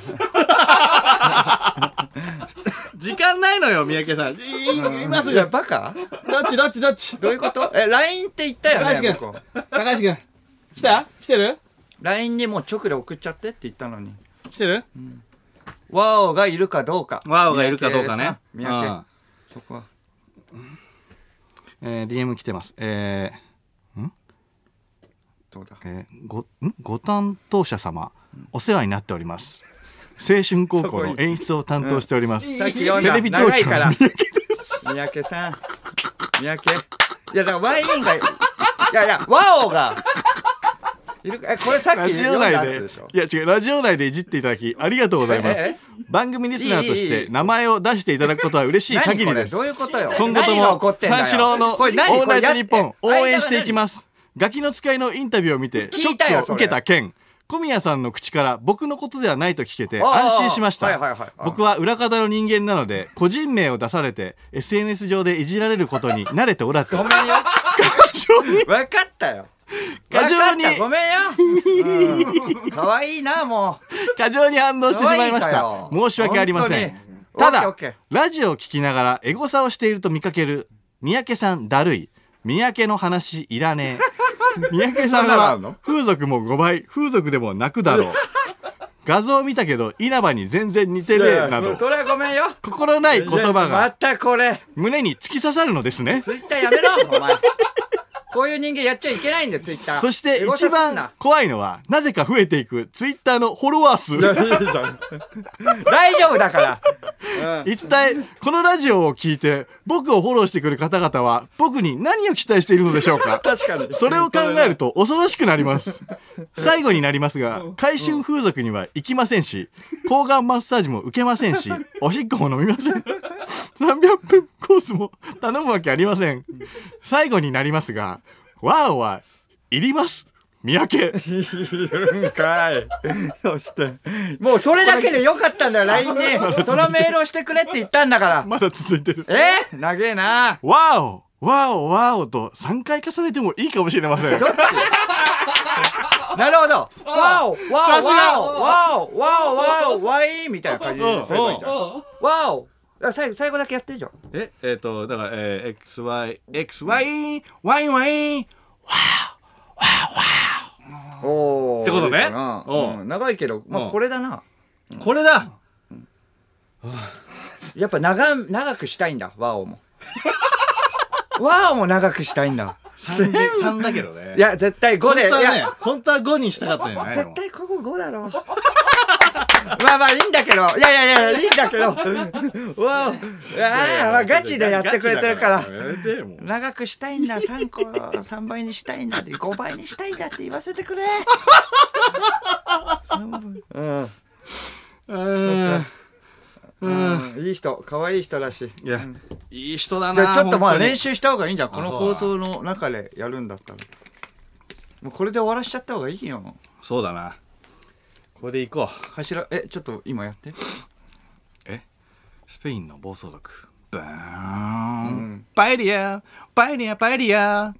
S1: 時間ないのよ三宅さんいい今す
S2: い
S1: ぐ
S2: や
S1: どっ
S2: バカ
S1: ちどっちどっち
S2: どういうことえ LINE って言ったよ
S1: 高橋
S2: ね
S1: 君
S2: 僕
S1: 高橋君来た来てる
S2: LINE にもう直で送っちゃってって言ったのに
S1: 来てる
S2: ワオがいるかどうか
S1: ワオがいるかどうかね
S2: 三宅さん三宅
S1: う
S2: そこは
S1: んえー DM 来てますえー
S2: どうだ
S1: えーごんご担当者様お世話になっております青春高校の演出を担当しております、
S2: さっき読んだ
S1: テレビ東
S2: 長い
S1: 京
S2: から
S1: の
S2: 三宅さん三宅いやだからワインがいやいやワオがいるかえこれさっ
S1: ラ
S2: き
S1: ジオ
S2: 読んだや
S1: 内
S2: つ
S1: で
S2: でしょ
S1: いや違うラジオ内でいじっていただきありがとうございま
S2: え
S1: す
S2: え
S1: 番組リスナーとし
S2: いいいいい
S1: て
S2: い
S1: 名前を出していただくことは嬉しい
S2: 何
S1: 限り
S2: これ
S1: です
S2: どういうことよ
S1: 今後と
S2: 何が起こ
S1: も
S2: ってんだよ
S1: 三四郎の「オ
S2: これ何
S1: ールナイトニッポン」
S2: こ
S1: 応
S2: れやって
S1: 援していきますガキの使いのインタビューを見てショ
S2: 聞いたよ
S1: ックを受けた件小宮さんの口から僕のことではないと聞けて
S2: ああ
S1: 安心しまし
S2: はいはいは
S1: た
S2: いああ
S1: 僕は裏方の人間なので個人名を出されて *laughs* SNS 上でいじられることに慣れておらず
S2: ごめんよ
S1: 感情に
S2: 分かったよ
S1: 過剰に
S2: わかったごめんよ。可愛いなも
S1: 過剰に反応してしまいまし
S2: 可愛いか
S1: た
S2: よ
S1: 申し訳ありません
S2: 本当に
S1: た
S2: オッ
S1: だ
S2: ケーオッケ
S1: ラジオを聞きながらエゴサをしていると見かける三宅さんだるい三宅の話いらねえ
S2: *laughs*
S1: 三宅さん
S2: そんなのあん
S1: は
S2: の
S1: 風俗も5倍風俗でも泣くだろ
S2: *laughs*
S1: う画像を見たけど稲葉に全然似てねえ
S2: う。
S1: など
S2: それはごめんよ。
S1: 心ない言葉
S2: ま
S1: が
S2: たこれ。
S1: 胸に突き刺さるのですね
S2: ツイッターやめろお前。こういう人間やっちゃいけないんだよツイッター。
S1: そして
S2: エゴサ
S1: 一
S2: すん
S1: 番
S2: な
S1: 怖いのはなぜか増えていくツイッターのフォロワー数
S2: *laughs* 大丈夫だから。
S1: 一体このラジオを聞いて僕をフォローしてくる方々は僕に何を期待しているのでしょうか
S2: 確かに
S1: それを考えると恐ろしくなり *laughs* ます最後になりますが回春風俗には行きませんし抗がんマッサージも受けませんしおしっこも飲みません300分コースも頼むわけありません最後になりますがワーオはいります三宅
S3: そして
S2: もうそれだけでよかったんだよ LINE に。そのメールをしてくれって言ったんだから。
S1: まだ続いてる
S2: えー、長えな。
S1: ワーオワーオワーオと3回重ねてもいいかもしれません
S2: なるほど。わおわ
S1: さ
S2: お
S1: すが
S2: わおわおわおわおわいみたいな感じで最後にじゃん。わおあ最後最後だけやってるじゃん。
S1: *laughs* え、えっ、と、だから、えー、XY、XY、ワインワイン。
S2: おお。
S1: ってことね
S2: いいかな
S1: うん
S2: うん長いけど、ま
S1: うん
S2: あこれだな。
S1: これだ
S2: やっぱ長長くしたいんだ。わおも。わおも長くしたいんだ。
S1: !3 で、三だけどね。
S2: い、や絶対五
S1: 本
S2: で。い
S1: 当はね
S2: や、
S1: 本当は5にしたかったんじゃないの
S2: 絶対ここ五だろ。まあまあいいんだけど、いやいやいやいいんだけど。わお。ああまあガチでやってくれてるから
S1: ガチ。だやめてよもう
S2: 長くしたいんだ3個3倍にしたいんだって5倍にしたいんだって言わせ
S1: *laughs*
S2: てくれうん、
S1: うん
S2: うん、いい人可愛い人らしい
S1: いや、いい人だな
S2: じゃあちょっとまあ練
S1: 習。
S2: 習した方がいいんじゃんこの放送の中でやるんだったらもうこれで終わらしちゃった方がいいよ
S1: そうだな。これでいこう。
S2: 柱えちょっと今やって
S1: スペインの暴走族。バーン。パエリア、パエリア、パエリア。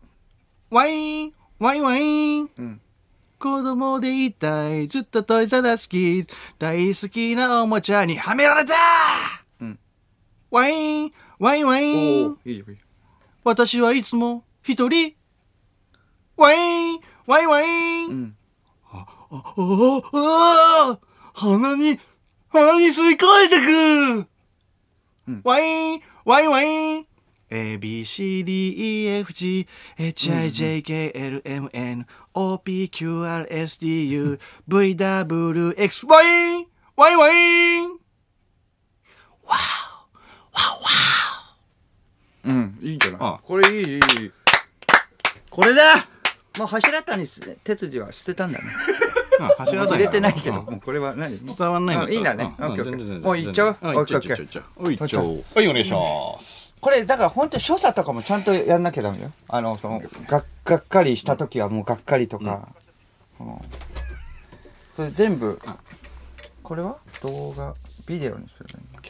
S1: ワイン、ワイン、ワイン。
S2: ん
S1: 子供でいたい、ずっとトイザラスキー。大好きなおもちゃにはめられた、
S2: うん
S1: ワイン、ワイン、ワイン。
S2: いいよいいよ
S1: 私はいつも一人。ワイン、ワイン、ワイン。
S2: ん
S1: あ、あ、ああ鼻に、鼻に吸い込えてく、ワイン、ワイン、ワイン A, B, C, D, E, F, G, H, I, J, K, L, M, N, O, P, Q, R, S, D, U, V, W, X, ワインワインワイン
S2: うんいいんじゃない
S1: あ
S2: これいいいいいい
S1: これだ
S2: もう柱谷す哲司は捨てたんだね
S1: 柱
S2: 入れてないけどもうこれは何
S1: 伝わんないの
S2: あいいんだね
S1: うん
S2: オッケー
S1: 全然
S2: オ
S1: 全然
S2: ッケーもう行っちゃうん
S1: 行っちゃう行っちゃう行っちゃうはいお願いします
S2: これだから本当所作とかもちゃんとやんなきゃダメだよあのそのががっかりした時はもうがっかりとか、そのそれ全部これは動画ビデオにするの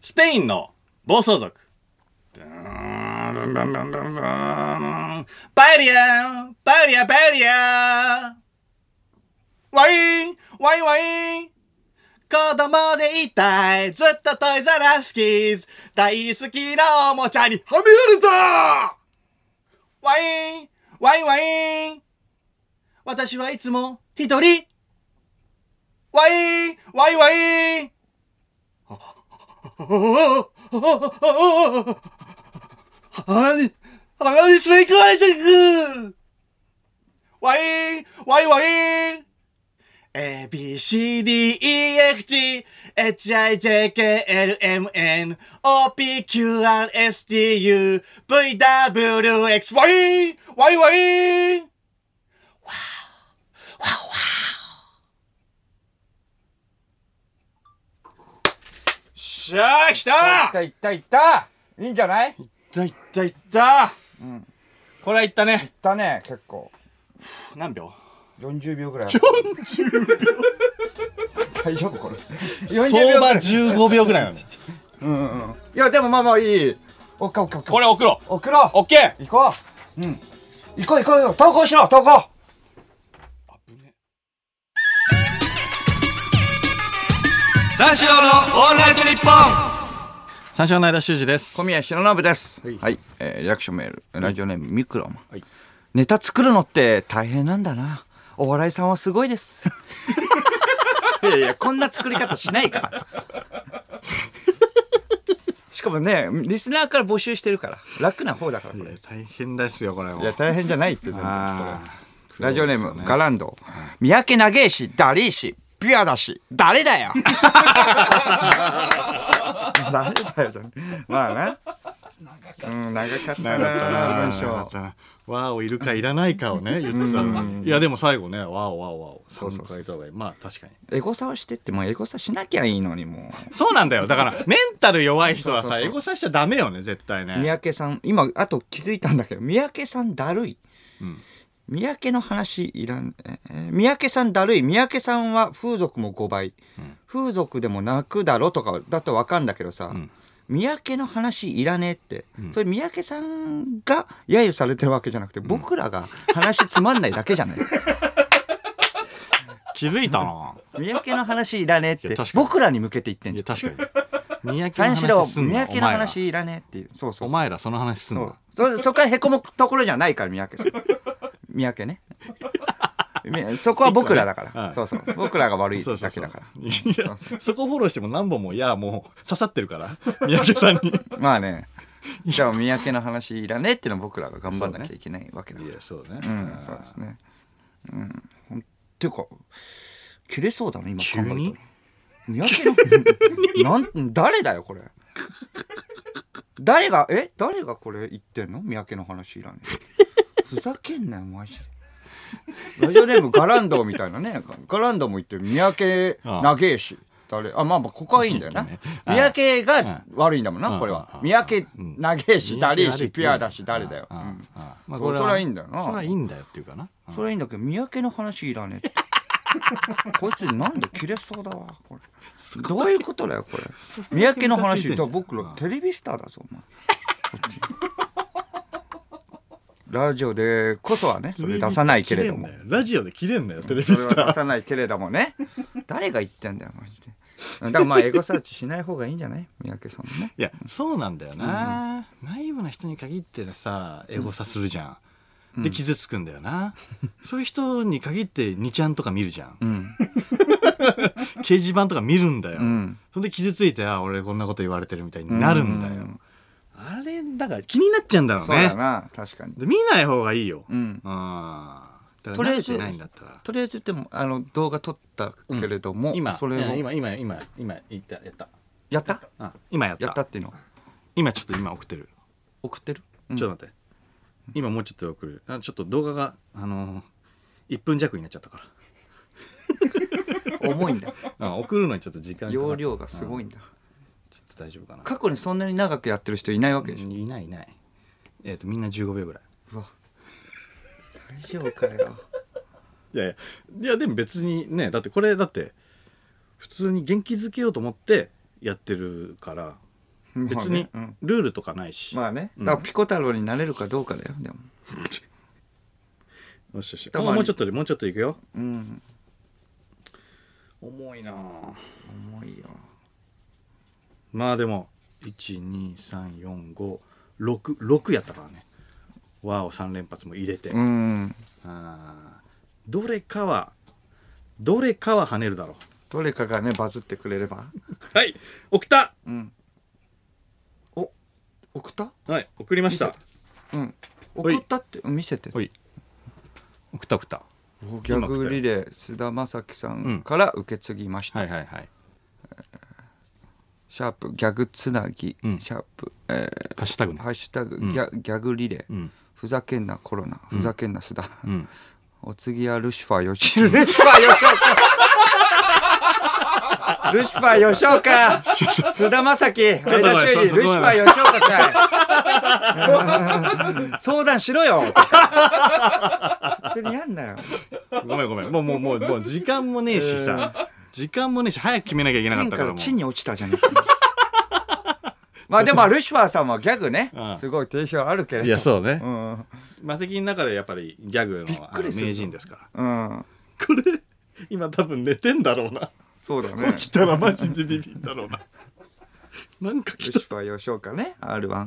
S1: スペインの暴走族パエリアパエリアパエリアワインワインワイン子供でいたいずっとトイザラスキーズ大好きなおもちゃにはめられたワインワインワイン私はいつも一人ワインワインワイン鼻に、鼻に吸い込まれていくワインワインワイン A, B, C, D, E, F, G, H, I, J, K, L, M, N, O, P, Q, R, S, T, U, V, W, X, Y, Y, Y! しゃー来
S2: い
S1: た
S2: ったいったいったいいんじゃないい
S1: い
S2: っ
S1: ったいったいった、これはいったね
S2: たね結構
S1: 何秒
S2: 40秒ぐらい40秒大丈夫これ40秒ぐらい
S1: 15秒ぐらいなの
S2: いやでもまあまあいいオッケーオッケーオッケー
S4: これ送ろう
S2: 送ろう
S4: オッケ
S2: 行こううん行こう行こう行こう投稿しろ投稿
S4: ー三四郎のオールナイトニッポン
S1: 三四郎の間修二です
S2: 小宮弘信ですはい、えーリアクションメールラジオネームミクロマン、ネタ作るのって大変なんだなお笑いさんはすごいです *laughs* いやいやこんな作り方しないからしかもねリスナーから募集してるから楽な方だからこれい
S1: 大変ですよこれも
S2: や大変じゃないって全然
S1: あ
S2: ラジオネーム、ガランド。三宅長えし、ダリーし、ビアだし、誰
S1: *laughs*
S2: だよ誰だよ、じゃんまあな。うん、長かったな。
S1: ーなかったな
S2: 文章
S1: なかったなわーおいるかいらないかをね言ってたのにいやでも最後ねわーおわーおわーお
S2: うそう
S1: 3
S2: そう
S1: 回言った方がいいまあ確かに
S2: エゴサをしてって、もうエゴサしなきゃいいのに、も
S1: そうなんだよだからメンタル弱い人はさエゴサしちゃダメよね絶対
S2: う。三
S1: ね
S2: 宅さん、今、あと気づいたんだけど、三宅さんだるい。三宅の話いらん、えー三宅さんだるい。三宅さんは風俗も5倍。風俗でも泣くだろとかだとわかんだけどさ、三宅の話いらねえって、それ三宅さんが揶揄されてるわけじゃなくて、僕らが話つまんないだけじ
S1: *laughs*
S2: ゃない。
S1: 気づいたな
S2: 三宅の話いらねえっ
S1: い
S2: て
S1: や確、かに
S2: 僕らに向けて言ってん
S1: い
S2: じ
S1: や
S2: ゃん。
S1: 確かに三宅の
S2: 三四郎、
S1: 話すん
S2: 三
S1: な
S2: 宅の話いらねえっていう。そうそうそう
S1: お前らお前らその話すんな
S2: そうそそこからへこむところじゃないから三
S1: *laughs*
S2: 宅さん三宅ね *laughs* みそこは僕らだから、
S1: はい
S2: そうそう僕らが悪い
S1: そうそう
S2: だ
S1: そ
S2: け
S1: う
S2: だから
S1: いや *laughs* そこフォローしても何本もいやもう刺さってるから *laughs* 三宅さんに
S2: まあねじゃあ三宅の話いらねえってのは僕らが頑張んなきゃいけないわけだ
S1: い
S2: から
S1: やそうね
S2: うんそうですねうんほんっていうか切れそうだな今考えたら
S1: 急に
S2: 三宅
S1: *laughs*
S2: のなん誰だよこれ誰がえ誰がこれ言ってんの三宅の話いらねえふざけんなよマジでラジオネームガランドみたいなねガランドも言ってる三宅長えし誰あまあまあここはいい
S1: *laughs*
S2: んだよな、三宅が悪いんだもんな、これは、三宅長えし、だりえしピアだし誰だよ、
S1: あ
S2: うん
S1: あああまあ
S2: そう
S1: こ
S2: それはいいんだよな
S1: それはいいんだよっていうかな
S2: それはいいんだけど三宅の話いらねえ
S1: *laughs*
S2: こいつなんで切れそうだわこれどういうことだよこれ三宅の話だから僕らテレビスターだぞお前ラジオでこそはねそれ出さないけれども
S1: 切んだよラジオで切れんだよテレビ
S2: そ
S1: ス
S2: れ
S1: タ
S2: は出
S1: ー
S2: さないけれどもね誰が言ってんだよマジでだからまあエゴサーチしない方がいいんじゃない三宅さんもね
S1: いやそうなんだよな、内部の人に限ってさエゴサするじゃん、で傷つくんだよな、そういう人に限って2ちゃんとか見るじゃん、掲示板とか見るんだよ、
S2: ん
S1: そんで傷ついてあ俺こんなこと言われてるみたいになるんだよ、あれだから気になっちゃうんだろう
S2: そうだ
S1: ね
S2: な確かに
S1: で見ない方がいいよ、
S2: ん
S1: ああだか
S2: と
S1: ら
S2: りあ
S1: 慣れ
S2: えず
S1: てないんだったら
S2: とりあえずでもあの動画撮ったけれども、
S1: 今
S2: それ
S1: いや
S2: を
S1: 今今今今言ったやった
S2: やった
S1: あ今やった
S2: やったっていうのは
S1: 今ちょっと今送ってる
S2: 送ってる
S1: ちょっと待って。今もうちょっと送る。あちょっと動画が、あのー、1分弱になっちゃったか
S2: *laughs* 重いんだ
S1: ら。あ送るのにちょっと時間かかった
S2: 容量がすごいんだ
S1: ちょっと大丈夫かな。
S2: 過去にそんなに長くやってる人いないわけでしょ、
S1: いないいない。えっ、と、みんな15秒ぐらい。
S2: うわ大丈夫 *laughs* かよ
S1: いやいや、いやでも別にね、だってこれ、だって、普通に元気づけようと思ってやってるから、別に
S2: まあね
S1: ルールとかないし。
S2: まあねだからピコ太郎になれるかどうかだよでも
S1: よしよし。
S2: ま
S1: あ
S2: に
S1: もうちょっとで、もうちょっといくよ。
S2: うん
S1: 重いなぁ
S2: 重いよ
S1: まあでも1234566やったからねワーを3連発も入れて、
S2: うん
S1: あーどれかはどれかは跳ねるだろ
S2: どれかがねバズってくれれば
S1: うはい送った
S2: うんお送った
S1: はい送りました
S2: うん
S1: ほい
S2: 送ったって見せて
S1: い送った送った
S2: おギャグリレー須田将暉さ
S1: うん
S2: んから受け継ぎました、
S1: はいはいはい
S2: シャープギャグつなぎ、
S1: うん
S2: シャープ、えー
S1: ハッシュタグね
S2: ハッシュタグギャ,、ギャグリレー、
S1: ん
S2: ふざけんなコロナふざけんな須田、
S1: ん
S2: お次はルシファーよしルシファーよしおかルシファーよしおか須田まさき前田
S1: と待って
S2: 修理ルシ
S1: そそこ
S2: ファ
S1: ま
S2: ー
S1: で
S2: よしおかかい相談しろよ勝手にやんなよ
S1: ごめんごめんもうもうもうもう時間もねえしさ時間もねえし早く決めなきゃいけなかっ
S2: 天
S1: たか
S2: か
S1: ら
S2: ら
S1: もう
S2: 地に落ちたじゃないまあでもルシファーさんはギャグね
S1: うん
S2: すごい定評あるけれど
S1: いやそうね
S2: うんうん
S1: 魔石の中でやっぱりギャグ
S2: びっ
S1: のあ
S2: く
S1: の
S2: りする
S1: 名人ですか
S2: うん
S1: らこれ今多分寝てんだろうな
S2: そうだね
S1: 来たらマジでビビんだろうななんか
S2: ル
S1: 来
S2: シファー吉岡ね r
S1: た
S2: 1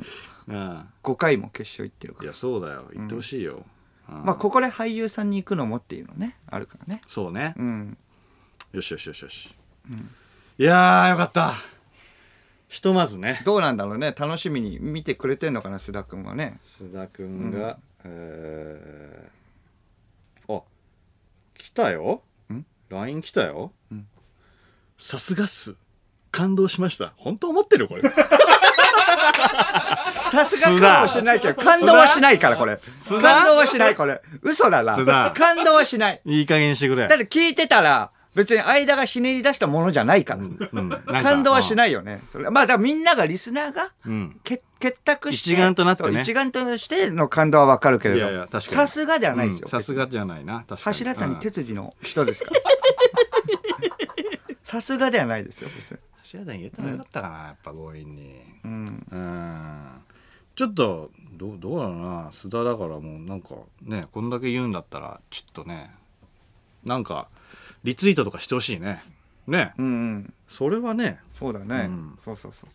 S2: 五回も決勝行ってるか
S1: い
S2: ら
S1: やそうだよ言ってほしいよ、うん
S2: まあここで俳優さんに行くのもっていうのねあるからね
S1: そうね、
S2: うん
S1: よしよしよしよし、いやーよかったひとまずね
S2: どうなんだろうね楽しみに見てくれてんのかな須田君はね
S1: 須田君が、えーあ来たよ
S2: ん
S1: LINE 来たよさすがっす感動しました本当思ってるこれ
S2: さすがかもしれないけど感動はしないからこれ
S1: 須田
S2: 感動はしないこれ嘘だ
S1: 須田
S2: な感動はしない
S1: *laughs* いい加減にしてくれ
S2: だって聞いてたら別に間がひねり出したものじゃないから、
S1: うんなんか
S2: 感動はしないよねそれまあだからみんながリスナーが
S1: うん
S2: け結託して
S1: 一丸となってね
S2: そう一丸としての感動はわかるけれど
S1: いやいや確かに
S2: さすがではないです
S1: う
S2: よ
S1: ん、さすがじゃないな確かに
S2: 柱谷
S1: うん
S2: 哲司の人ですから *laughs* さすがではないですよ別に
S1: 柱谷入れたらよかったかなやっぱ強引に
S2: うん
S1: うんちょっとどうどうだろうな須田だからもうなんかねこんだけ言うんだったらちょっとねなんかリツイートとかしてほしいねね、
S2: うんうん
S1: それはね
S2: そうだね、そうそうそう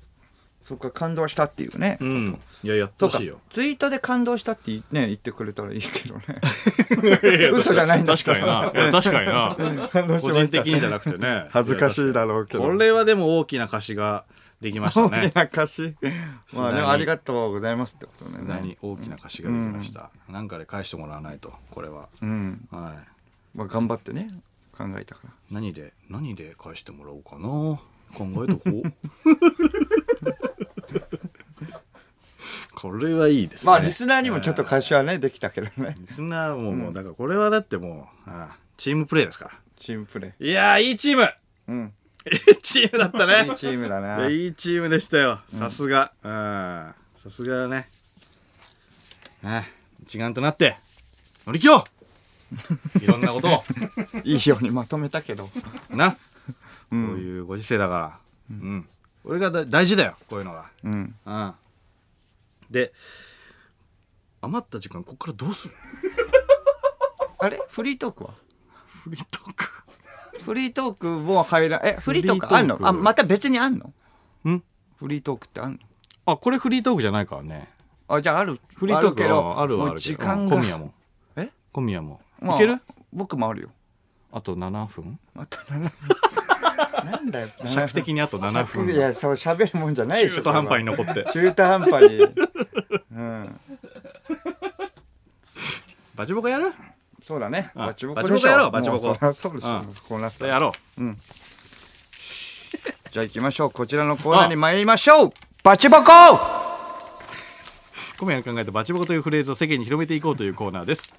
S2: そっから感動したっていうね、
S1: うんいややって
S2: そ
S1: ほ
S2: うか
S1: しいよ
S2: ツイートで感動したっていね言ってくれたらいいけどね
S1: *laughs*
S2: *laughs* 嘘
S1: 嘘
S2: じゃないんだ
S1: 確かにないや確かにな
S2: 感動し
S1: 個
S2: ま
S1: 人
S2: した
S1: 的にじゃなくてね
S2: 恥ずかしいだろう *laughs* けど
S1: やこれはでも大きな貸しができました
S2: 大
S1: ね
S2: きな歌詞ま
S1: 砂
S2: あね
S1: に
S2: ありがとうございますってことね
S1: 須田に大きな貸しができました、なんかで返してもらわないとこれは、
S2: うん
S1: はい
S2: まあ頑張ってね考えたから
S1: 何で何で返してもらおうかな考えとこ *laughs* うこれはいいですね
S2: まあリスナーにもちょっと歌詞はねできたけどね
S1: リスナーももうだからこれはだってもう、ああチームプレーですから
S2: チームプレ
S1: いやーいいチーム *laughs*
S2: ーうん
S1: いいチームだった
S2: い
S1: ね
S2: いチームだ
S1: いや
S2: ない
S1: いチームでしたよさすがうんさすがだねああ一丸となって乗り切 *laughs* ろういろんなことを
S2: いいようにまとめたけど
S1: *laughs* な、こういうご時世だからうん、俺がだ大事だよこういうのが
S2: うん
S1: うんで余った時間ここからどうする *laughs*
S2: あれフリートークは
S1: フリートーク
S2: フリートークも入らえフリートークあんの
S1: フリートーク
S2: あまた別にあんの
S1: ん
S2: フリートークってあんの
S1: あこれフリートークじゃないからね
S2: あじゃあある
S1: フリートーク
S2: あるけど
S1: はあるはあ
S2: もう
S1: るけ
S2: 時
S1: ど
S2: 間
S1: うん
S2: が
S1: 小宮も
S2: え
S1: 小宮も、
S2: まあ
S1: いける
S2: 僕もあるよ
S1: あと7分
S2: また7 *laughs* なんだよ
S1: 尺的にあと7分
S2: いやそう喋るもんじゃないでしょ
S1: 中途半端に残って
S2: 中途半端にうん
S1: バチボコやる
S2: そうだね
S1: あ
S2: バチボコ
S1: バ
S2: で
S1: チ
S2: し
S1: ボコ
S2: ょ
S1: やろうバチボコ
S2: もうそりゃそうでしょ
S1: うん
S2: こうなったら
S1: やろう
S2: じゃあ行きましょうこちらのコーナーに参りましょうバチボコ
S1: 小宮が考えたバチボコというフレーズを世間に広めていこうというコーナーです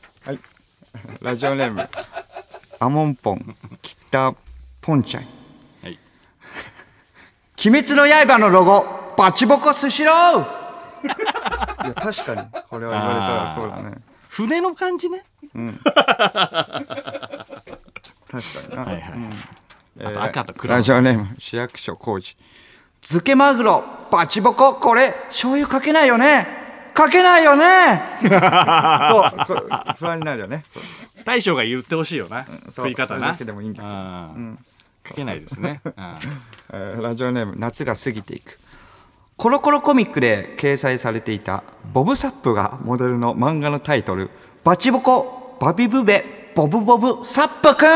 S2: ラジオネーム *laughs* アモンポン北ポンちゃん
S1: はい
S2: 鬼滅の刃のロゴバチボコスシローいや確かにこれは言われたらそうだね
S1: 船の感じね
S2: 確かにな
S1: はいはい、あと赤と黒の
S2: ラジオネーム市役所工事漬けマグロバチボコこれ醤油かけないよねかけないよね *laughs* そうこれ不安になるよね
S1: 大将が言ってほしいよな、
S2: そう
S1: 食い方
S2: それ
S1: な
S2: だけでもいいんだけど
S1: あーかけないですね、 *laughs* あー
S2: えーラジオネーム夏が過ぎていくコロコロコミックで掲載されていたボブ・サップがモデルの漫画のタイトル「バチボコバビブベボブボブサップくん」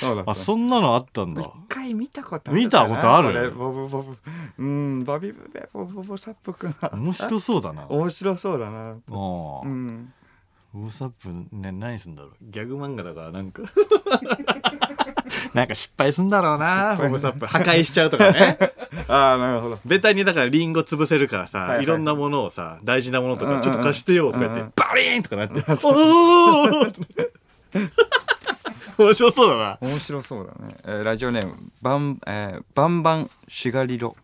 S2: そうだ
S1: あそんなのあったんだ
S2: 一回見たこと
S1: 見たことある
S2: これボブボブうんバビブベボブボブサップくんは
S1: 面白そうだな
S2: 面白そうだな
S1: お
S2: う
S1: ー
S2: ん
S1: ウォサップね何すんだろうギャグ漫画だからなんか *laughs* なんか失敗すんだろう *laughs* なウォサップ破壊しちゃうとか *laughs* ね
S2: *laughs* ああなるほど
S1: ベタにだからリンゴ潰せるからさ、
S2: い
S1: い
S2: はい
S1: ろんなものをさ大事なものと
S2: うんうん
S1: かちょっと貸してよとか言って、
S2: うんうん
S1: バリーンとかな *laughs* って「おお!」 *laughs* 面白そうだな
S2: 面白そうだね、えーラジオネームバン、えーバンバンしがりろ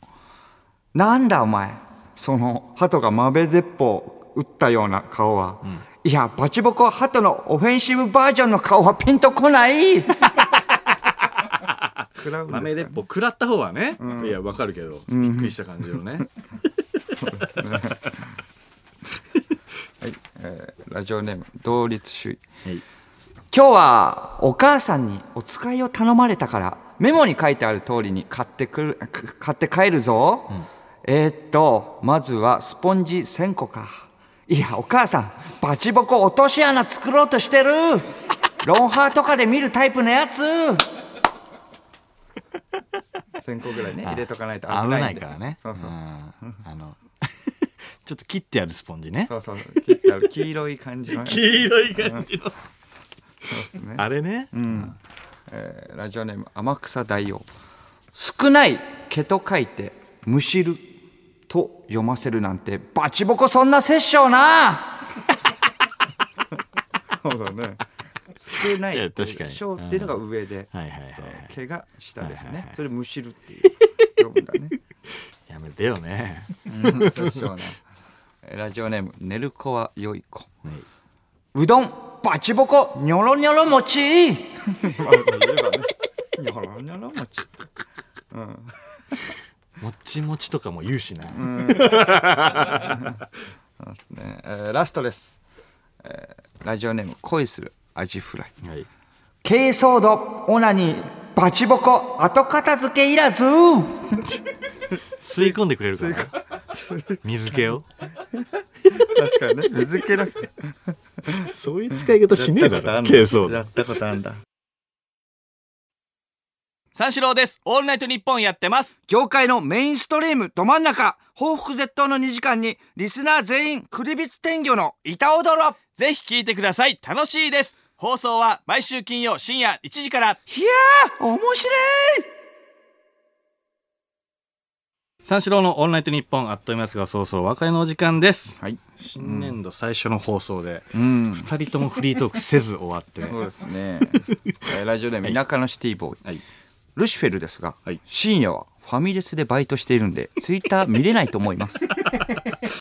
S2: なんだお前その鳩が豆鉄砲撃ったような顔は、いやバチボコ *laughs* 鳩のオフェンシブバージョンの顔はピンとこない食らうんですか
S1: 豆鉄砲食らった方はね、いやわかるけど、びっくりした感じをね
S2: はい、えーラジオネーム同率首位
S1: はい
S2: 今日はお母さんにお使いを頼まれたからメモに書いてある通りに買ってくるか買って帰るぞ、えーっとまずはスポンジ1000個かいやお母さんバチボコ落とし穴作ろうと *laughs* してるロンハーとかで見るタイプのやつ1000個ぐらいね入れとかないと
S1: *laughs* 危
S2: 危
S1: な
S2: ないい
S1: からね
S2: そうそうん
S1: あの *laughs* ちょっと切ってあるスポンジね
S2: そうそう切ってある黄色い感じのやつ
S1: *laughs* 黄色い感じの
S2: ですね
S1: あれね、
S2: えーラジオネーム天草大王少ない毛と書いて「むしる」と読ませるなんてバチボコそんな殺生な *laughs* そうだね少ない
S1: いや
S2: い
S1: 確かに
S2: 小っていうのが上で、
S1: はいはいはい
S2: そう毛が下ですね、
S1: はいはいはい
S2: それ「むしる」っていう読むんだ
S1: *laughs*
S2: ね
S1: やめてよね
S2: 殺生なえーラジオネーム「寝る子はよい子」うどんバチボコニョロニョ
S1: *laughs*
S2: ロ餅まあ言えばねニョロニョロ餅
S1: もっちもちとかも言うしな、
S2: そうですね、えーラストです、えーラジオネーム恋するアジフライ
S1: はい
S2: 軽装度オナニーバチボコ後片付けいらず
S1: 吸い込んでくれるかな *laughs* 水気を
S2: 確かにね水気なく
S1: そういう使い方しねえだろ軽装
S2: ったことあんだ
S4: 三四郎です。オールナイトニッポンやってます。
S2: 業界のメインストリームど真ん中報復絶倒の2時間にリスナー全員クリビツ天魚の板踊ろ
S4: ぜひ聞いてください。楽しいです。放送は毎週金曜深夜1時から。
S2: いやー面白い
S1: 三四郎の「オールナイトニッポン」あっという間ですがそろそろお別れのお時間です
S2: はい
S1: 新年度最初の放送で、
S2: うん
S1: 二人ともフリートークせず終わ *laughs* って
S2: そうですね。えーラジオネーム、田舎のシティボーイ。
S1: はい
S2: ルシフェルですが、
S1: はい
S2: 深夜はファミレスでバイトしているん *laughs* で、ツイッター見れ *laughs* ないと思いま
S1: *laughs*
S2: す。
S1: よ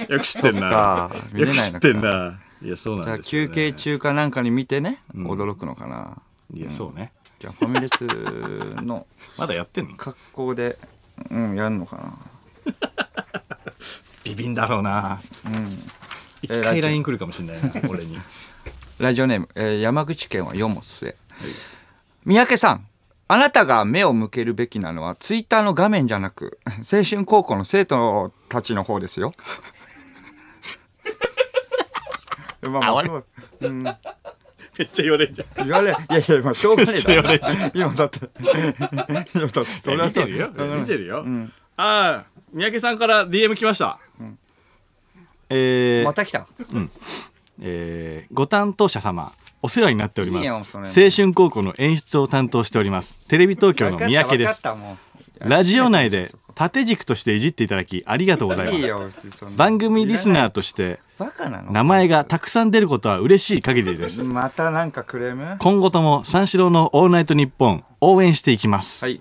S1: く知ってん
S2: なそっか見れないのかよく知ってん
S1: ないやそう
S2: じ
S1: な
S2: ゃ
S1: ん
S2: あ、
S1: です
S2: 休憩中かなんかに見てね、驚くのかな。
S1: いやそうね
S2: じゃあ、ファミレスの
S1: まだやってんの
S2: 格好で、 *laughs* うん、やるのかな。
S1: ビビんだろうな一
S2: えラジ
S1: 回
S2: オ
S1: LINE 来るかもしれ
S2: *laughs*
S1: ないな俺に
S2: ラジオネーム、えー山口県は四も末、三宅さんあなたが目を向けるべきなのはツイッターの画面じゃなく青春高校の生徒たちの方です *laughs* よまあまあそう
S1: めっちゃ言われんじゃん
S2: 言われいやいやまあしょうがねえだろ
S1: めっちゃ
S2: 今だって今だってそれは
S1: 見て
S2: そう
S1: るよ
S2: うん
S1: 見てるよ、ああ三宅さんから DM 来ました、えー
S2: また来た
S1: えーご担当者様お世話になっておりま
S2: いい
S1: す青
S2: よそれ
S1: 春高校の演出を担当しておりますテレビ東京の三宅です
S2: わかったわかったもう
S1: ラジオ内で縦軸としていじっていただきありがとうござい
S2: いい
S1: ます
S2: よ別にそんな
S1: 番組リス
S2: いら
S1: ナ
S2: な
S1: ー
S2: い
S1: として
S2: バカなの
S1: 名前がたくさん出ることは嬉しい限りです
S2: またなんかクレーム
S1: 今後とも三四郎のオールナイトニッポン応援していきます、
S2: はい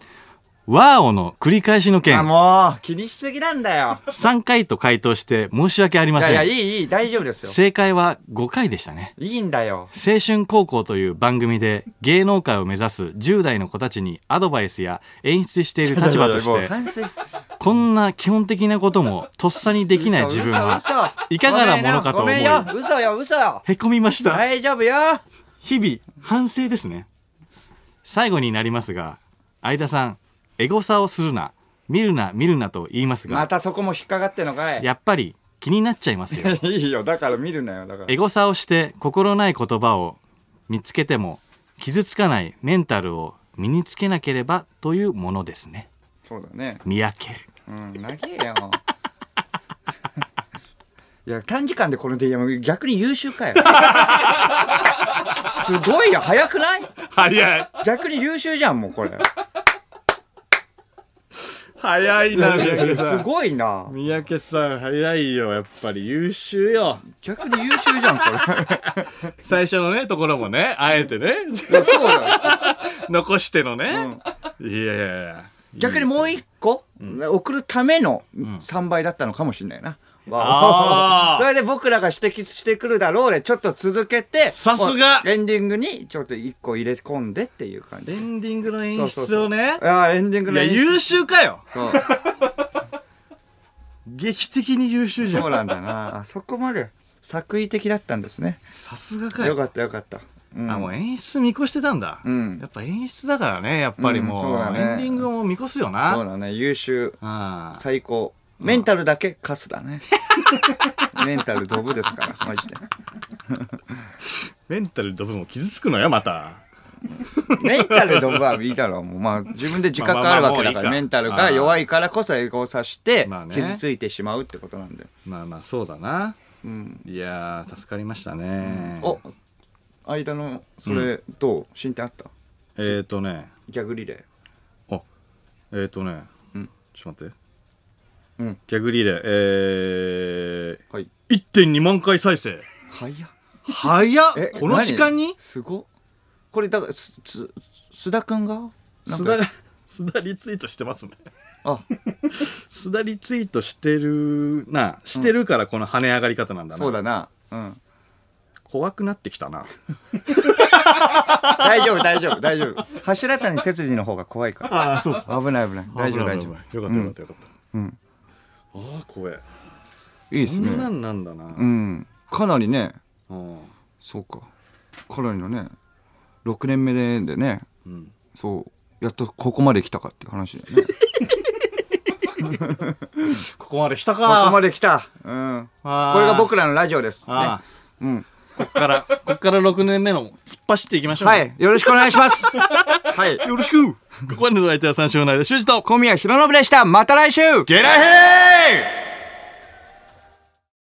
S1: ワーオの繰り返しの件
S2: あもう気にしすぎなんだよ
S1: 3回と回答して申し訳ありません
S2: いやいや、いい、いい、大丈夫ですよ。
S1: 正解は5回でしたね
S2: いいんだよ。
S1: 青春高校という番組で芸能界を目指す10代の子たちにアドバイスや演出している立場とし
S2: もう
S1: て
S2: 反省し
S1: こんな基本的なこともとっさにできない自分は
S2: 嘘嘘嘘
S1: いかがなものかと
S2: ご
S1: 思
S2: めん
S1: い
S2: よ、嘘よ、嘘よ。
S1: へこみました
S2: 大丈夫よ。
S1: 日々反省ですね最後になりますが相田さんエゴサをするな見るな見るなと言います
S2: ま
S1: が
S2: たそこも引っかかってんのかい。
S1: やっぱり気になっちゃいますよ
S2: *laughs*
S1: *laughs*
S2: いいよ、だから見るなよ、だから。
S1: エゴサをして心ない言葉を見つけても傷つかないメンタルを身につけなければというものですね
S2: そうだね。
S1: 三宅
S2: うん、長えよ。 *laughs* いや、短時間でこの DM、逆に優秀かよ。 *laughs* すごいよ、早くない
S1: 早い
S2: 逆に優秀じゃん、もうこれ。
S1: 早い *laughs* な三
S2: すごいな。
S1: 三宅さん早いよやっぱり優秀よ
S2: 逆に優秀じゃん、これ。
S1: 最初のねところもねあえてね
S2: そうだよ。
S1: 残してのね、いやいやいや
S2: 逆にもう
S1: いい
S2: 一個送るための3倍だったのかもしれないな、わおそれで僕らが指摘してくるだろうでちょっと続けて
S1: さすが
S2: エンディングにちょっと一個入れ込んでっていう感
S1: エ
S2: じ
S1: ンディングの演
S2: そうそう
S1: 出
S2: そう
S1: をね
S2: いやエンディング
S1: い
S2: の
S1: や
S2: 演出
S1: 優秀かよ
S2: そう
S1: 劇的に優秀じゃ
S2: そうんなんだなあそこまで作為的だったんですね
S1: さすがか
S2: よ
S1: よ
S2: かったよかった、うん
S1: あもう演出見越してたんだ、
S2: ん
S1: やっぱ演出だからねやっぱりもう,、
S2: うんそうだね
S1: エンディングも見越すよな
S2: そうだね優秀
S1: あ
S2: 最高メンタルだけカスだね *laughs* メンタルドブですからマジで
S1: メンタルドブも傷つくのよまた
S2: メンタルドブはいいだろうもうまあ自分で自覚あるわけだ
S1: まあまあまあ
S2: か
S1: もういい
S2: ら
S1: か
S2: メンタルが弱いからこそエゴをさして
S1: まあね
S2: 傷ついてしまうってことなんで、
S1: まあまあそうだな
S2: うん、
S1: いやー助かりましたね、
S2: お間のそれどう進展あった
S1: えっ、ー、とね
S2: ギャグリレー
S1: あえっ、ー、とね、ちょっと待って
S2: うん
S1: ギャグリレーえ
S2: はい
S1: ー、1.2万回再生
S2: 早っ
S1: 早っ
S2: え
S1: *laughs* この時間に
S2: 何すごっこれだからすす須田くんがなん
S1: 須
S2: か
S1: 田が *laughs* 須田リツイートしてますね
S2: あ
S1: 須田リツイートしてるなしてるからこの跳ね上がり方なんだな、
S2: そうだなうん
S1: 怖くなってきたな
S2: 大丈夫大丈夫大丈夫柱谷哲司の方が怖いから
S3: ああ、そう。
S2: 危ない危ない *laughs* 大丈夫大丈夫
S1: よかったよかったよかった
S2: うん
S1: ああ怖え
S2: いいで
S1: こ
S2: す
S1: んな
S2: ね
S1: んなんだな、
S2: うんかなりね
S1: うん
S2: そうかかなりのね6年目ででね
S1: うん
S2: そうやっとここまで来たかっていう話だよね
S1: *laughs*
S2: こ
S1: ここまでした
S2: こ
S1: か
S2: まで来たうん
S1: あー
S2: これが僕らのラジオですね
S1: あ
S2: うん
S1: こっからこっから6年目の突っ走っていきましょう
S2: はいよろしくお願いします
S1: *laughs*
S2: はい
S1: よろし
S2: *laughs*
S1: くここまでの相手は三四郎の間修二と
S2: 小宮浩信でしたまた来週
S1: ゲラヘイ